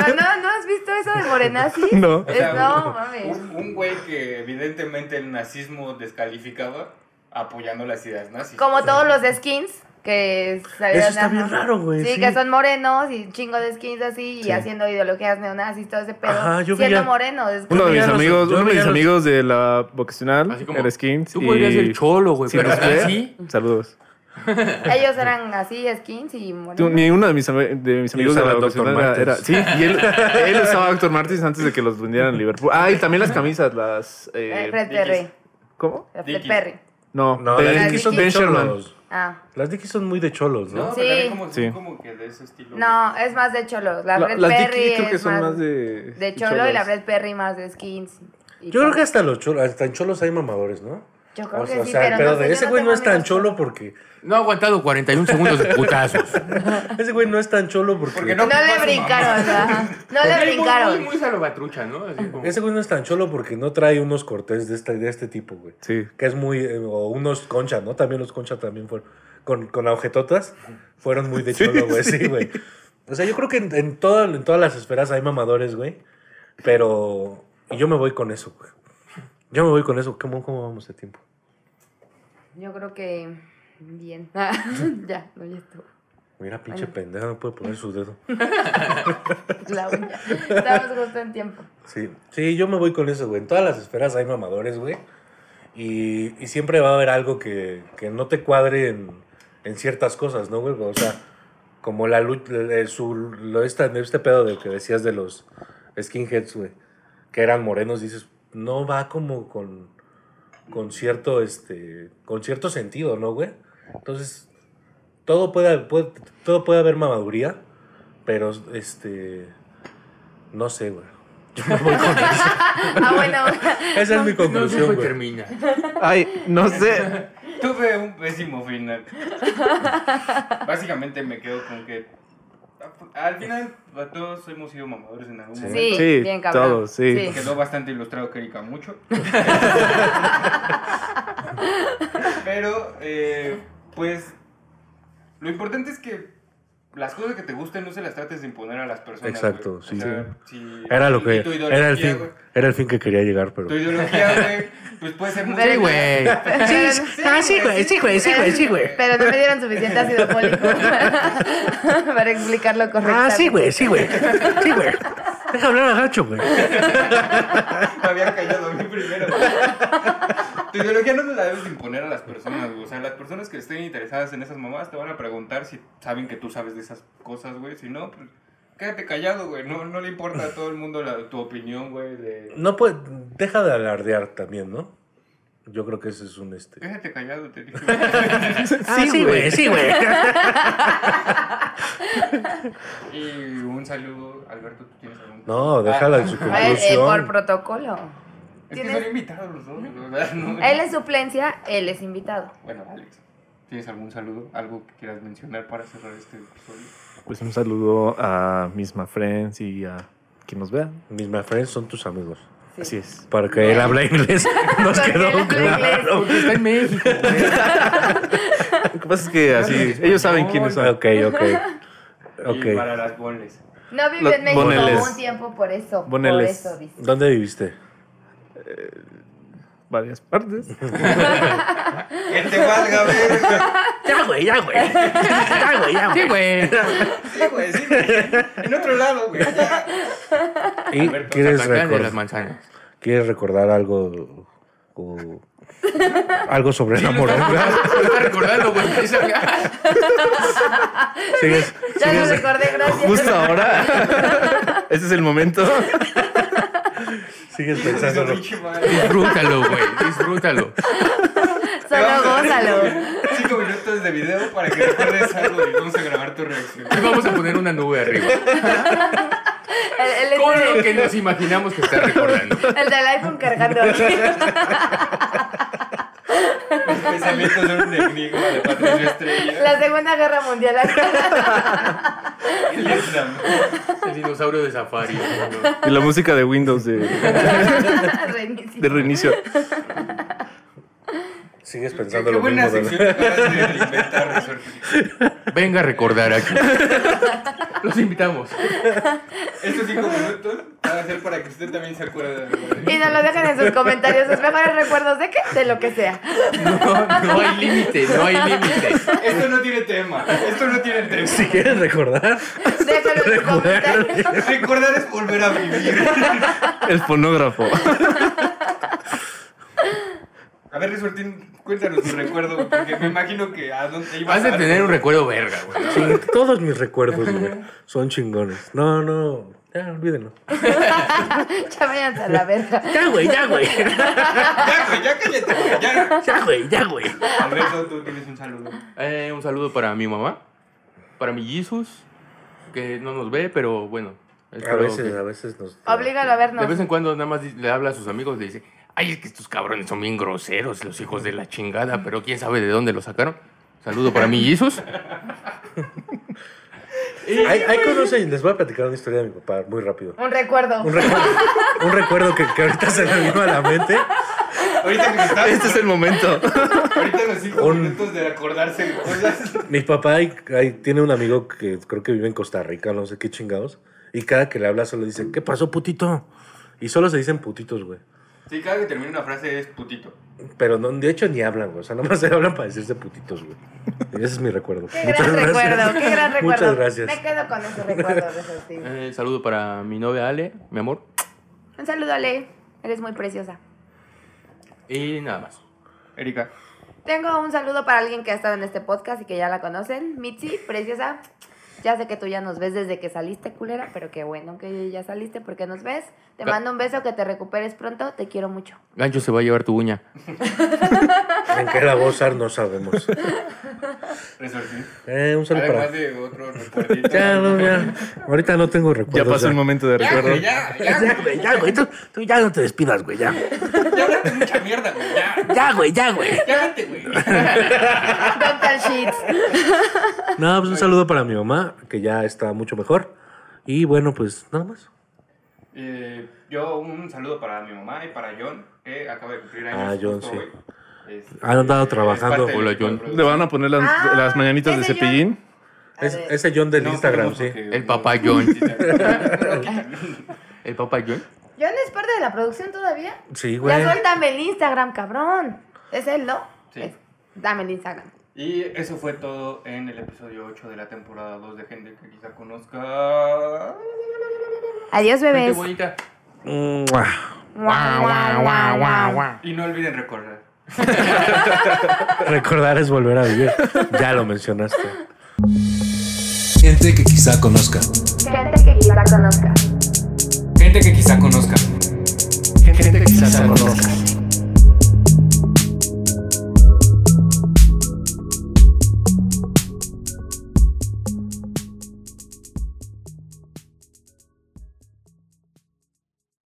Speaker 4: ¿no has visto eso de Morenazzi?
Speaker 6: No.
Speaker 3: O
Speaker 4: Es-
Speaker 3: sea,
Speaker 4: no,
Speaker 3: un-
Speaker 4: mames.
Speaker 3: Un, un güey que evidentemente el nazismo descalificaba apoyando las ideas nazis.
Speaker 4: Como todos los skins que salieron.
Speaker 7: Eso está
Speaker 4: ajá.
Speaker 7: bien raro, güey,
Speaker 4: Sí,
Speaker 7: sí.
Speaker 4: que son morenos y chingo de skins así
Speaker 7: Sí.
Speaker 4: y haciendo ideologías neonazis, todo ese pedo.
Speaker 7: Ajá, yo
Speaker 4: siendo
Speaker 7: veía-
Speaker 4: morenos. es
Speaker 6: Uno de
Speaker 4: como-
Speaker 6: mis
Speaker 7: Yo
Speaker 6: amigos,
Speaker 7: veía
Speaker 6: uno de mis
Speaker 7: los-
Speaker 6: amigos de la vocacional
Speaker 5: Así como,
Speaker 6: era Skins.
Speaker 5: Tú
Speaker 6: y
Speaker 5: podrías ser cholo, güey,
Speaker 6: si
Speaker 5: pero
Speaker 6: nos ve,
Speaker 5: nazi...
Speaker 6: Saludos.
Speaker 4: Ellos eran así, skins y
Speaker 6: Tú-
Speaker 4: morenos.
Speaker 6: ni uno de mis, ami- de mis
Speaker 7: Y
Speaker 6: amigos de
Speaker 7: usaba
Speaker 6: la
Speaker 7: Dr.
Speaker 6: vocacional era, era-
Speaker 7: Martens.
Speaker 6: Sí, y él, él usaba Doctor Martins antes de que los vendieran en Liverpool. Ah, y también las camisas, las. eh,
Speaker 4: Eh, Fred Perry.
Speaker 6: ¿Cómo?
Speaker 4: Fred
Speaker 3: Dickies.
Speaker 4: Perry.
Speaker 6: No,
Speaker 7: No,
Speaker 6: Ben-
Speaker 7: las
Speaker 4: de
Speaker 7: Dickies son
Speaker 6: Ben
Speaker 7: de
Speaker 6: Sherman.
Speaker 7: cholos.
Speaker 4: Ah.
Speaker 7: Las Dickies son muy de cholos, ¿no?
Speaker 3: ¿no? Pero
Speaker 4: Sí.
Speaker 3: era como,
Speaker 6: Sí.
Speaker 3: como que de ese estilo.
Speaker 4: No, es más de cholos. La
Speaker 6: La-
Speaker 4: Fred
Speaker 6: las
Speaker 4: Perry.
Speaker 6: Dickies creo que
Speaker 4: es
Speaker 6: son más de.
Speaker 4: de cholo y la Fred Perry más de skins. Y
Speaker 7: Yo creo
Speaker 4: todo.
Speaker 7: que hasta los cholos, hasta en cholos hay mamadores, ¿no?
Speaker 4: Yo creo
Speaker 7: o sea,
Speaker 4: que
Speaker 7: o
Speaker 4: sí,
Speaker 7: sea,
Speaker 4: pero,
Speaker 7: pero
Speaker 4: no sé,
Speaker 7: de
Speaker 4: yo
Speaker 7: ese
Speaker 4: no
Speaker 7: güey no
Speaker 4: tengo
Speaker 7: es tan
Speaker 4: amigos
Speaker 7: cholo porque.
Speaker 5: No ha aguantado 41 segundos de putazos.
Speaker 7: Ese güey no es tan cholo porque.
Speaker 3: Porque
Speaker 4: No
Speaker 3: no
Speaker 4: le
Speaker 3: ocupas
Speaker 4: brincaron, ajá. No
Speaker 5: Porque
Speaker 4: le
Speaker 5: es muy- Muy,
Speaker 4: brincaron.
Speaker 5: muy salvatrucha, ¿no? Así como...
Speaker 7: Ese güey no es tan cholo porque no trae unos cortes de este, de este tipo, güey.
Speaker 6: Sí.
Speaker 7: Que es muy. eh, o unos concha, ¿no? También los concha también fueron. Con, con agujetotas fueron muy de cholo, güey. Sí, güey. O sea, yo creo que en, en, todo- en todas las esferas hay mamadores, güey. Pero. y yo me voy con eso, güey. Yo me voy con eso. ¿Cómo, cómo vamos de tiempo?
Speaker 4: Yo creo que bien. ya, no, ya estuvo.
Speaker 7: Mira, pinche pendeja, no puede poner su dedo.
Speaker 4: Claudia. Estamos justo en tiempo.
Speaker 7: Sí, sí, yo me voy con eso, güey. En todas las esferas hay mamadores, güey. Y, y siempre va a haber algo que, que no te cuadre en, en ciertas cosas, ¿no, güey? O sea, como la lucha, eh, su, lo, esta- este pedo de que decías de los skinheads, güey, que eran morenos, dices, no va como con, con cierto, este, con cierto sentido, ¿no, güey? Entonces, todo puede, puede- todo puede haber mamaduría, pero, este, no sé, güey. Yo me voy con eso.
Speaker 4: Ah, bueno.
Speaker 7: Esa es mi
Speaker 3: pues,
Speaker 5: No sé
Speaker 7: conclusión,
Speaker 5: cómo
Speaker 7: güey.
Speaker 5: termina.
Speaker 6: Ay, no sé.
Speaker 3: Tuve un pésimo final. Básicamente me quedo con que al final a todos hemos sido mamadores en algún momento.
Speaker 4: Sí,
Speaker 6: Sí,
Speaker 4: bien cabrón.
Speaker 6: todos, sí.
Speaker 3: Quedó bastante ilustrado que Erika mucho. Pero, eh, pues, lo importante es que las cosas que te gusten no se las trates de imponer a las personas.
Speaker 7: Exacto,
Speaker 3: güey. O
Speaker 7: sí.
Speaker 3: sea, si-
Speaker 7: Era lo
Speaker 3: y
Speaker 7: que
Speaker 3: tu
Speaker 7: era el
Speaker 3: ideología,
Speaker 7: fin,
Speaker 3: güey.
Speaker 7: era el fin que quería llegar, pero
Speaker 3: Tu ideología, güey, pues puede ser muy...
Speaker 4: Sí, güey. Pero,
Speaker 3: Ah, sí, güey, sí, güey, sí, güey, sí, güey.
Speaker 4: pero no me dieron suficiente ácido fólico para explicarlo correctamente.
Speaker 7: Ah, sí, güey, sí, güey. Sí, güey. Deja hablar a Gacho, güey.
Speaker 3: Me había callado a mí primero. güey. Tu ideología no te la debes imponer a las personas, güey. O sea, las personas que estén interesadas en esas mamás te van a preguntar si saben que tú sabes de esas cosas, güey. Si no, pues quédate callado, güey. No, no le importa a todo el mundo la- tu opinión, güey. De...
Speaker 7: No puede, deja de alardear también, ¿no? Yo creo que ese es un este.
Speaker 3: Quédate callado, te dije.
Speaker 7: Ah, sí, güey, sí, güey.
Speaker 3: Y un saludo, Alberto, ¿tú tienes algún Ah,
Speaker 7: No, déjala en su
Speaker 4: A ver, eh, por
Speaker 7: conclusión.
Speaker 4: protocolo.
Speaker 3: Es que
Speaker 4: Tienes-
Speaker 3: son invitados los dos. o sea, no-
Speaker 4: Él es suplencia, él es invitado.
Speaker 3: Bueno, Alex, ¿tienes algún saludo? ¿Algo que quieras mencionar para cerrar este episodio?
Speaker 6: Pues un saludo a Misma Friends y a quien nos vea.
Speaker 7: Mis my friends son tus amigos.
Speaker 4: Sí.
Speaker 6: Así es.
Speaker 7: Para que él habla inglés. Nos
Speaker 4: Porque
Speaker 7: quedó
Speaker 4: él habla
Speaker 7: claro.
Speaker 5: Porque está en México.
Speaker 6: Lo que pasa es que así, ellos saben quiénes son.
Speaker 7: Ok, ok. Ok.
Speaker 3: Y para las boles.
Speaker 4: No vivió
Speaker 6: Los
Speaker 4: en México
Speaker 6: boneles.
Speaker 4: un tiempo por eso.
Speaker 6: Boneles.
Speaker 4: Por eso dice.
Speaker 7: ¿Dónde viviste?
Speaker 6: Varias partes.
Speaker 3: ¡Que te valga, ver!
Speaker 7: Ya, güey, ya, güey. Ya, güey, ya,
Speaker 5: Sí, güey.
Speaker 3: Sí, güey, sí, güey. En otro lado, güey. ya.
Speaker 7: ¿Y
Speaker 3: Alberto
Speaker 7: quieres,
Speaker 5: Zacatlán de
Speaker 7: recor-
Speaker 5: las manzanas.
Speaker 7: quieres recordar algo? o- algo sobre el amor?
Speaker 5: Lo está recordando, güey. Esa-
Speaker 7: ¿Sigues?
Speaker 4: Ya lo
Speaker 7: sigues-
Speaker 4: recordé, gracias.
Speaker 6: Justo ahora. Ese es el momento.
Speaker 7: Sigues
Speaker 3: Eso,
Speaker 7: pensando.
Speaker 3: pinche madre.
Speaker 5: Disfrútalo, güey. Disfrútalo.
Speaker 4: Solo gózalo.
Speaker 3: Cinco minutos de video para que recuerdes algo y vamos a grabar tu reacción.
Speaker 5: Y vamos a poner una nube arriba.
Speaker 4: El, el- el-
Speaker 5: Con lo que nos imaginamos que está recordando.
Speaker 4: el del iPhone cargando.
Speaker 3: Mis pensamientos son un enigma de Patricio Estrella.
Speaker 4: La Segunda Guerra Mundial.
Speaker 3: Vietnam.
Speaker 5: El dinosaurio de safari. ¿no?
Speaker 6: Y la música de Windows de,
Speaker 4: Reinicio.
Speaker 6: de reinicio.
Speaker 7: Sigues
Speaker 3: Qué,
Speaker 7: pensando
Speaker 3: qué
Speaker 7: lo
Speaker 3: buena
Speaker 7: mismo.
Speaker 3: sección
Speaker 7: ¿verdad?
Speaker 3: te acabas de inventar, Resorte.
Speaker 5: Venga a recordar aquí. Los invitamos.
Speaker 3: Estos cinco minutos van a ser para que usted también se acuerde de algo.
Speaker 4: Y nos lo dejan en sus comentarios sus mejores recuerdos de qué, de lo que sea.
Speaker 5: No, no hay límite, no hay límite.
Speaker 3: Esto no tiene tema. Esto no tiene tema.
Speaker 7: Si quieres recordar,
Speaker 4: Déjalo en sus comentarios.
Speaker 3: Recordar es volver a vivir.
Speaker 6: El fonógrafo.
Speaker 3: A ver, Resortín, cuéntanos tu recuerdo, porque me imagino que a dónde ibas
Speaker 5: Vas a
Speaker 3: dar-
Speaker 5: tener un recuerdo verga, güey.
Speaker 7: ching- todos mis recuerdos güey, son chingones. No, no. Ya, olvídenlo.
Speaker 4: Ya váyanse a la verga.
Speaker 7: Ya, güey, ya, güey.
Speaker 3: Ya, güey, ya cállate, güey, ya.
Speaker 7: Ya, güey, ya, güey.
Speaker 3: Alberto, tú tienes un saludo.
Speaker 5: Eh, un saludo para mi mamá, para mi Jesus, que no nos ve, pero bueno.
Speaker 7: A
Speaker 5: espero
Speaker 7: veces,
Speaker 5: que-
Speaker 7: a veces nos.
Speaker 4: Oblígalo a
Speaker 5: De vez
Speaker 4: vernos.
Speaker 5: en cuando nada más di- le habla a sus amigos y le dice, ay, es que estos cabrones son bien groseros, los hijos de la chingada, pero quién sabe de dónde los sacaron. Saludo para mi Jesus.
Speaker 7: Ahí, ahí conocen, les voy a platicar una historia de mi papá muy rápido.
Speaker 4: Un recuerdo.
Speaker 7: Un recuerdo, un recuerdo que, que ahorita se me vino a la mente.
Speaker 3: Ahorita que estás,
Speaker 6: Este es el momento.
Speaker 3: ahorita los cinco
Speaker 7: Un-
Speaker 3: minutos de acordarse de cosas.
Speaker 7: Mi papá ahí- ahí tiene un amigo que creo que vive en Costa Rica, no sé qué chingados. Y cada que le habla solo dice, ¿qué pasó, putito? Y solo se dicen putitos, güey.
Speaker 3: Sí, cada que termina una frase es putito.
Speaker 7: Pero no, de hecho ni hablan, güey. O sea, nomás se hablan para decirse putitos, güey. Ese es mi recuerdo.
Speaker 4: Qué gran recuerdo, qué gran recuerdo.
Speaker 7: Muchas gracias.
Speaker 4: Me quedo con ese recuerdo, Resortín.
Speaker 5: Eh, saludo para mi novia Ale, mi amor,
Speaker 4: Un saludo, Ale. Eres muy preciosa.
Speaker 5: y nada más.
Speaker 3: Erika.
Speaker 4: Tengo un saludo para alguien que ha estado en este podcast y que ya la conocen. Mitzi, preciosa. Ya sé que tú ya nos ves desde que saliste, culera, pero qué bueno que ya saliste porque nos ves. Te
Speaker 5: Ca-
Speaker 4: mando un beso, que te recuperes pronto. Te quiero mucho.
Speaker 5: Gancho se va a llevar tu uña.
Speaker 7: En qué la gozar no sabemos.
Speaker 3: Resortín.
Speaker 7: Eh, un saludo
Speaker 3: Además
Speaker 7: para...
Speaker 3: de otro recuerdito.
Speaker 7: Ya, no, ya. Ahorita no tengo
Speaker 6: Pues Ya
Speaker 7: recuerdos.
Speaker 6: pasó el momento de
Speaker 3: Ya,
Speaker 6: recuerdo.
Speaker 3: güey, ya, ya,
Speaker 7: Ya, güey, ya, güey. Tú, tú ya no te despidas, güey, ya.
Speaker 3: ya hablaste mucha mierda, güey, ya.
Speaker 7: Ya, güey, ya, güey.
Speaker 3: Ya vete, güey.
Speaker 4: Doctor Sheets.
Speaker 7: No, pues un saludo para mi mamá, que ya está mucho mejor. Y bueno, pues nada más.
Speaker 3: Eh, yo un saludo para mi mamá y para John, que acaba de cumplir años.
Speaker 7: Ah, John,
Speaker 3: justo
Speaker 7: sí.
Speaker 3: hoy. Este,
Speaker 7: Han andado
Speaker 3: es
Speaker 7: trabajando.
Speaker 3: parte del
Speaker 5: Hola,
Speaker 3: equipo de
Speaker 5: John.
Speaker 3: producción.
Speaker 6: Le van a poner las,
Speaker 4: Ah,
Speaker 6: las mañanitas de
Speaker 4: ese ya-
Speaker 6: cepillín.
Speaker 7: Es- ese John del
Speaker 3: No,
Speaker 7: Instagram,
Speaker 3: podemos
Speaker 7: sí.
Speaker 3: porque-
Speaker 5: El papá John.
Speaker 3: No, quítalo.
Speaker 5: ¿El papá ¿eh? John?
Speaker 4: ¿Yo no es parte de la producción todavía?
Speaker 7: Sí, güey.
Speaker 4: Ya suéltame el Instagram, cabrón. Es él, ¿no?
Speaker 3: Sí.
Speaker 4: Es- dame el Instagram.
Speaker 3: y eso fue todo en el episodio 8 de la temporada 2 de gente que quizá conozca.
Speaker 4: Adiós,
Speaker 5: Gente
Speaker 4: bebés.
Speaker 5: bonita.
Speaker 7: Mua.
Speaker 4: Guau, guau, guau, guau.
Speaker 3: Y no olviden recordar.
Speaker 7: Recordar es volver a vivir. Ya lo mencionaste.
Speaker 8: Gente que quizá conozca.
Speaker 4: Gente que quizá conozca.
Speaker 3: Gente que quizá conozca.
Speaker 8: Gente que quizá conozca.